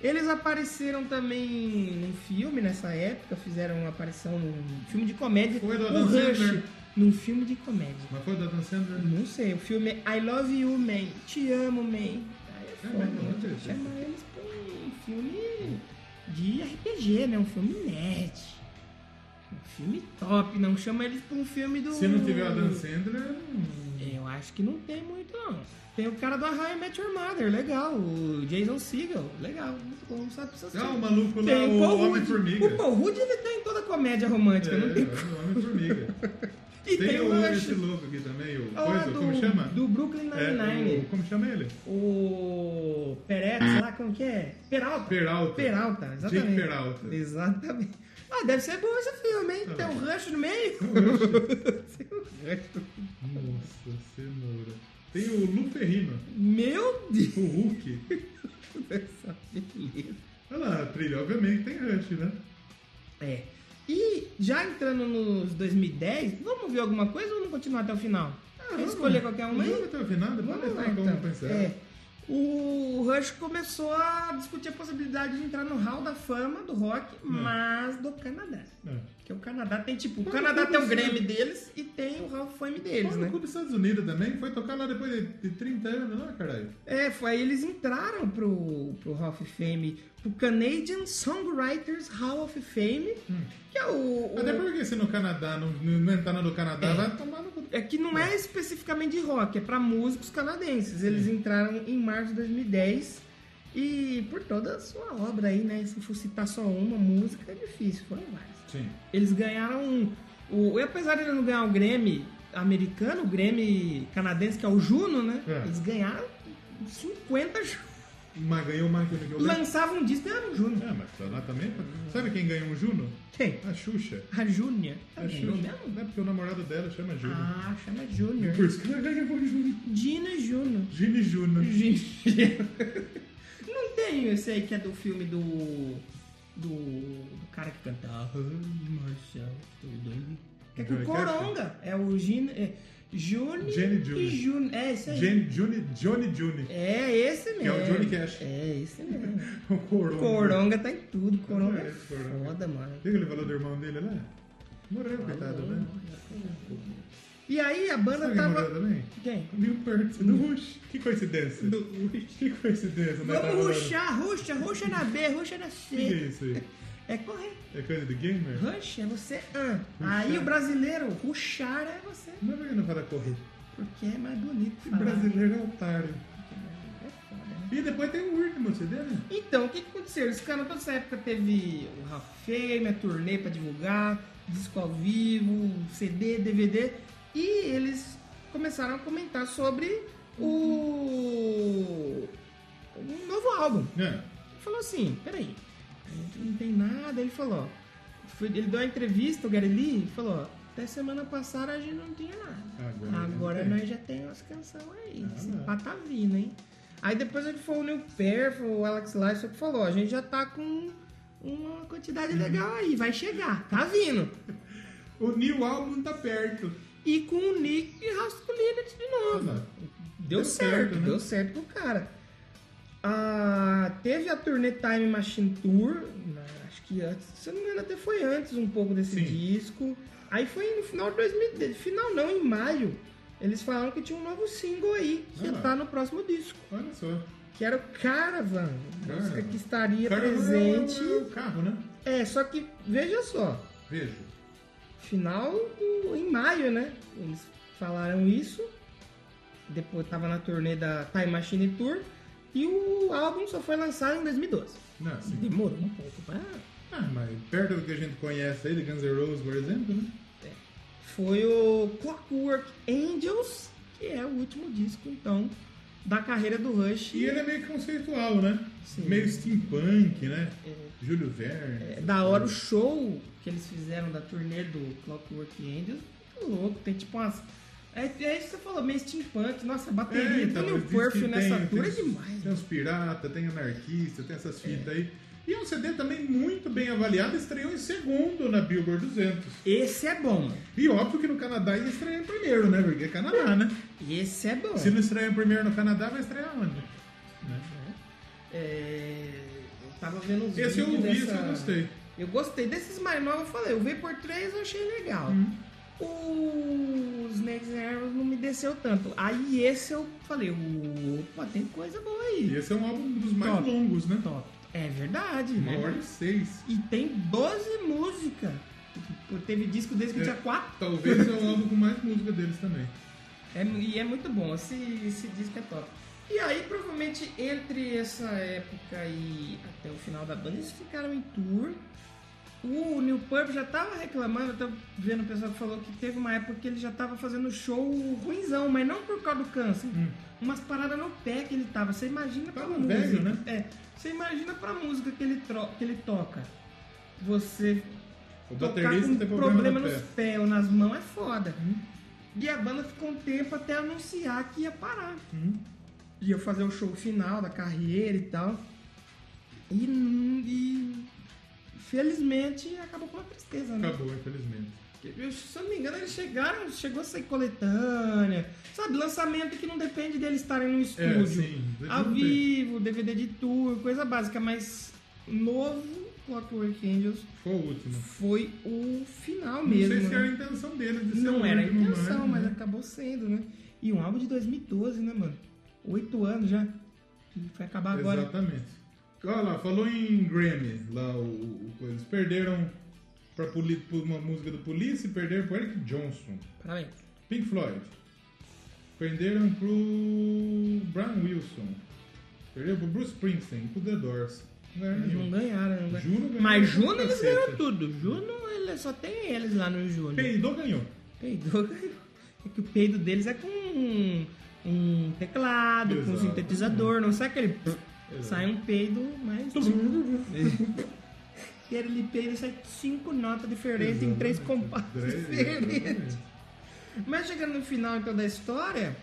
Eles apareceram também num filme nessa época, fizeram uma aparição num filme de comédia. Foi do o Adam Rush, Sandler. num filme de comédia. Mas foi do Adam Sandler? Não sei, o filme é I Love You, Man. Te amo, Man. Aí é É, foda, mas não né? acredito. Chama eles pra um filme de RPG, né? Um filme nerd. Um filme top, não chama eles pra um filme do... Se não tiver o Adam Sandler, Eu acho que não tem muito, não. Tem o cara do Arraia Met Your Mother, legal. O Jason Segel, legal. Não sabe precisa ser. ah, o maluco lá, Tem o Paul Rudd. O Homem-Formiga. Paul Rudd, ele tá em toda comédia romântica, É, não tem? [laughs] o Homem-Formiga. E Tem, tem, o o, Rush. esse louco aqui também, o Ah, coisa, do, como chama? do Brooklyn É, Nine-Nine. o, como chama ele? o... Perez, lá como que é? Peralta. Peralta. Peralta, exatamente. Jake Peralta. Exatamente. Ah, deve ser bom esse filme, hein? Tem um Rush no meio. Tem um Rush. Nossa, cenoura. Tem o Lu Ferrino, Meu Deus [laughs] o Hulk. dessa beleza. Olha lá, a trilha, obviamente tem Rush, né? É. E já entrando nos 2010, vamos ver alguma coisa ou vamos continuar até o final? Ah, vamos escolher qualquer uma um aí? Não até o final, depois Vamos nós lá, vamos então. pensar. É. O Rush começou a discutir a possibilidade de entrar no Hall da Fama do rock, mas do Canadá. É. Porque o Canadá tem, tipo, o Mas Canadá como tem o assim? Grammy deles e tem o Hall of Fame deles, Fora do né? Clube dos Estados Unidos também, foi tocar lá depois de, de 30 anos, né, caralho? É, foi aí eles entraram pro, pro Hall of Fame, pro Canadian Songwriters Hall of Fame, que é o... o- Até porque se no Canadá, não, não entrar no do Canadá, vai tomar no cu. É que não é especificamente de rock, é pra músicos canadenses. Eles entraram em março de 2010 e por toda a sua obra aí, né? Se for citar só uma música, é difícil, foram várias. Sim. Eles ganharam um. O, e apesar de ele não ganhar o Grammy americano, o Grammy canadense, que é o Juno, né? É. Eles ganharam 50 Juno. Mas ganhou mais que o Miguel Lance. Lançavam um disco e ganharam um Juno. É, mas lá também. Sabe quem ganhou um Juno? Quem? A Xuxa. A Júnior. A Ela ganhou Xuxa. mesmo? Não é porque o namorado dela chama Juno. Ah, chama Júnior. Por isso que ela ganhou um Juno. Dina Juno. Gine Juno. Gente. Não tem esse aí que é do filme do. Do. do cara que canta. "Ah, Marcelo, tô doido." Que é com Johnny o Coronga. É o Gina. É, Juni Jenny e June. June. É esse aí. Jane, Juni, Johnny Juni. É esse mesmo. Que é o Johnny Cash. É esse mesmo. O Coronga. Coronga tá em tudo. Coronga é É, Coronga. foda, mano. O que ele falou do irmão dele lá? Morreu, coitado, né? E aí a banda Sabe quem morreu tava. também? Quem? Neil Peart, do Rush. Que coincidência. Do Rush. Que coincidência, né? Tava Vamos falando. ruxar, ruxa, ruxa na B, ruxa na O que que é C. isso aí? É correr. É coisa de gamer? Rush é você an. Aí o brasileiro, ruxar é você. Não é porque não fala correr. Porque é mais bonito Que falar. É né? brasileiro é otário. E depois tem o último CD, né? Então, o que que aconteceu? Eles ficaram toda essa época, teve o Hall of Fame, a turnê pra divulgar, disco ao vivo, um CD, DVD. E eles começaram a comentar sobre o... um novo álbum. É. Ele falou assim, peraí, a gente não tem nada. Ele falou, ó, foi- ele deu uma entrevista, o Gary Lee, e falou, ó, até semana passada a gente não tinha nada. Agora a gente tem." Ah, nós já temos umas canções aí, esse pá tá vindo, hein? Aí depois ele foi o Neil Peart, foi o Alex Lifeson que falou, ó, a gente já tá com uma quantidade Uhum. legal aí, vai chegar, tá vindo. O New Album tá perto. E com o Nick Raskulinity de novo. Olha lá. Deu, Deu certo, certo, né? deu certo com o cara. Ah, teve a turnê Time Machine Tour, na- acho que antes, se eu não me engano, até foi antes um pouco desse Sim. disco. Aí foi no final de 2010, final não, em maio, eles falaram que tinha um novo single aí, que ia Ah. tá no próximo disco, Olha só. que era o Caravan, Caravan. música que estaria Cara, presente. é O carro, né? É, só que, veja só, Vejo. final do- em maio, né? Eles falaram isso. Depois tava na turnê da Time Machine Tour. E o álbum só foi lançado em 2012. Não, assim. Demorou um pouco pra. Ah, mas perto do que a gente conhece aí, de Guns N' Roses, por exemplo, né? Foi o Clockwork Angels, que é o último disco, então, da carreira do Rush. E ele é meio conceitual, né? Sim. Meio steampunk, né? Júlio Verne. É da hora o show que eles fizeram da turnê do Clockwork Angels. Muito louco, tem tipo umas. É, é isso que você falou, meio steampunk. Nossa, a bateria do então, mas Neil diz Perth que nessa tem- tour é tem- demais. Tem uns pirata, tem anarquista, tem essas fitas aí. E é um CD também muito bem avaliado, estreou em segundo na Billboard 200. Esse é bom, mano. E óbvio que no Canadá ia estrear em primeiro, né? Porque é Canadá, né? Esse é bom. Se não estrear em primeiro no Canadá, vai estrear onde? É, Tava vendo uns Né? Esse eu vídeos vi, esse dessa- eu gostei. Eu gostei. Desses mais novos eu falei, o Vapor 3 eu achei legal. Hum. O Snakes and Arrows não me desceu tanto. Aí esse eu falei, opa, tem coisa boa E aí. esse é um álbum dos mais Top. longos, né? É verdade, Uma né? hora e seis. E tem 12 músicas. Tipo, Teve disco desde que É. tinha 4. Talvez [laughs] é o álbum com mais música deles também. É, e é muito bom, esse, esse disco é top. E aí, provavelmente, entre essa época e até o final da banda, eles ficaram em tour. O New Purple já tava reclamando, eu tava vendo o pessoal que falou que teve uma época que ele já tava fazendo show ruinzão, mas não por causa do câncer. Umas paradas no pé que ele tava. Você imagina pra Hum. Tava música. velho, né? É, você imagina pra música que ele, tro- que ele toca. Você O tocar baterista com um tem problema problema no nos pé. pés ou nas mãos é foda. E a banda ficou um tempo até anunciar que ia parar. Hum? Ia fazer o show final da carreira e tal. E, n- e felizmente acabou com uma tristeza, né? Acabou, infelizmente. Eu- se eu não me engano, eles chegaram, chegou a ser coletânea. Sabe, lançamento que não depende deles estarem no É, estúdio. sim. Ao não tem. vivo, DVD de tour, coisa básica, mas novo Clockwork Angels Foi o último. foi o final Não mesmo. sei se né? era a intenção deles de ser Não o era a último, intenção, mas né? acabou sendo, né? E um álbum de 2012, né, mano? Oito anos já. Que vai acabar agora. né? Exatamente. Olha lá, falou em Grammy, lá o, o- o- eles perderam pra poli, por uma música do Police e perderam pro Eric Johnson. Parabéns. Pink Floyd. Perderam pro Brian Wilson. Perderam pro Bruce Springsteen, pro The Doors. Não ganharam Eles não nenhum. ganharam, não Juno ganharam. ganhou Mas pra Juno eles caceta. ganharam tudo. Juno, ele só tem eles lá no Juno. Peidou, ganhou. Peidou. [laughs] É que o peido deles é com um, um teclado, com um Exato. sintetizador, não sai aquele. Sai um peido, mas. [laughs] E ele peida e sai cinco notas diferentes em três compassos [laughs] diferentes. Mas chegando no final então da história,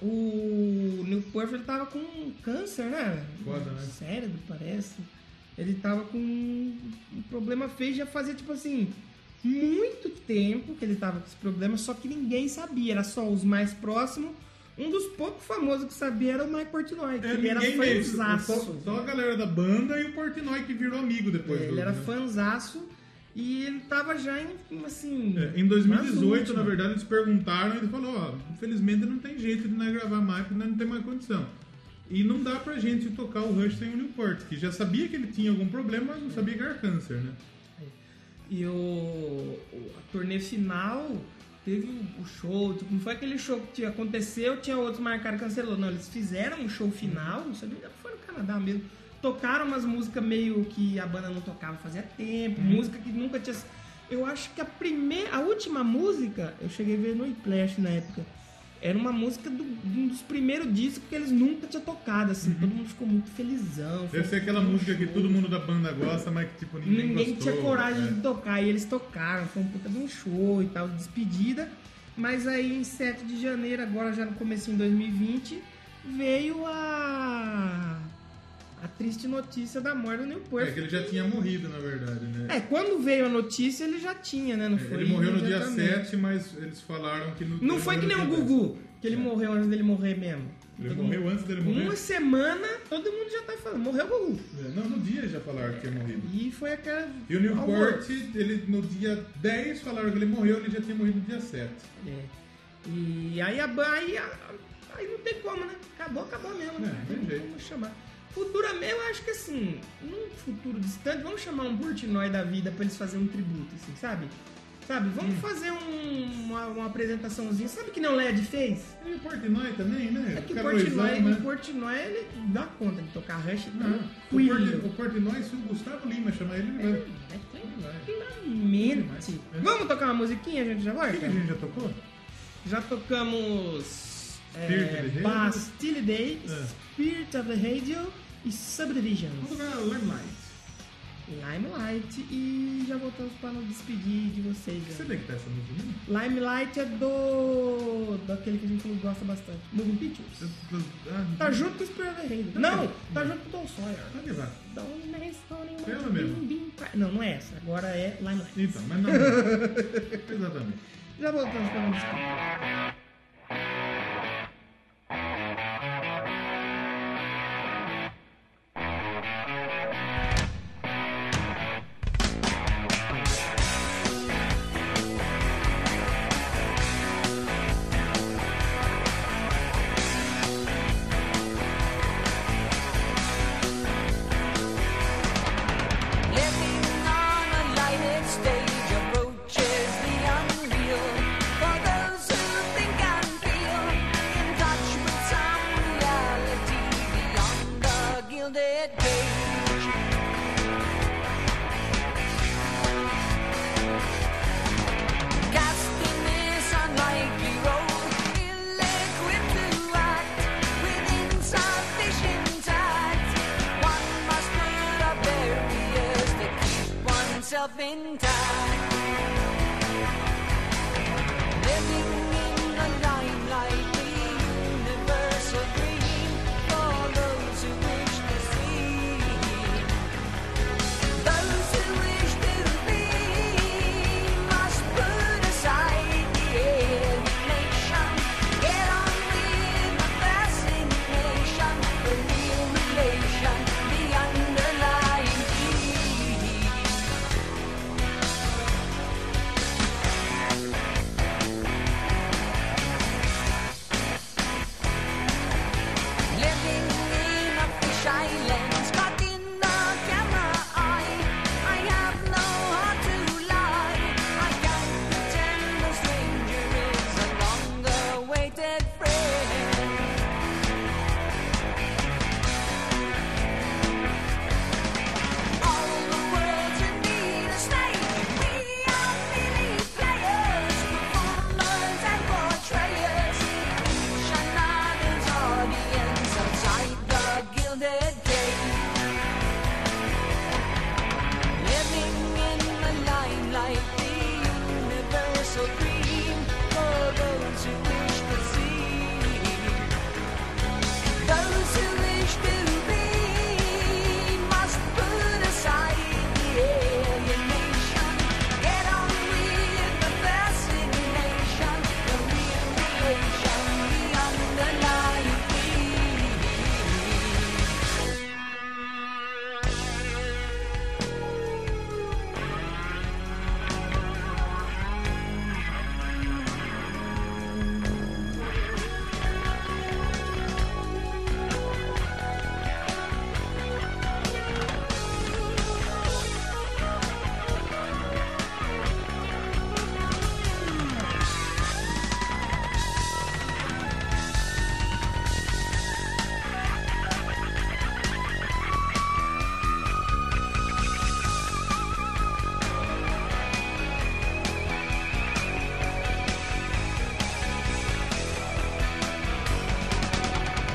o Neil Purcell tava com câncer, né? Foda, né? Cérebro, parece. Ele tava com um problema feio, já fazia tipo assim, muito tempo que ele tava com esse problema, só que ninguém sabia, era só os mais próximos. Um dos poucos famosos que sabia era o Mike Portnoy, que É, ele era ninguém mesmo. fanzaço. Só, só a galera da banda e o Portnoy que virou amigo depois. É, Ele do- era né? fanzaço e ele tava já em, assim... É, Em 2018, na verdade, eles perguntaram e ele falou, ó, infelizmente não tem jeito de nós gravar mais, porque nós não tem mais condição. E não dá pra gente tocar o Rush sem o Newport, que já sabia que ele tinha algum problema, mas não sabia que era câncer, né? E o, o- a turnê final teve o- o show, tipo, não foi aquele show que tinha- aconteceu, tinha outros marcaram, cancelou. Não, eles fizeram um show final, não sei nem foi no Canadá mesmo. Tocaram umas músicas meio que a banda não tocava fazia tempo, Uhum. música que nunca tinha. Eu acho que a primeira, a última música, eu cheguei a ver no Iplash na época. Era uma música do, de um dos primeiros discos que eles nunca tinham tocado, assim. Todo mundo ficou muito felizão. foi Uhum. Deve ser aquela um música que show. todo mundo da banda gosta, mas que tipo, ninguém, Ninguém gostou, tinha coragem né? de tocar e eles tocaram. Foi um puta de um show e tal, de despedida. Mas aí em 7 de janeiro, agora já no começo de 2020, veio a. a triste notícia da morte do Neil É Peart. que ele já tinha morrido, na verdade, né? É, quando veio a notícia ele já tinha, né? Não foi ele morreu no dia imediatamente. 7, mas eles falaram que... No Não foi que nem o Gugu, que ele morreu antes dele morrer mesmo. Ele Todo morreu mundo- antes dele morrer? Uma semana, todo mundo já tá falando, morreu o Gugu. É, Não, no dia já falaram que tinha morrido. E foi aquela. E o Newport, ele, no dia 10 falaram que ele morreu, ele já tinha morrido no dia 7. É. E aí a ban- aí, a- aí não tem como, né? Acabou, acabou mesmo, né? É, Não tem tem jeito. como chamar. Futuramente, eu acho que assim, num futuro distante, vamos chamar um Portnoy da vida pra eles fazerem um tributo, assim, sabe? Sabe? Vamos fazer um- uma, uma apresentaçãozinha. Sabe que não LED fez? E o Portnoy também, né? É que o Fica dois Portnoy, anos, o né? Portnoy, ele dá conta de tocar Rush Não, o Porti- tranquilo. O Portnoy, se o Gustavo Lima chamar ele, ele vai. É tranquilamente. É. Vamos tocar uma musiquinha, a gente já O volta? que que a gente já tocou? Já tocamos Spirit é, of the Radio. Bastille Day, É. Spirit of the Radio e Subdivisions. Vamos tocar Limelight. Limelight e já voltamos para nos despedir de vocês. Você né? tem que tá essa música mesmo? Limelight é do. daquele que a gente gosta bastante, Moving Pictures. Ah, Tá junto com o Spirit of the Radio. Não, tá junto com o Tom Sawyer. tá que vá. Don't miss only Ela one mesmo. bing, bing, pa- Não, não é essa. Agora é Limelight. Então, mas não. é. [laughs] Exatamente. Já voltamos para nos despedir. Thank inventar. Living in the limelight, the universe a dream for those who wish to see. Those who wish to be must put aside the alienation. Get on with the fascination, the real relation, the underlying key. Living in a fish island, stuck in the camera eye. I have no heart to lie. I can't pretend the stranger is a longer waited friend. All the world's in need of snakes. We are merely players, performers and portrayers. Each another's audience outside the gilded gate. Living in the limelight, the universal dream for those who wish to see. Those who wish to be must put aside the alienation. Get on with the fascination, the real relation, the underlying key.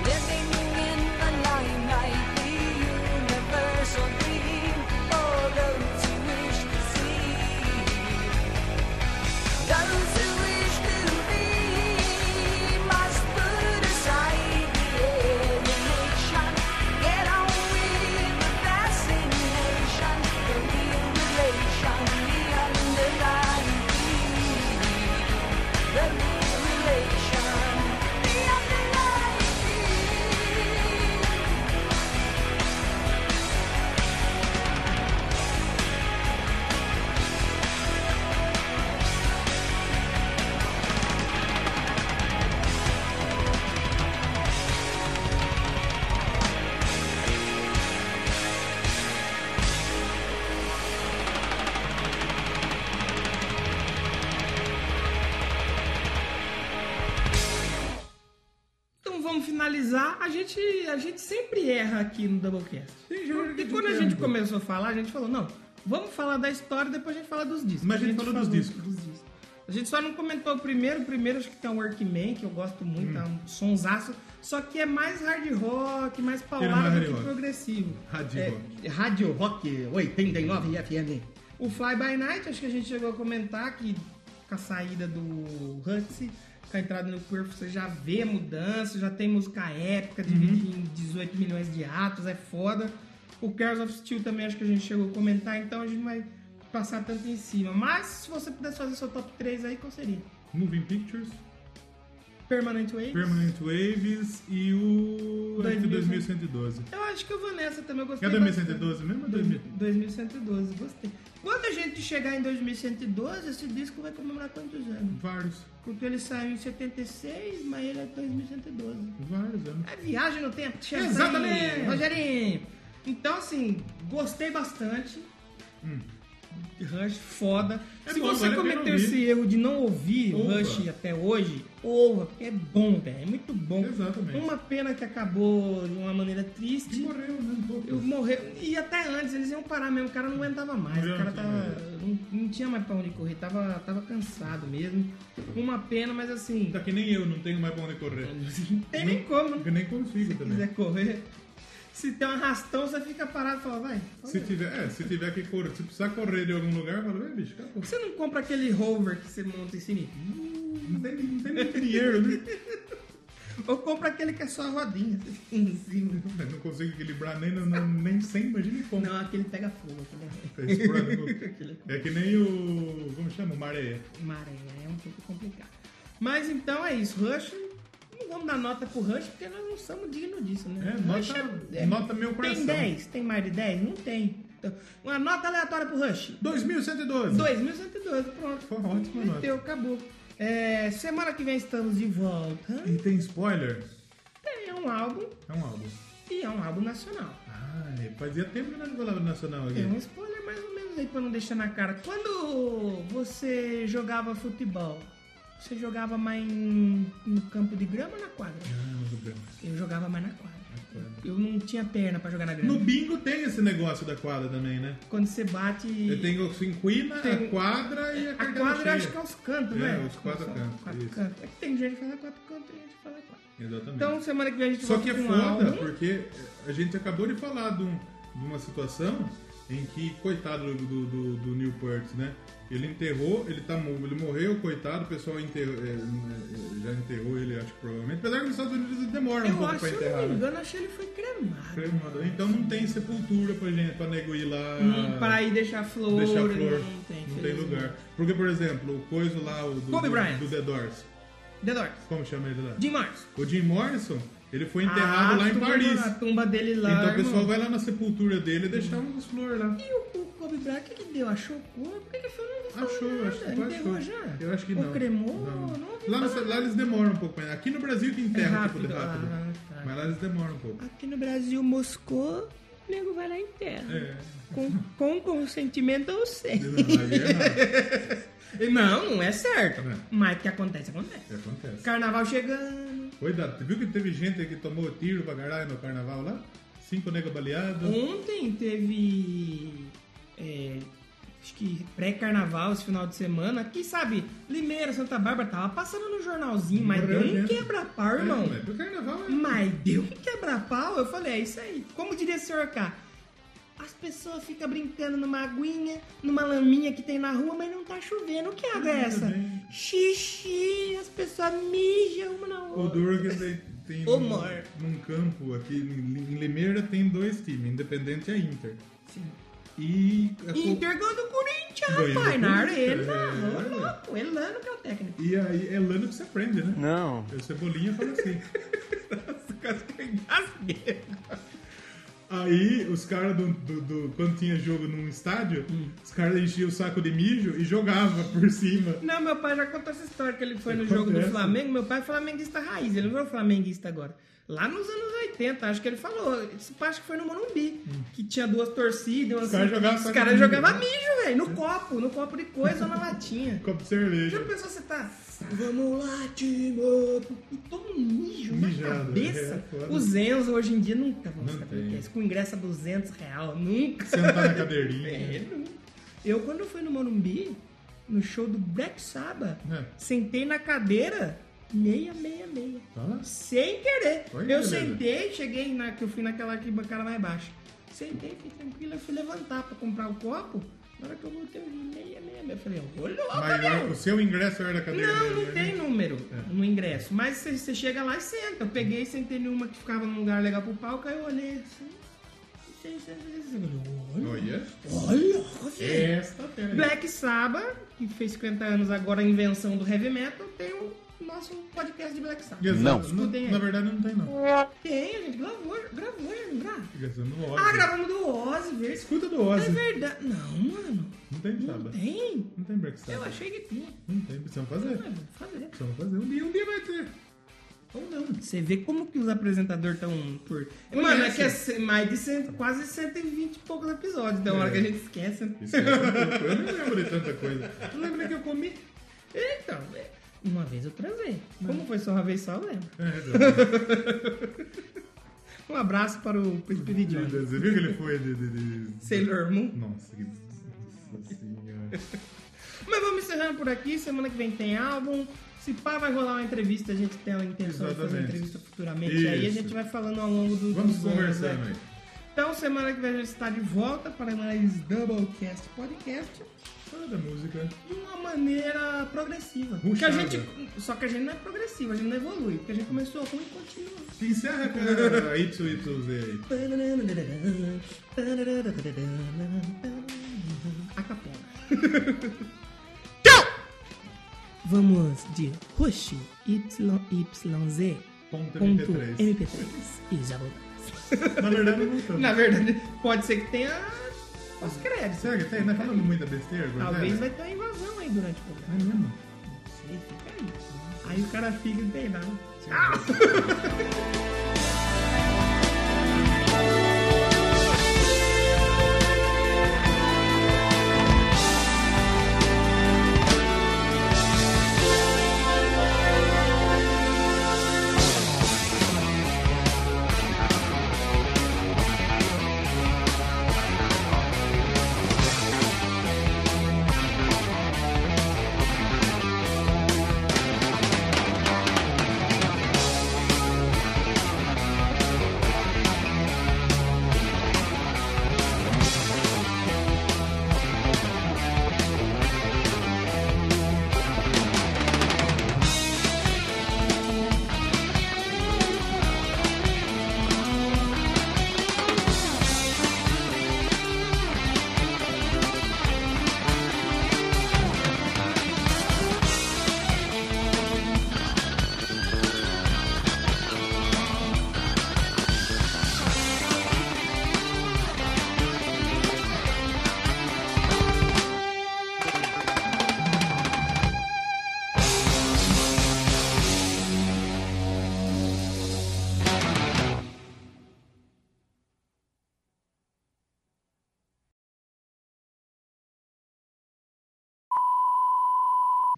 Living in the limelight, the universal dream for those who wish to see. Those who wish to be must put aside the alienation. Get on with the fascination, the real relation, the underlying key. The real relation, the underlying key. Então vamos finalizar. A gente, a gente sempre erra aqui no Doublecast. Tem jogo que Porque a gente quando a erra. gente começou a falar, a gente falou, não, vamos falar da história, depois a gente fala dos discos. Mas a gente falou dos discos. A gente só não comentou o primeiro. O primeiro acho que tem o Workman, que eu gosto muito, Hum. é um sonsaço. Só que é mais hard rock, mais é mais paulado hard do que rock. progressivo. Hard É, rock. Rádio Rock 89 FM. O Fly By Night, acho que a gente chegou a comentar que com a saída do Huxley, com a entrada no Perf, você já vê a mudança, já tem música épica, dividida em 18 milhões de atos, é foda. O Cares of Steel também acho que a gente chegou a comentar, então a gente não vai passar tanto em cima. Mas se você pudesse fazer seu top 3 aí, qual seria? Moving Pictures, Permanent Waves? Permanent Waves e o. Acho que 2112. Eu acho que eu vou nessa também, eu gostei É bastante. 2112 mesmo? ou 2000? 2112, gostei. Quando a gente chegar em 2112, esse disco vai comemorar quantos anos? Vários. Porque ele saiu em 76, mas ele é 2112. Vários anos. É viagem no tempo. Chanzão, Exatamente. Rogerinho. Então, assim, gostei bastante. Rush, foda. Hum. É Se bom, você vale a pena cometeu ouvir. esse erro de não ouvir o Ouva. Rush até hoje, ouva, porque é bom, velho. É muito bom. Exatamente. Uma pena que acabou de uma maneira triste. E morreu, né? Um pouco. Eu morreu. E até antes, eles iam parar mesmo, o cara não aguentava mais. Não O cara aguentava tava. Não, não tinha mais pra onde correr, tava, tava cansado mesmo. Uma pena, mas assim. Tá que nem eu, não tenho mais pra onde correr. Não tem nem como, né? Eu nem consigo Se quiser também. correr. Se tem um arrastão, você fica parado e fala, vai. Se tiver, é, se tiver que correr, se precisar correr de algum lugar, fala, "Ei, bicho, acabou. Você não compra aquele rover que você monta em cima? Não tem, não tem nem dinheiro, né? Ou compra aquele que é só a rodinha [laughs] você fica em cima. Eu Então, não consigo equilibrar nem, na- nem sem, imagina como. Não, aquele pega fogo. Aquele é ruim. É esse [laughs] problema. É que nem o. Como chama? O Maré. Maranhão é um pouco complicado. Mas então é isso, Rush. Não vamos dar nota pro Rush porque nós não somos dignos disso, né? É, nota- Rush nota meu Tem coração. 10? Tem mais de 10? Não tem. Então, uma nota aleatória pro Rush. 2112. 2112, pronto. Foi uma ótima nota. Meteu, acabou. É, semana que vem estamos de volta. E tem spoiler? Tem um álbum É um álbum. e é um álbum nacional. Ah, fazia tempo que nós não falava nacional aqui. Tem um spoiler mais ou menos aí pra não deixar na cara. Quando você jogava futebol, você jogava mais em- no campo de grama ou na quadra? Ah, não lembro mais. Eu jogava mais na quadra. Eu não tinha perna pra jogar na grama. No bingo tem esse negócio da quadra também, né? Quando você bate. Eu tenho o cinquina, Tem- a quadra e a, A cartela quadra eu acho cheia. que é os cantos, É, né? os quatro São cantos, quatro isso. cantos. É que tem gente que fala quatro cantos e gente que fala quatro. Exatamente. Então semana que vem a gente Só volta que é com um foda, álbum. porque a gente acabou de falar de, um- de uma situação em que, coitado do, do, do, do Newport, né? Ele enterrou, ele, tá, mo- ele morreu, coitado, o pessoal enterrou, é, é, já enterrou ele, acho que provavelmente. Apesar que nos Estados Unidos ele demora um Eu pouco acho, pra se eu não enterrar. me né? engano, acho que ele foi cremado. Então não tem sepultura pra, gente, pra nego ir lá. Hum, Pra ir deixar flor. deixar a flor. Não tem, infelizmente. lugar. Porque, por exemplo, o coiso lá, o do, Kobe Bryant. do, do The Doors. The Doors. Como chama ele lá? De março. O Jim Morrison, ele foi enterrado lá em Paris. A tumba dele Ah, lá. tá, Então o irmão. pessoal vai lá na sepultura dele e deixar umas flores lá. E o, o Kobe Bryant, o que, que deu? Achou cor? Por que, que foi? Não ouvi falar Achou, nada. acho que pode Enterrou ser. já? Eu acho que Ou não. cremou? Não. Não, ouvi lá, no- falar. lá eles demoram um pouco, mas aqui no Brasil que enterra É tipo, de rápido, rápido. ah, tá. Mas lá eles demoram um pouco. Aqui no Brasil, Moscou, o nego vai lá em terra. É. Com, com consentimento ou sem. Não, aí é errado. Não, não é certo. É. Mas o que acontece, acontece. É, acontece. Carnaval chegando. Cuidado, tu viu que teve gente que tomou tiro pra caralho no carnaval lá? Cinco negros baleados. Ontem teve. é, acho que pré-carnaval esse final de semana. Quem sabe, Limeira, Santa Bárbara, tava passando no jornalzinho, mas Morreu deu um gente. quebra-pau, É, irmão. mas pro carnaval é. Mas deu um quebra-pau. Eu falei, é isso aí. Como diria o senhor K? As pessoas ficam brincando numa aguinha, numa laminha que tem na rua, mas não tá chovendo. Que água é essa? bem. Xixi, as pessoas mijam uma na outra. O Durga tem, tem Ô, num, amor. num campo aqui em em Limeira tem dois times, Independente e a Inter. Sim. E a co- Inter ganhou do Corinthians, Ganhou do rapaz, na Corinthians, arena. é. Ô, louco, Elano que é o técnico. E aí é lano que você aprende, né? Não. O Cebolinha fala [laughs] assim. Quase que eu engasguei. Aí os caras do, do- do- quando tinha jogo num estádio, Hum. os caras enchiam o saco de mijo e jogava por cima. Não, meu pai já contou essa história que ele foi no Acontece. jogo do Flamengo. Meu pai é flamenguista raiz, ele não virou flamenguista agora. Lá nos anos 80, acho que ele falou. Esse pai acho que foi no Morumbi, que tinha duas torcidas. Os Hum. caras jogavam Os só caras com jogavam mijo. mijo, velho, no copo, no copo de coisa ou na latinha. Copo Já de cerveja. pensou você tá. Vamos lá, Timo! E todo um mijo na Mijado, cabeça. é, foda. Os Enzo hoje em dia nunca vão Não saber o que é tem. isso. Com ingresso a 200 real, nunca. Sentar na cadeirinha. [laughs] É, nunca. Eu, quando fui no Morumbi, no show do Black Sabbath, É. sentei na cadeira meia, meia, meia. Fala. Sem querer. Olha, eu beleza. sentei, cheguei, na, que eu fui naquela arquibancada mais baixa. Sentei, fiquei tranquilo, eu fui levantar pra comprar o copo. Na hora que eu voltei, eu vi meia, meia, meia. Eu falei, ô louco, Maior, meu! o seu ingresso era da cadeira Não, dele, não né? tem número no ingresso. Mas você- você chega lá e senta. Eu peguei e sentei numa que ficava num lugar legal pro palco, aí eu olhei assim. sei, sei, sei, sei. Eu falei, Olha. Olha, olha, velho. é Esta tem. Black Sabbath, que fez 50 anos agora a invenção do heavy metal, tem o nosso podcast de Black Sabbath. Exato. Não. Escutem aí. Na verdade não tem não. Tem, a gente gravou, gravou, já não grava? Gastando ódio. Ah, gravamos do Ozzy, vê se- Escuta do Ozzy. É verdade. Não, mano. Não tem é- Não sábado. tem. Não tem break Eu sábado. achei que tinha. Não tem, precisamos Ah, fazer. vamos fazer. Precisamos fazer. Um dia, um dia vai ter. Ou não. Você vê como que os apresentadores estão por. Mano, é que é c- mais de cento, quase 120 e poucos episódios. Da hora É. que a gente esquece. né? [laughs] Isso é tanta coisa. Eu não lembro de tanta coisa. Eu lembro que eu comi. Então, é, uma vez eu transei. Como foi só uma vez só, eu lembro. É, exato. [laughs] Um abraço para o Príncipe de John. Você viu que ele foi de... de- de- Sailor Moon. Nossa, que... Nossa senhora. Mas vamos encerrando por aqui. Semana que vem tem álbum. Se pá, vai rolar uma entrevista, a gente tem a intenção de fazer uma Exatamente. entrevista futuramente. E Isso. aí a gente vai falando ao longo do, Vamos dos anos, conversando né? aí. Então, semana que vem a gente está de volta para mais Doublecast Podcast Fala da música. de uma maneira progressiva. Que a Puxada. gente, só que a gente não é progressivo, a gente não evolui, porque a gente começou ruim e continua. Se encerra com a YYZ aí. A capela. [laughs] Vamos de Rush YYZ. Ponto Ponto MP3. MP3. E já voltamos. Na verdade, não tô. Na verdade, pode ser que tenha os créditos. Será que tá aí? Não é falando muita besteira agora? Talvez né? vai ter uma invasão aí durante o programa. É mesmo? Não sei, fica aí. Aí o cara fica e tem nada.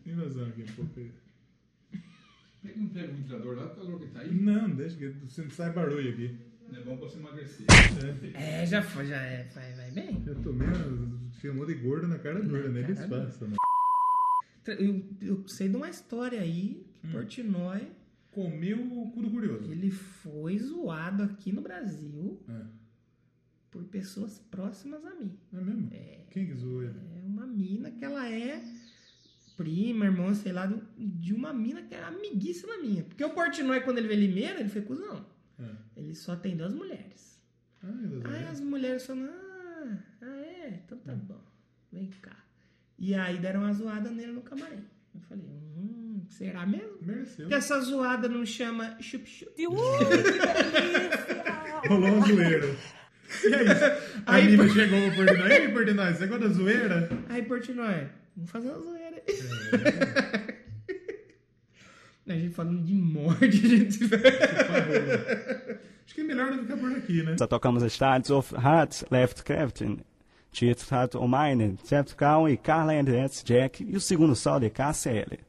Invasão aqui um pouco. Pega um pega o ventilador lá, o calor que tá aí. Não, deixa que você não sai barulho aqui. É bom pra você emagrecer. É, já foi, já é. Vai, vai bem. Eu tomei, uma- chamou um de gordo na cara dura, né? Eles cara passam, mano. Eu, eu sei de uma história aí, que Hum. Portnoy, Comeu o cu do curioso. ele foi zoado aqui no Brasil É. por pessoas próximas a mim. É mesmo? Quem que zoou ele? É uma mina que ela é prima, irmã, sei lá, do- de uma mina que era amiguíssima minha. Porque o Portnoy, quando ele veio em Limeira, ele foi cuzão. É. Ele só tem duas mulheres. Ah, eles Aí as mulheres falam, ah, ah, é, então tá bom, vem cá. E aí deram uma zoada nele no camarim. Eu falei, hum, será mesmo? Mereceu. Que essa zoada não chama chup-chup? Rolou uma [laughs] zoeira. E é isso. A Aí- mina chegou pro Portinói. E aí, Portinói, você gosta da zoeira? Aí, Portnoy, vamos fazer uma zoeira aí. [laughs] A gente falando de morte, a gente... [laughs] Acho que é melhor não ficar por aqui, né? Da tocamos Stads of Hearts, Left Crafting, Cheat Hat O Mine, Jeff Cown e Carla Andreas Jack e o segundo sol de KCL.